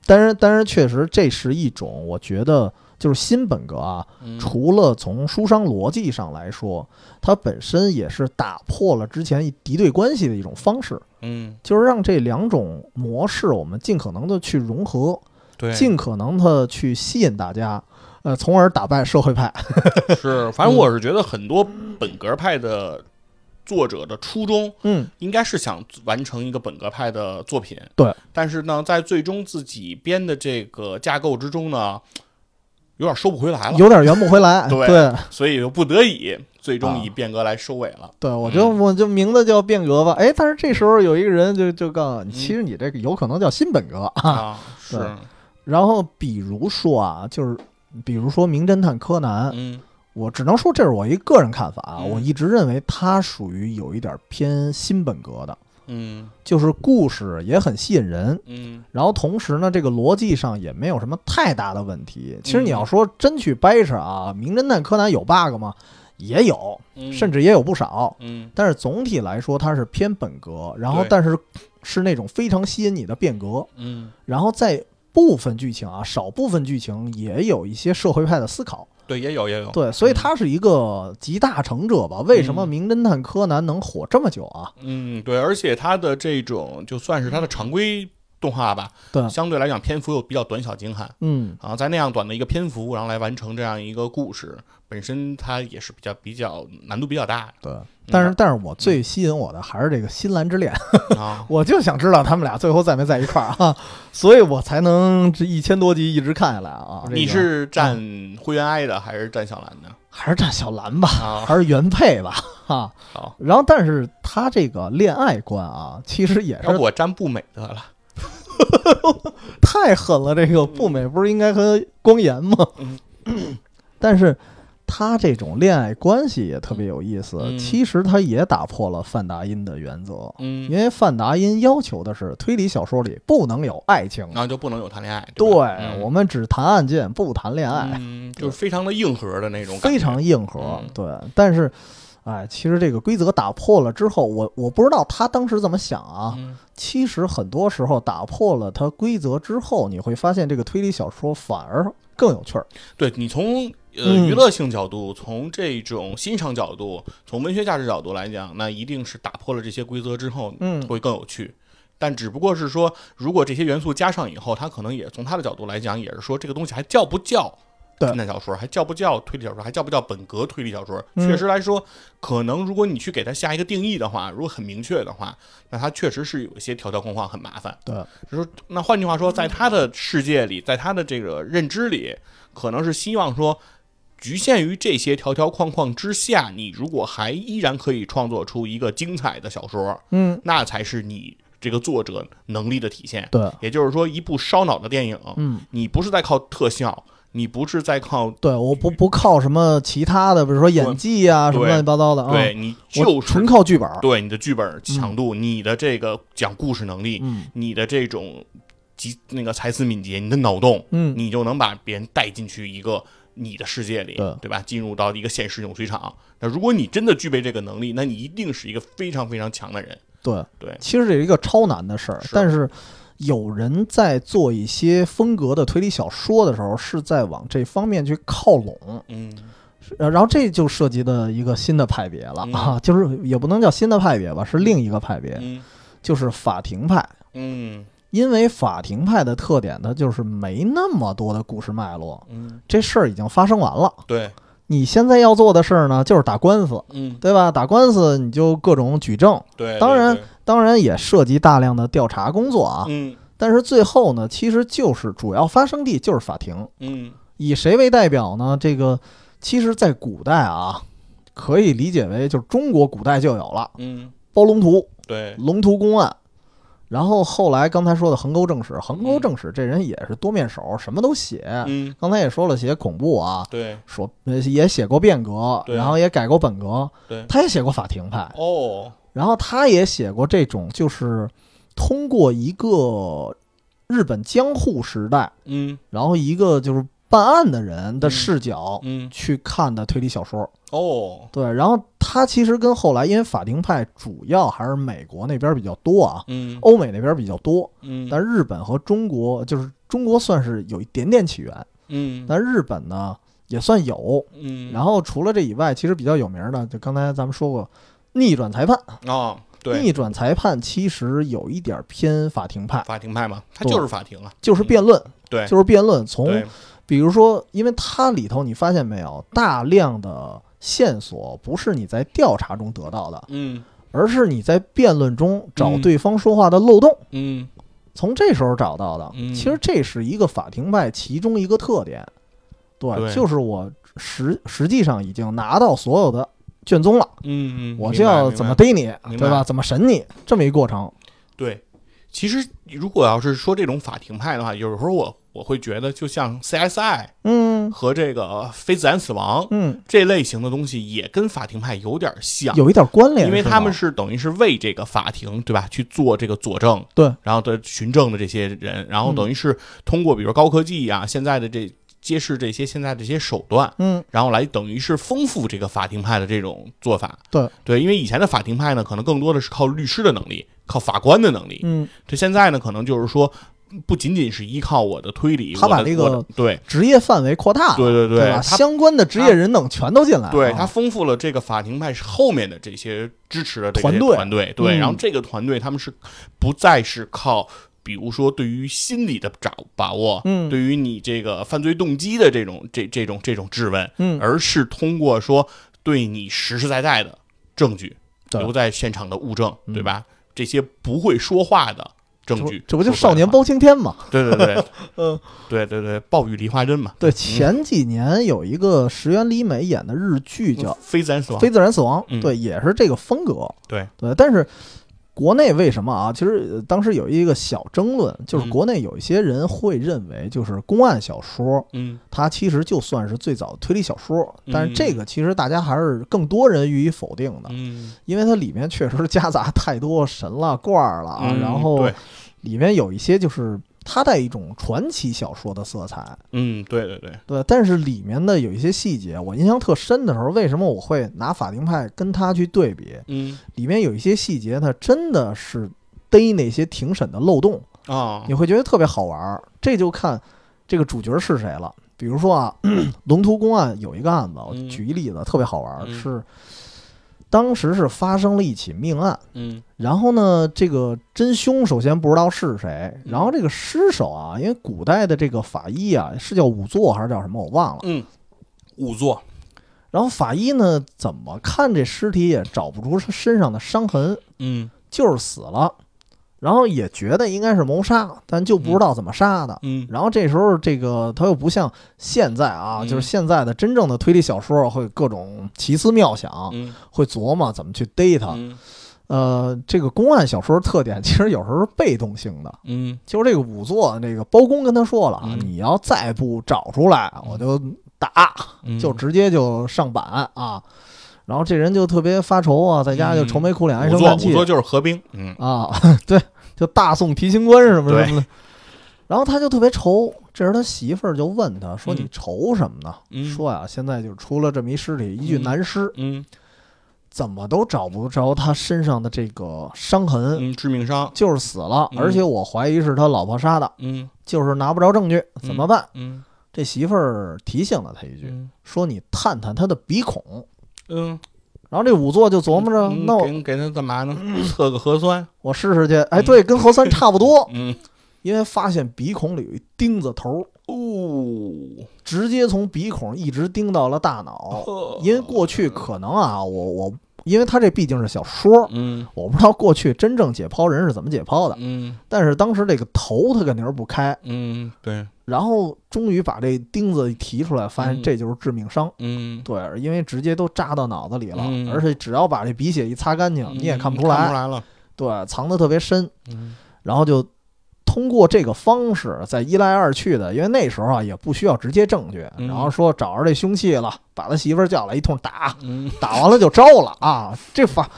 Speaker 1: 但是，但是确实这是一种，我觉得就是新本格啊，
Speaker 2: 嗯
Speaker 1: 除了从书商逻辑上来说，它本身也是打破了之前敌对关系的一种方式，
Speaker 2: 嗯
Speaker 1: 就是让这两种模式我们尽可能的去融合，
Speaker 2: 对，
Speaker 1: 尽可能的去吸引大家，呃，从而打败社会派。
Speaker 2: 是，
Speaker 1: 嗯
Speaker 2: 反正我是觉得很多本格派的作者的初衷
Speaker 1: 嗯，
Speaker 2: 应该是想完成一个本格派的作品，
Speaker 1: 对。
Speaker 2: 但是呢，在最终自己编的这个架构之中呢，有点收不回来了，
Speaker 1: 嗯有点圆不回来。
Speaker 2: 对
Speaker 1: 对
Speaker 2: 所以就不得已最终
Speaker 1: 啊
Speaker 2: 以变革来收尾了。
Speaker 1: 对，我就
Speaker 2: 嗯
Speaker 1: 我就名字叫变革吧。哎，但是这时候有一个人就就告
Speaker 2: 嗯
Speaker 1: 诉你，其实你这个有可能叫新本格。
Speaker 2: 啊，是
Speaker 1: 对，然后比如说啊，就是比如说《名侦探柯南》，
Speaker 2: 嗯
Speaker 1: 我只能说这是我一个人看法啊。
Speaker 2: 嗯
Speaker 1: 我一直认为它属于有一点偏新本格的，
Speaker 2: 嗯
Speaker 1: 就是故事也很吸引人。
Speaker 2: 嗯
Speaker 1: 然后同时呢，这个逻辑上也没有什么太大的问
Speaker 2: 嗯
Speaker 1: 题。其实你要说真去掰扯啊，《名侦探柯南》有 bug 吗？也有，
Speaker 2: 嗯，
Speaker 1: 甚至也有不少。
Speaker 2: 嗯
Speaker 1: 但是总体来说，它是偏本格，然后
Speaker 2: 对
Speaker 1: 但是是那种非常吸引你的变革，
Speaker 2: 嗯，
Speaker 1: 然后在部分剧情啊，少部分剧情也有一些社会派的思考，
Speaker 2: 对，也有也有，
Speaker 1: 对，所以它是一个集大成者吧。为什么《名侦探柯南》能火这么久啊？
Speaker 2: 嗯对，而且它的这种就算是它的常规动画吧，
Speaker 1: 对
Speaker 2: 相对来讲篇幅又比较短小精悍。
Speaker 1: 嗯，
Speaker 2: 啊，在那样短的一个篇幅，然后来完成这样一个故事，本身它也是比较比较难度比较大
Speaker 1: 对。但是，但是我
Speaker 2: 嗯
Speaker 1: 最吸引我的还是这个《新兰之恋》，
Speaker 2: 的啊。
Speaker 1: 我就想知道他们俩最后在没在一块儿啊，所以我才能这一千多集一直看下来啊。这个
Speaker 2: 你是占灰原哀的还是占小兰的
Speaker 1: 还是占小兰吧，
Speaker 2: 啊？
Speaker 1: 还是原配吧？哈、
Speaker 2: 好，
Speaker 1: 然后，但是他这个恋爱观啊，其实也
Speaker 2: 要不
Speaker 1: 是
Speaker 2: 我占不美的了。
Speaker 1: 太狠了。这个步美不是应该和光彦吗
Speaker 2: 嗯？
Speaker 1: 但是他这种恋爱关系也特别有意思。
Speaker 2: 嗯
Speaker 1: 其实他也打破了范达因的原则，
Speaker 2: 嗯
Speaker 1: 因，为范达因要求的是推理小说里不能有爱情。
Speaker 2: 然后就不能有谈恋爱。
Speaker 1: 对
Speaker 2: 吧嗯
Speaker 1: 我们只谈案件，不谈恋爱。
Speaker 2: 嗯，就是非常的硬核的那嗯种感觉，
Speaker 1: 非常硬核
Speaker 2: 嗯。
Speaker 1: 对，但是，哎，其实这个规则打破了之后，我我不知道他当时怎么想啊。
Speaker 2: 嗯
Speaker 1: 其实很多时候打破了它规则之后，你会发现这个推理小说反而更有趣儿。
Speaker 2: 对你从呃
Speaker 1: 嗯
Speaker 2: 娱乐性角度，从这种欣赏角度，从文学价值角度来讲，那一定是打破了这些规则之后，
Speaker 1: 嗯
Speaker 2: 会更有趣。但只不过是说，如果这些元素加上以后，它可能也从它的角度来讲，也是说这个东西还叫不叫
Speaker 1: 对
Speaker 2: 侦探小说，还叫不叫推理小说，还叫不叫本格推理小说？
Speaker 1: 嗯
Speaker 2: 确实来说，可能如果你去给它下一个定义的话，如果很明确的话，那它确实是有一些条条框框，很麻烦。
Speaker 1: 对，
Speaker 2: 就是说那换句话说，在他的世界里，在他的这个认知里，可能是希望说。局限于这些条条框框之下，你如果还依然可以创作出一个精彩的小说，
Speaker 1: 嗯，
Speaker 2: 那才是你这个作者能力的体现。
Speaker 1: 对，
Speaker 2: 也就是说，一部烧脑的电影，
Speaker 1: 嗯，
Speaker 2: 你不是在靠特效，你不是在靠，
Speaker 1: 对，我不不靠什么其他的，比如说演技啊什么
Speaker 2: 对
Speaker 1: 乱七八糟的啊，
Speaker 2: 对你
Speaker 1: 我
Speaker 2: 就是
Speaker 1: 纯靠剧本儿。
Speaker 2: 对你的剧本强度、你的这个讲故事能力、
Speaker 1: 嗯
Speaker 2: 你的这种及那个才思敏捷、你的脑洞，
Speaker 1: 嗯，
Speaker 2: 你就能把别人带进去一个你的世界里，
Speaker 1: 对
Speaker 2: 对吧？进入到一个现实永水场。那如果你真的具备这个能力，那你一定是一个非常非常强的人。
Speaker 1: 对，
Speaker 2: 对，
Speaker 1: 其实这是一个超难的事儿，
Speaker 2: 是
Speaker 1: 但是有人在做一些风格的推理小说的时候，是在往这方面去靠拢。
Speaker 2: 嗯，
Speaker 1: 呃然后这就涉及的一个新的派别了、
Speaker 2: 嗯
Speaker 1: 啊，就是也不能叫新的派别吧，是另一个派别，
Speaker 2: 嗯
Speaker 1: 就是法庭派。
Speaker 2: 嗯
Speaker 1: 因为法庭派的特点，它就是没那么多的故事脉络，
Speaker 2: 嗯，
Speaker 1: 这事儿已经发生完了。
Speaker 2: 对，
Speaker 1: 你现在要做的事儿呢，就是打官司，
Speaker 2: 嗯
Speaker 1: 对吧？打官司你就各种举证，
Speaker 2: 对，
Speaker 1: 当
Speaker 2: 对
Speaker 1: 然
Speaker 2: 对
Speaker 1: 当然也涉及大量的调查工作啊。
Speaker 2: 嗯
Speaker 1: 但是最后呢，其实就是主要发生地就是法庭，
Speaker 2: 嗯
Speaker 1: 以谁为代表呢？这个其实，在古代啊，可以理解为就是中国古代就有了
Speaker 2: 嗯，
Speaker 1: 包龙图、
Speaker 2: 对，
Speaker 1: 龙图公案，然后后来刚才说的横沟正史，横沟正史这人也是多面手，什么都写。
Speaker 2: 嗯
Speaker 1: 刚才也说了，写恐怖啊，
Speaker 2: 对
Speaker 1: 说呃也写过变革，
Speaker 2: 对啊
Speaker 1: 然后也改过本格，
Speaker 2: 对，
Speaker 1: 他也写过法庭派，
Speaker 2: 哦，
Speaker 1: 然后他也写过这种，就是通过一个日本江户时代，
Speaker 2: 嗯
Speaker 1: 然后一个就是办案的人的视角
Speaker 2: 嗯
Speaker 1: 去看的推理小说。
Speaker 2: 哦，
Speaker 1: 对，然后他其实跟后来，因为法庭派主要还是美国那边比较多啊，
Speaker 2: 嗯
Speaker 1: 欧美那边比较多，
Speaker 2: 嗯，
Speaker 1: 但日本和中国就是中国算是有一点点起源，
Speaker 2: 嗯
Speaker 1: 但日本呢也算有。
Speaker 2: 嗯，
Speaker 1: 然后除了这以外，其实比较有名的，就刚才咱们说过，逆转裁判。
Speaker 2: 哦，对，
Speaker 1: 逆转裁判其实有一点偏法庭派，
Speaker 2: 法庭派嘛，它
Speaker 1: 对
Speaker 2: 就是法庭啊，
Speaker 1: 就是辩论，
Speaker 2: 对
Speaker 1: 就是辩论。从
Speaker 2: 对，
Speaker 1: 比如说，因为它里头你发现没有，大量的线索不是你在调查中得到的，
Speaker 2: 嗯
Speaker 1: 而是你在辩论中找
Speaker 2: 嗯
Speaker 1: 对方说话的漏洞，
Speaker 2: 嗯
Speaker 1: 从这时候找到的。
Speaker 2: 嗯
Speaker 1: 其实这是一个法庭派其中一个特点，对，
Speaker 2: 对
Speaker 1: 就是我实实际上已经拿到所有的卷宗了，
Speaker 2: 嗯嗯，
Speaker 1: 我
Speaker 2: 明
Speaker 1: 就
Speaker 2: 白
Speaker 1: 要
Speaker 2: 明
Speaker 1: 怎
Speaker 2: 白
Speaker 1: 么逮你，
Speaker 2: 明
Speaker 1: 对
Speaker 2: 白
Speaker 1: 吧？怎么审你，这么一个过程。
Speaker 2: 对，其实如果要是说这种法庭派的话，有时候我我会觉得，就像 CSI
Speaker 1: 嗯
Speaker 2: 和这个非自然死亡
Speaker 1: 嗯。
Speaker 2: 这类型的东西，也跟法庭派有点像。
Speaker 1: 有一点关联，
Speaker 2: 因为
Speaker 1: 是吧
Speaker 2: 他们是等于是为这个法庭，对吧？去做这个佐证，
Speaker 1: 对，嗯
Speaker 2: 然后的询证的这些人，然后等于是通过比如高科技啊，现在的这揭示这些现在这些手段，
Speaker 1: 嗯，
Speaker 2: 然后来等于是丰富这个法庭派的这种做法。
Speaker 1: 对
Speaker 2: 对，因为以前的法庭派呢，可能更多的是靠律师的能力，靠法官的能力。
Speaker 1: 嗯，
Speaker 2: 这现在呢，可能就是说，不仅仅是依靠我的推理，
Speaker 1: 他
Speaker 2: 我的
Speaker 1: 把这个
Speaker 2: 我的对
Speaker 1: 职业范围扩大了，
Speaker 2: 对对
Speaker 1: 对吧？
Speaker 2: 他
Speaker 1: 相关的职业人等全都进来了，
Speaker 2: 对
Speaker 1: 啊
Speaker 2: 他丰富了这个法庭派后面的这些支持的这
Speaker 1: 团
Speaker 2: 些
Speaker 1: 队
Speaker 2: 团队，对，
Speaker 1: 嗯
Speaker 2: 然后这个团队他们是不再是靠。比如说，对于心理的掌把握，
Speaker 1: 嗯
Speaker 2: 对于你这个犯罪动机的这种这这种这种质问，
Speaker 1: 嗯
Speaker 2: 而是通过说对你实实在在的证据，
Speaker 1: 对
Speaker 2: 留在现场的物证，
Speaker 1: 嗯
Speaker 2: 对吧？这些不会说话的
Speaker 1: 这
Speaker 2: 证
Speaker 1: 不
Speaker 2: 据，
Speaker 1: 这不就
Speaker 2: 说出
Speaker 1: 少
Speaker 2: 来的
Speaker 1: 年
Speaker 2: 话
Speaker 1: 包青天嘛？
Speaker 2: 对对对，
Speaker 1: 嗯，
Speaker 2: 对对对，暴雨梨花针嘛，
Speaker 1: 对，前几年有一个石原里美演的日剧叫
Speaker 2: 非自然嗯死
Speaker 1: 《
Speaker 2: 亡
Speaker 1: 非。自然死亡》，
Speaker 2: 嗯
Speaker 1: 对，也是这个风格，
Speaker 2: 对
Speaker 1: 对，但是。国内为什么啊？其实呃当时有一个小争论，就是
Speaker 2: 嗯
Speaker 1: 国内有一些人会认为，就是公案小说，
Speaker 2: 嗯
Speaker 1: 它其实就算是最早的推理小说，但是
Speaker 2: 嗯
Speaker 1: 这个其实大家还是更多人予以否定的。
Speaker 2: 嗯
Speaker 1: 因为它里面确实夹杂太多神了、怪儿了啊，
Speaker 2: 嗯
Speaker 1: 然后
Speaker 2: 对
Speaker 1: 里面有一些就是它带一种传奇小说的色彩，
Speaker 2: 嗯，对对对，
Speaker 1: 对。但是里面的有一些细节，我印象特深的时候，为什么我会拿法庭派跟它去对比？
Speaker 2: 嗯
Speaker 1: 里面有一些细节，它真的是逮那些庭审的漏洞，
Speaker 2: 啊
Speaker 1: 你，会觉得特别好玩儿。这就看这个主角是谁了。比 如说啊，龙图公案有一个案子，我
Speaker 2: 嗯
Speaker 1: 举一例子，特别好玩儿，
Speaker 2: 嗯
Speaker 1: 是当时是发生了一起命案，
Speaker 2: 嗯
Speaker 1: 然后呢，这个真凶首先不知道是谁，
Speaker 2: 嗯
Speaker 1: 然后这个尸首啊，因为古代的这个法医啊是叫仵作还是叫什么我忘了，
Speaker 2: 嗯，仵作，
Speaker 1: 然后法医呢怎么看这尸体也找不出身上的伤痕，
Speaker 2: 嗯
Speaker 1: 就是死了，然后也觉得应该是谋杀，但就不知道怎么杀的。
Speaker 2: 嗯
Speaker 1: 然后这时候，这个他又不像现在啊，
Speaker 2: 嗯
Speaker 1: 就是现在的真正的推理小说会各种奇思妙想，
Speaker 2: 嗯
Speaker 1: 会琢磨怎么去逮他。
Speaker 2: 嗯
Speaker 1: 呃，这个公案小说特点其实有时候是被动性的，
Speaker 2: 嗯
Speaker 1: 就是这个仵作，这个包公跟他说了啊，
Speaker 2: 嗯
Speaker 1: 你要再不找出来，我就打，
Speaker 2: 嗯，
Speaker 1: 就直接就上板啊。然后这人就特别发愁啊，在家就愁眉苦脸，唉
Speaker 2: 嗯仵
Speaker 1: 声
Speaker 2: 作，
Speaker 1: 叹
Speaker 2: 仵
Speaker 1: 气
Speaker 2: 作就是何冰，嗯
Speaker 1: 啊， 对，就大宋提刑官什么什么的。 然后他就特别愁，这时候他媳妇儿就问他说：“
Speaker 2: 嗯
Speaker 1: 你愁什么呢？”
Speaker 2: 嗯
Speaker 1: 说呀、现在就出了这么一尸体，一具
Speaker 2: 嗯
Speaker 1: 男尸，
Speaker 2: 嗯
Speaker 1: 怎么都找不着他身上的这个伤痕，
Speaker 2: 嗯，致命伤，
Speaker 1: 就是死了，
Speaker 2: 嗯
Speaker 1: 而且我怀疑是他老婆杀的，
Speaker 2: 嗯
Speaker 1: 就是拿不着证据，怎么办？
Speaker 2: 嗯
Speaker 1: 这媳妇儿提醒了他一句，
Speaker 2: 嗯
Speaker 1: 说你探探他的鼻孔。
Speaker 2: 嗯，
Speaker 1: 然后这仵作就琢磨着，
Speaker 2: 嗯
Speaker 1: 那我
Speaker 2: 给嗯给他干嘛呢？测个核酸，
Speaker 1: 我试试去。哎，对，跟核 酸差不多，
Speaker 2: 嗯
Speaker 1: 因为发现鼻孔里有一钉子头，
Speaker 2: 哦，
Speaker 1: 直接从鼻孔一直钉到了大脑。
Speaker 2: 呵
Speaker 1: 因为过去可能啊，我我因为他这毕竟是小说，
Speaker 2: 嗯
Speaker 1: 我不知道过去真正解剖人是怎么解剖的，
Speaker 2: 嗯
Speaker 1: 但是当时这个头他肯定是不开，
Speaker 2: 嗯，对，
Speaker 1: 然后终于把这钉子一提出来，发现
Speaker 2: 嗯
Speaker 1: 这就是致命伤。
Speaker 2: 嗯，
Speaker 1: 对，因为直接都扎到脑子里了，
Speaker 2: 嗯
Speaker 1: 而且只要把这鼻血一擦干净，你也看不
Speaker 2: 不
Speaker 1: 出来。
Speaker 2: 出来了，
Speaker 1: 对，藏得特别深，
Speaker 2: 嗯
Speaker 1: 然后就通过这个方式再一来二去的，因为那时候啊也不需要直接证据，
Speaker 2: 嗯
Speaker 1: 然后说找着这凶器了，把他媳妇儿叫来一通打，
Speaker 2: 嗯
Speaker 1: 打完了就招了啊。这法，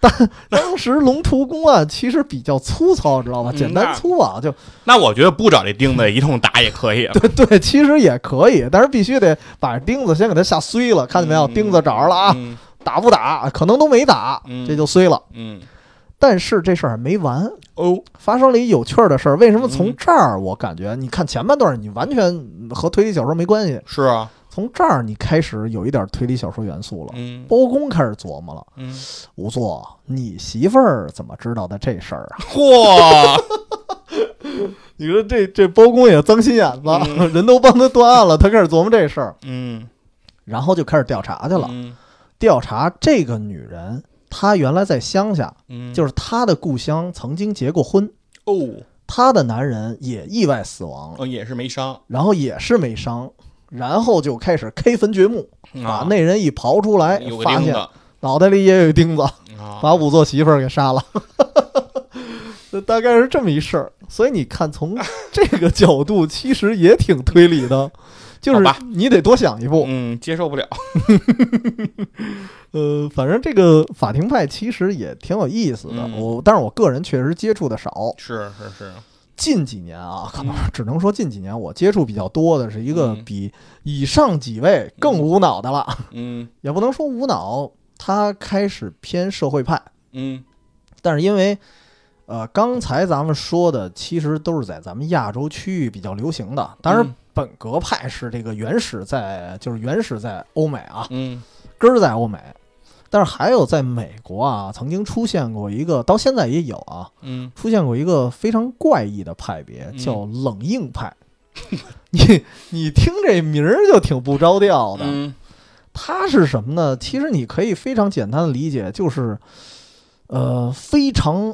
Speaker 1: 当当时龙图公案其实比较粗糙，知道吧？
Speaker 2: 嗯
Speaker 1: 简单
Speaker 2: 那
Speaker 1: 粗暴，就
Speaker 2: 那我觉得不找这钉子一通打也可以。
Speaker 1: 对对，其实也可以，但是必须得把钉子先给它吓碎了，看见没有？
Speaker 2: 嗯
Speaker 1: 钉子找着了啊。
Speaker 2: 嗯
Speaker 1: 打不打，可能都没打，
Speaker 2: 嗯
Speaker 1: 这就衰了。
Speaker 2: 嗯，
Speaker 1: 但是这事儿还没完，
Speaker 2: 哦，
Speaker 1: 发生了一有趣儿的事儿。为什么从
Speaker 2: 嗯
Speaker 1: 这儿我感觉，你看前半段你完全和推理小说没关系，
Speaker 2: 是啊，
Speaker 1: 从这儿你开始有一点推理小说元素了。
Speaker 2: 嗯
Speaker 1: 包公开始琢磨了，
Speaker 2: 嗯，
Speaker 1: 仵作，你媳妇儿怎么知道的这事儿啊？
Speaker 2: 嚯，
Speaker 1: 你说这这包公也脏心眼子，
Speaker 2: 嗯
Speaker 1: 人都帮他断案了，他开始琢磨这事儿，嗯
Speaker 2: 嗯，
Speaker 1: 然后就开始调查去
Speaker 2: 对
Speaker 1: 了。调查这个女人，她原来在乡下，
Speaker 2: 嗯，
Speaker 1: 就是她的故乡曾经结过婚，
Speaker 2: 哦，
Speaker 1: 她的男人也意外死亡，
Speaker 2: 哦，也是没伤，
Speaker 1: 然后也是没伤，然后就开始 K 坟掘墓，把
Speaker 2: 啊，
Speaker 1: 那人一刨出来
Speaker 2: 有，个
Speaker 1: 发
Speaker 2: 钉
Speaker 1: 现
Speaker 2: 子
Speaker 1: 脑袋里也有一钉子，
Speaker 2: 啊，
Speaker 1: 把仵作媳妇儿给杀了。 这大概是这么一事儿，所以你看，从 这个角度其实也挺推理的，就是
Speaker 2: 好吧
Speaker 1: 你得多想一步。
Speaker 2: 嗯，接受不了，嗯
Speaker 1: 呃，反正这个法庭派其实也挺有意思的，
Speaker 2: 嗯
Speaker 1: 我但是我个人确实接触的少，
Speaker 2: 是是是，
Speaker 1: 近几年啊，可能只能说近几年我接触比较多的是一个
Speaker 2: 嗯
Speaker 1: 比以上几位更无脑的了，
Speaker 2: 嗯
Speaker 1: 也不能说无脑，他开始偏社会派，
Speaker 2: 嗯
Speaker 1: 但是因为呃，刚才咱们说的其实都是在咱们亚洲区域比较流行的，当然
Speaker 2: 嗯
Speaker 1: 本格派是这个原始在就是原始在欧美啊，
Speaker 2: 嗯
Speaker 1: 根儿在欧美，但是还有在美国啊，曾经出现过一个，到现在也有啊，
Speaker 2: 嗯，
Speaker 1: 出现过一个非常怪异的派别，
Speaker 2: 嗯
Speaker 1: 叫冷硬派。 你你听这名儿就挺不着调的。
Speaker 2: 嗯
Speaker 1: 它是什么呢？其实你可以非常简单的理解，就是呃非常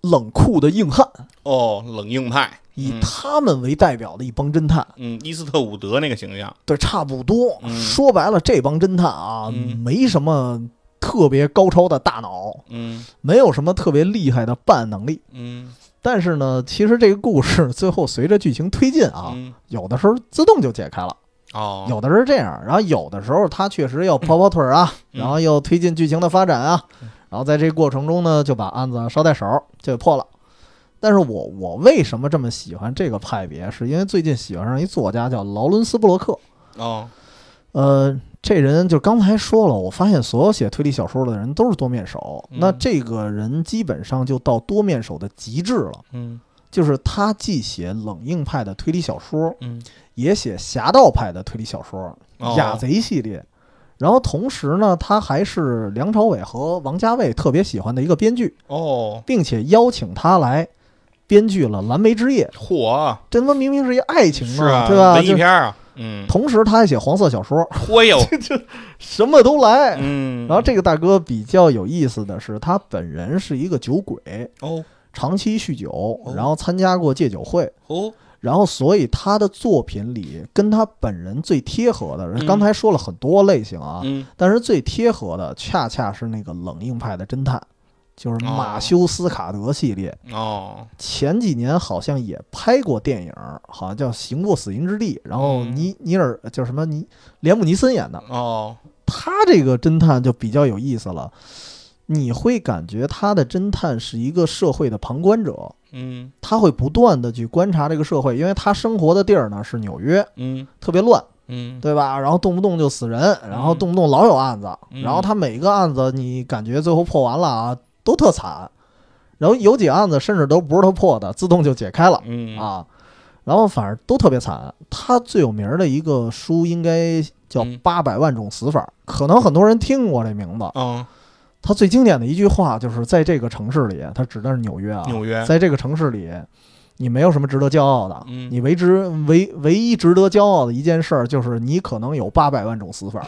Speaker 1: 冷酷的硬汉，
Speaker 2: 哦，冷硬派，
Speaker 1: 以
Speaker 2: 嗯
Speaker 1: 他们为代表的一帮侦探，
Speaker 2: 嗯，伊斯特伍德那个形象，
Speaker 1: 对，差不多。
Speaker 2: 嗯
Speaker 1: 说白了，这帮侦探啊，
Speaker 2: 嗯
Speaker 1: 没什么特别高超的大脑，
Speaker 2: 嗯
Speaker 1: 没有什么特别厉害的办案能力。
Speaker 2: 嗯
Speaker 1: 但是呢，其实这个故事最后随着剧情推进啊，
Speaker 2: 嗯，
Speaker 1: 有的时候自动就解开了，
Speaker 2: 哦，
Speaker 1: 有的是这样，然后有的时候他确实要跑跑腿儿啊，
Speaker 2: 嗯
Speaker 1: 然后又推进剧情的发展啊
Speaker 2: 嗯，
Speaker 1: 然后在这过程中呢，就把案子捎带手就给破了。但是我我为什么这么喜欢这个派别，是因为最近喜欢上一作家叫劳伦斯·布洛克，
Speaker 2: 哦，
Speaker 1: 呃。这人就刚才说了，我发现所有写推理小说的人都是多面手。
Speaker 2: 嗯
Speaker 1: 那这个人基本上就到多面手的极致了，
Speaker 2: 嗯
Speaker 1: 就是他既写冷硬派的推理小说，
Speaker 2: 嗯，
Speaker 1: 也写侠盗派的推理小说，
Speaker 2: 哦
Speaker 1: 雅贼系列，然后同时呢，他还是梁朝伟和王家卫特别喜欢的一个编剧，
Speaker 2: 哦，
Speaker 1: 并且邀请他来编剧了《蓝莓之夜
Speaker 2: 嚯啊，》。
Speaker 1: 这他妈明明是一爱情
Speaker 2: 是
Speaker 1: 嘛，
Speaker 2: 啊，
Speaker 1: 对吧？
Speaker 2: 文艺
Speaker 1: 就
Speaker 2: 片儿啊，嗯，
Speaker 1: 同时他还写黄色小说，
Speaker 2: 嚯哟，
Speaker 1: 什么都来。
Speaker 2: 嗯，
Speaker 1: 然后这个大哥比较有意思的是，他本人是一个酒鬼，
Speaker 2: 哦
Speaker 1: 长期酗酒，然后参加过戒酒会，
Speaker 2: 哦，
Speaker 1: 然后所以他的作品里跟他本人最贴合的，
Speaker 2: 嗯
Speaker 1: 刚才说了很多类型啊，
Speaker 2: 嗯，
Speaker 1: 但是最贴合的恰恰是那个冷硬派的侦探，就是马修斯卡德系列。
Speaker 2: 哦，
Speaker 1: 前几年好像也拍过电影，好像叫《行过死荫之地》，然后
Speaker 2: 嗯
Speaker 1: 尼、尼尔叫什么尼连姆尼森演的，
Speaker 2: 哦，
Speaker 1: 他这个侦探就比较有意思了，你会感觉他的侦探是一个社会的旁观者，
Speaker 2: 嗯
Speaker 1: 他会不断的去观察这个社会，因为他生活的地儿呢是纽约，
Speaker 2: 嗯
Speaker 1: 特别乱，
Speaker 2: 嗯，
Speaker 1: 对吧？然后动不动就死人，然后动不动老有案子，
Speaker 2: 嗯
Speaker 1: 然后他每个案子你感觉最后破完了啊，都特惨，然后有几个案子甚至都不是他破的，自动就解开了
Speaker 2: 嗯，
Speaker 1: 啊，然后反正都特别惨。他最有名的一个书应该叫
Speaker 2: 嗯
Speaker 1: 《八百万种死法》，可能很多人听过这名字。
Speaker 2: 嗯，
Speaker 1: 他最经典的一句话就是在这个城市里，他指的是纽约啊，
Speaker 2: 纽约
Speaker 1: 在这个城市里，你没有什么值得骄傲的。
Speaker 2: 嗯
Speaker 1: 你为之唯唯一值得骄傲的一件事儿，就是你可能有八百万种死法。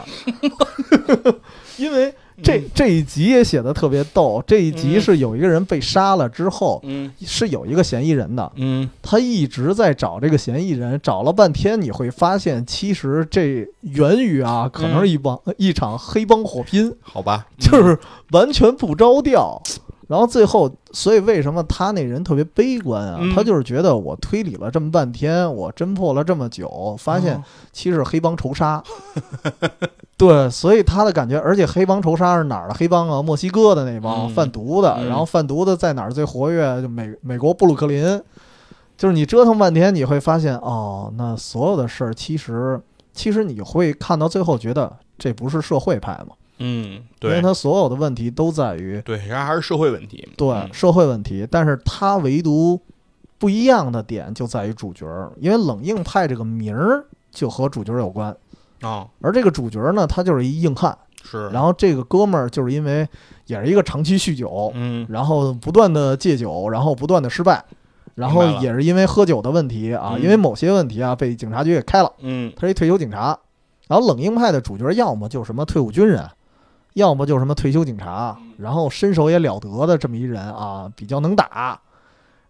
Speaker 1: 因为这
Speaker 2: 嗯
Speaker 1: 这一集也写的特别逗，这一集是有一个人被杀了之后，
Speaker 2: 嗯
Speaker 1: 是有一个嫌疑人的，
Speaker 2: 嗯
Speaker 1: 他一直在找这个嫌疑人，找了半天，你会发现其实这源于啊，可
Speaker 2: 嗯
Speaker 1: 能是一帮、一场黑帮火拼。
Speaker 2: 好吧， 嗯
Speaker 1: 就是完全不着调。然后最后，所以为什么他那人特别悲观啊？
Speaker 2: 嗯
Speaker 1: 他就是觉得我推理了这么半天，我侦破了这么久，发现
Speaker 2: 哦
Speaker 1: 其实是黑帮仇 杀。对，所以他的感觉，而且黑帮仇杀是哪儿的黑帮啊？墨西哥的那帮
Speaker 2: 嗯
Speaker 1: 贩毒的，
Speaker 2: 嗯
Speaker 1: 然后贩毒的在哪儿最活跃？就美美国布鲁克林。就是你折腾半天，你会发现哦，那所有的事儿其实其实你会看到最后，觉得这不是社会派吗？
Speaker 2: 嗯，
Speaker 1: 因为
Speaker 2: 对
Speaker 1: 他所有的问题都在于
Speaker 2: 对，然后还是社会问题，
Speaker 1: 对、
Speaker 2: 嗯
Speaker 1: 社会问题，但是他唯独不一样的点就在于主角儿，因为冷硬派这个名儿就和主角儿有关，
Speaker 2: 哦，
Speaker 1: 而这个主角儿呢，他就是一硬汉，
Speaker 2: 是，
Speaker 1: 然后这个哥们儿就是因为也是一个长期酗酒，
Speaker 2: 嗯
Speaker 1: 然后不断的戒酒，然后不断的失败，然后
Speaker 2: 明白了
Speaker 1: 也是因为喝酒的问题啊，
Speaker 2: 嗯
Speaker 1: 因为某些问题啊被警察局给开了。
Speaker 2: 嗯
Speaker 1: 他是一退休警察。然后冷硬派的主角要么就是什么退伍军人，要么就是什么退休警察，然后身手也了得的这么一人啊，比较能打。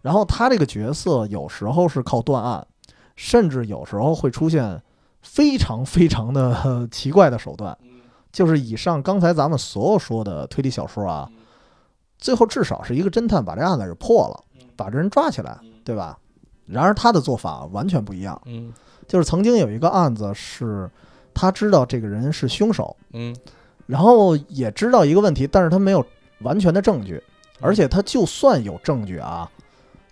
Speaker 1: 然后他这个角色有时候是靠断案，甚至有时候会出现非常非常的呃 奇怪的手段。就是以上刚才咱们所有说的推理小说啊，最后至少是一个侦探把这案子给破了，把这人抓起来，对吧？然而他的做法完全不一样。
Speaker 2: 嗯
Speaker 1: 就是曾经有一个案子是，他知道这个人是凶手，
Speaker 2: 嗯
Speaker 1: 然后也知道一个问题，但是他没有完全的证据，
Speaker 2: 嗯
Speaker 1: 而且他就算有证据啊，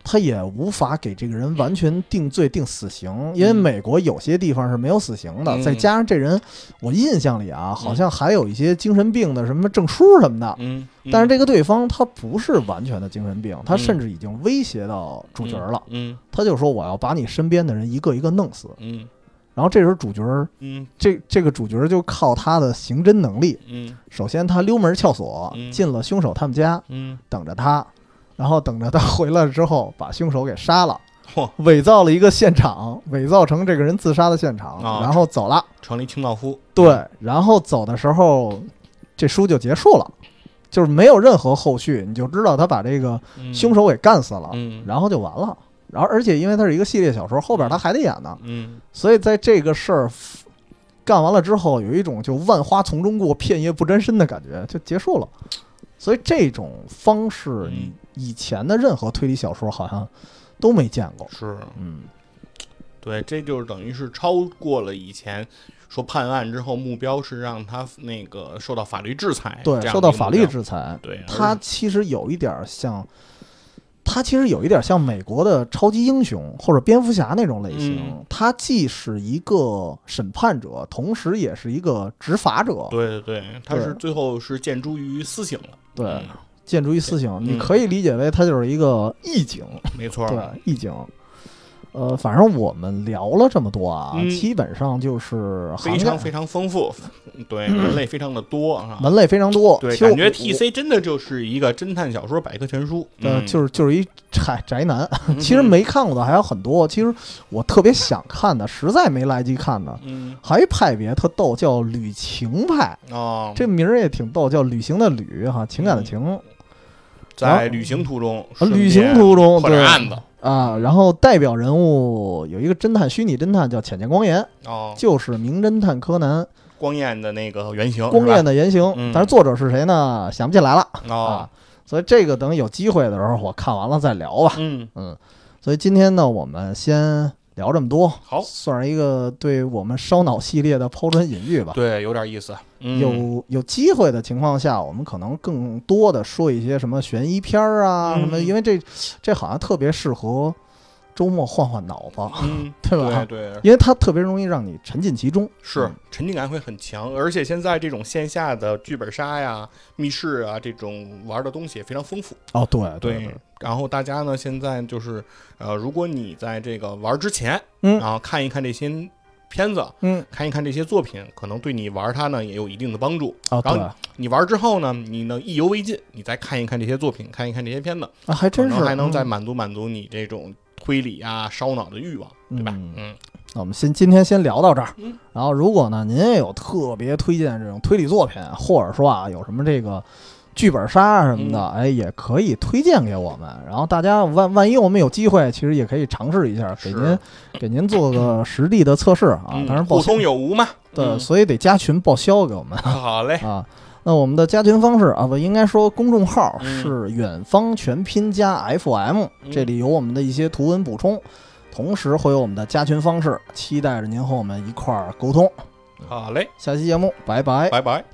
Speaker 1: 他也无法给这个人完全定罪定死刑，因为
Speaker 2: 嗯
Speaker 1: 美国有些地方是没有死刑的，
Speaker 2: 嗯
Speaker 1: 再加上这人，我印象里啊，好像还有一些精神病的什么证书什么的。
Speaker 2: 嗯，
Speaker 1: 但是
Speaker 2: 这
Speaker 1: 这个对方他不是完全的精神病，他
Speaker 2: 嗯
Speaker 1: 甚至已经威胁到主角了。
Speaker 2: 嗯
Speaker 1: 他就说我要把你身边的人一个一个弄死。
Speaker 2: 嗯
Speaker 1: 然后这时候主角
Speaker 2: 嗯
Speaker 1: 这这个主角就靠他的刑侦能力，
Speaker 2: 嗯
Speaker 1: 首先他溜门撬锁
Speaker 2: 嗯
Speaker 1: 进了凶手他们家，
Speaker 2: 嗯，
Speaker 1: 等着他，然后等着他 回来之后把凶手给杀了，
Speaker 2: 嚯，
Speaker 1: 伪造了一个现场，伪造成这个人自杀的现场，
Speaker 2: 啊
Speaker 1: 然后走了。
Speaker 2: 成立清道夫，
Speaker 1: 对，然后走的时候，这书就结束了，就是没有任何后续，你就知道他把这个
Speaker 2: 嗯
Speaker 1: 凶，手给干死了，
Speaker 2: 嗯
Speaker 1: 然后就完了。然后而且因为它是一个系列小说，后边他还得演呢。
Speaker 2: 嗯
Speaker 1: 所以在这个事儿 f- 干完了之后，有一种就万花丛中过，片叶不沾身的感觉，就结束了。所以这种方式，
Speaker 2: 嗯
Speaker 1: 你以前的任何推理小说好像都没见过。
Speaker 2: 是，
Speaker 1: 嗯，
Speaker 2: 对，这就是等于是超过了以前说判案之后目标是让他那个受到法律制裁，
Speaker 1: 对，
Speaker 2: 这样
Speaker 1: 受到
Speaker 2: 的一个
Speaker 1: 法
Speaker 2: 目
Speaker 1: 律
Speaker 2: 标
Speaker 1: 制裁，
Speaker 2: 对，而
Speaker 1: 它其实有一点儿像，它其实有一点儿像美国的超级英雄或者蝙蝠侠那种类型
Speaker 2: 嗯。
Speaker 1: 它既是一个审判者，同时也是一个执法者。
Speaker 2: 对对对，他是
Speaker 1: 对
Speaker 2: 最后是建诸于私刑了，
Speaker 1: 对
Speaker 2: 嗯，
Speaker 1: 建筑于私刑，
Speaker 2: 嗯
Speaker 1: 你可以理解为它就是一个义警。
Speaker 2: 没错，
Speaker 1: 对，意境。呃，反正我们聊了这么多啊，
Speaker 2: 嗯
Speaker 1: 基本上就是
Speaker 2: 非
Speaker 1: 涵
Speaker 2: 常
Speaker 1: 盖
Speaker 2: 非常丰富， 对，门类非常的多啊。
Speaker 1: 门类非常多。
Speaker 2: 对，
Speaker 1: 其实
Speaker 2: 感觉
Speaker 1: 我
Speaker 2: T C 真的就是一个侦探小说百科全书，
Speaker 1: 呃，
Speaker 2: 嗯，
Speaker 1: 就是就是一宅宅男，
Speaker 2: 嗯
Speaker 1: 其实，没看过的还有很多。其实我特别想看的，实在没来及看的，
Speaker 2: 嗯，
Speaker 1: 还有一派别特逗，叫旅情派，
Speaker 2: 哦，嗯
Speaker 1: 这名儿也挺逗，叫旅行的旅哈，情感的情
Speaker 2: 在旅行途中，
Speaker 1: 啊，
Speaker 2: 顺便
Speaker 1: 旅行途中
Speaker 2: 破点
Speaker 1: 对
Speaker 2: 案子，
Speaker 1: 啊，然后代表人物有一个侦探，虚拟侦探叫浅见光彦，
Speaker 2: 哦，
Speaker 1: 就是名侦探柯南
Speaker 2: 光彦的那个原型，
Speaker 1: 光彦
Speaker 2: 的
Speaker 1: 的原型
Speaker 2: 哦嗯，
Speaker 1: 但是作者是谁呢？想不起来了
Speaker 2: 哦
Speaker 1: 啊，，所以这个等有机会的时候我看完了再聊吧。
Speaker 2: 嗯，
Speaker 1: 嗯，所以今天呢，我们先聊这么多，
Speaker 2: 好，
Speaker 1: 算是一个对我们烧脑系列的抛砖引玉吧。
Speaker 2: 对，有点意思，嗯，
Speaker 1: 有有机会的情况下，我们可能更多的说一些什么悬疑片儿啊，
Speaker 2: 嗯
Speaker 1: 什么，因为这这好像特别适合周末换换脑子，
Speaker 2: 嗯，
Speaker 1: 对吧
Speaker 2: 对对，
Speaker 1: 因为它特别容易让你沉浸其中。
Speaker 2: 是
Speaker 1: 嗯
Speaker 2: 沉浸感会很强，而且现在这种线下的剧本杀呀、密室啊这种玩的东西也非常丰富。
Speaker 1: 哦，对
Speaker 2: 对，然后大家呢现在就是呃，如果你在这个玩之前，
Speaker 1: 嗯
Speaker 2: 然后看一看这些片子，
Speaker 1: 嗯，
Speaker 2: 看一看这些作品，可能对你玩它呢也有一定的帮助。
Speaker 1: 哦，
Speaker 2: 然
Speaker 1: 对
Speaker 2: 后，你玩之后呢，你能意犹未尽，你再看一看这些作品，看一看这些片子，
Speaker 1: 啊，还真
Speaker 2: 可
Speaker 1: 是
Speaker 2: 能还能再
Speaker 1: 嗯
Speaker 2: 满足满足你这种推理啊、烧脑的欲望，对吧？
Speaker 1: 嗯
Speaker 2: 嗯
Speaker 1: 那我们先今天先聊到这儿
Speaker 2: 嗯。
Speaker 1: 然后，如果呢您也有特别推荐这种推理作品，或者说啊有什么这个剧本杀啊什么
Speaker 2: 嗯
Speaker 1: 的，哎，也可以推荐给我们。然后大家万万一我们有机会，其实也可以尝试一下，给
Speaker 2: 是
Speaker 1: 您给您做个实地的测试啊。
Speaker 2: 嗯
Speaker 1: 当然报
Speaker 2: 互
Speaker 1: 销
Speaker 2: 通有无嘛。
Speaker 1: 对，
Speaker 2: 嗯
Speaker 1: 所以得加群报销给我们
Speaker 2: 好嘞，
Speaker 1: 啊。那我们的加群方式啊，不应该说公众号
Speaker 2: 嗯
Speaker 1: 是远方全拼加 FM，、
Speaker 2: 嗯
Speaker 1: 这里有我们的一些图文补充，同时会有我们的加群方式，期待着您和我们一块儿沟通。
Speaker 2: 好嘞，
Speaker 1: 下期节目，拜拜。
Speaker 2: 拜拜。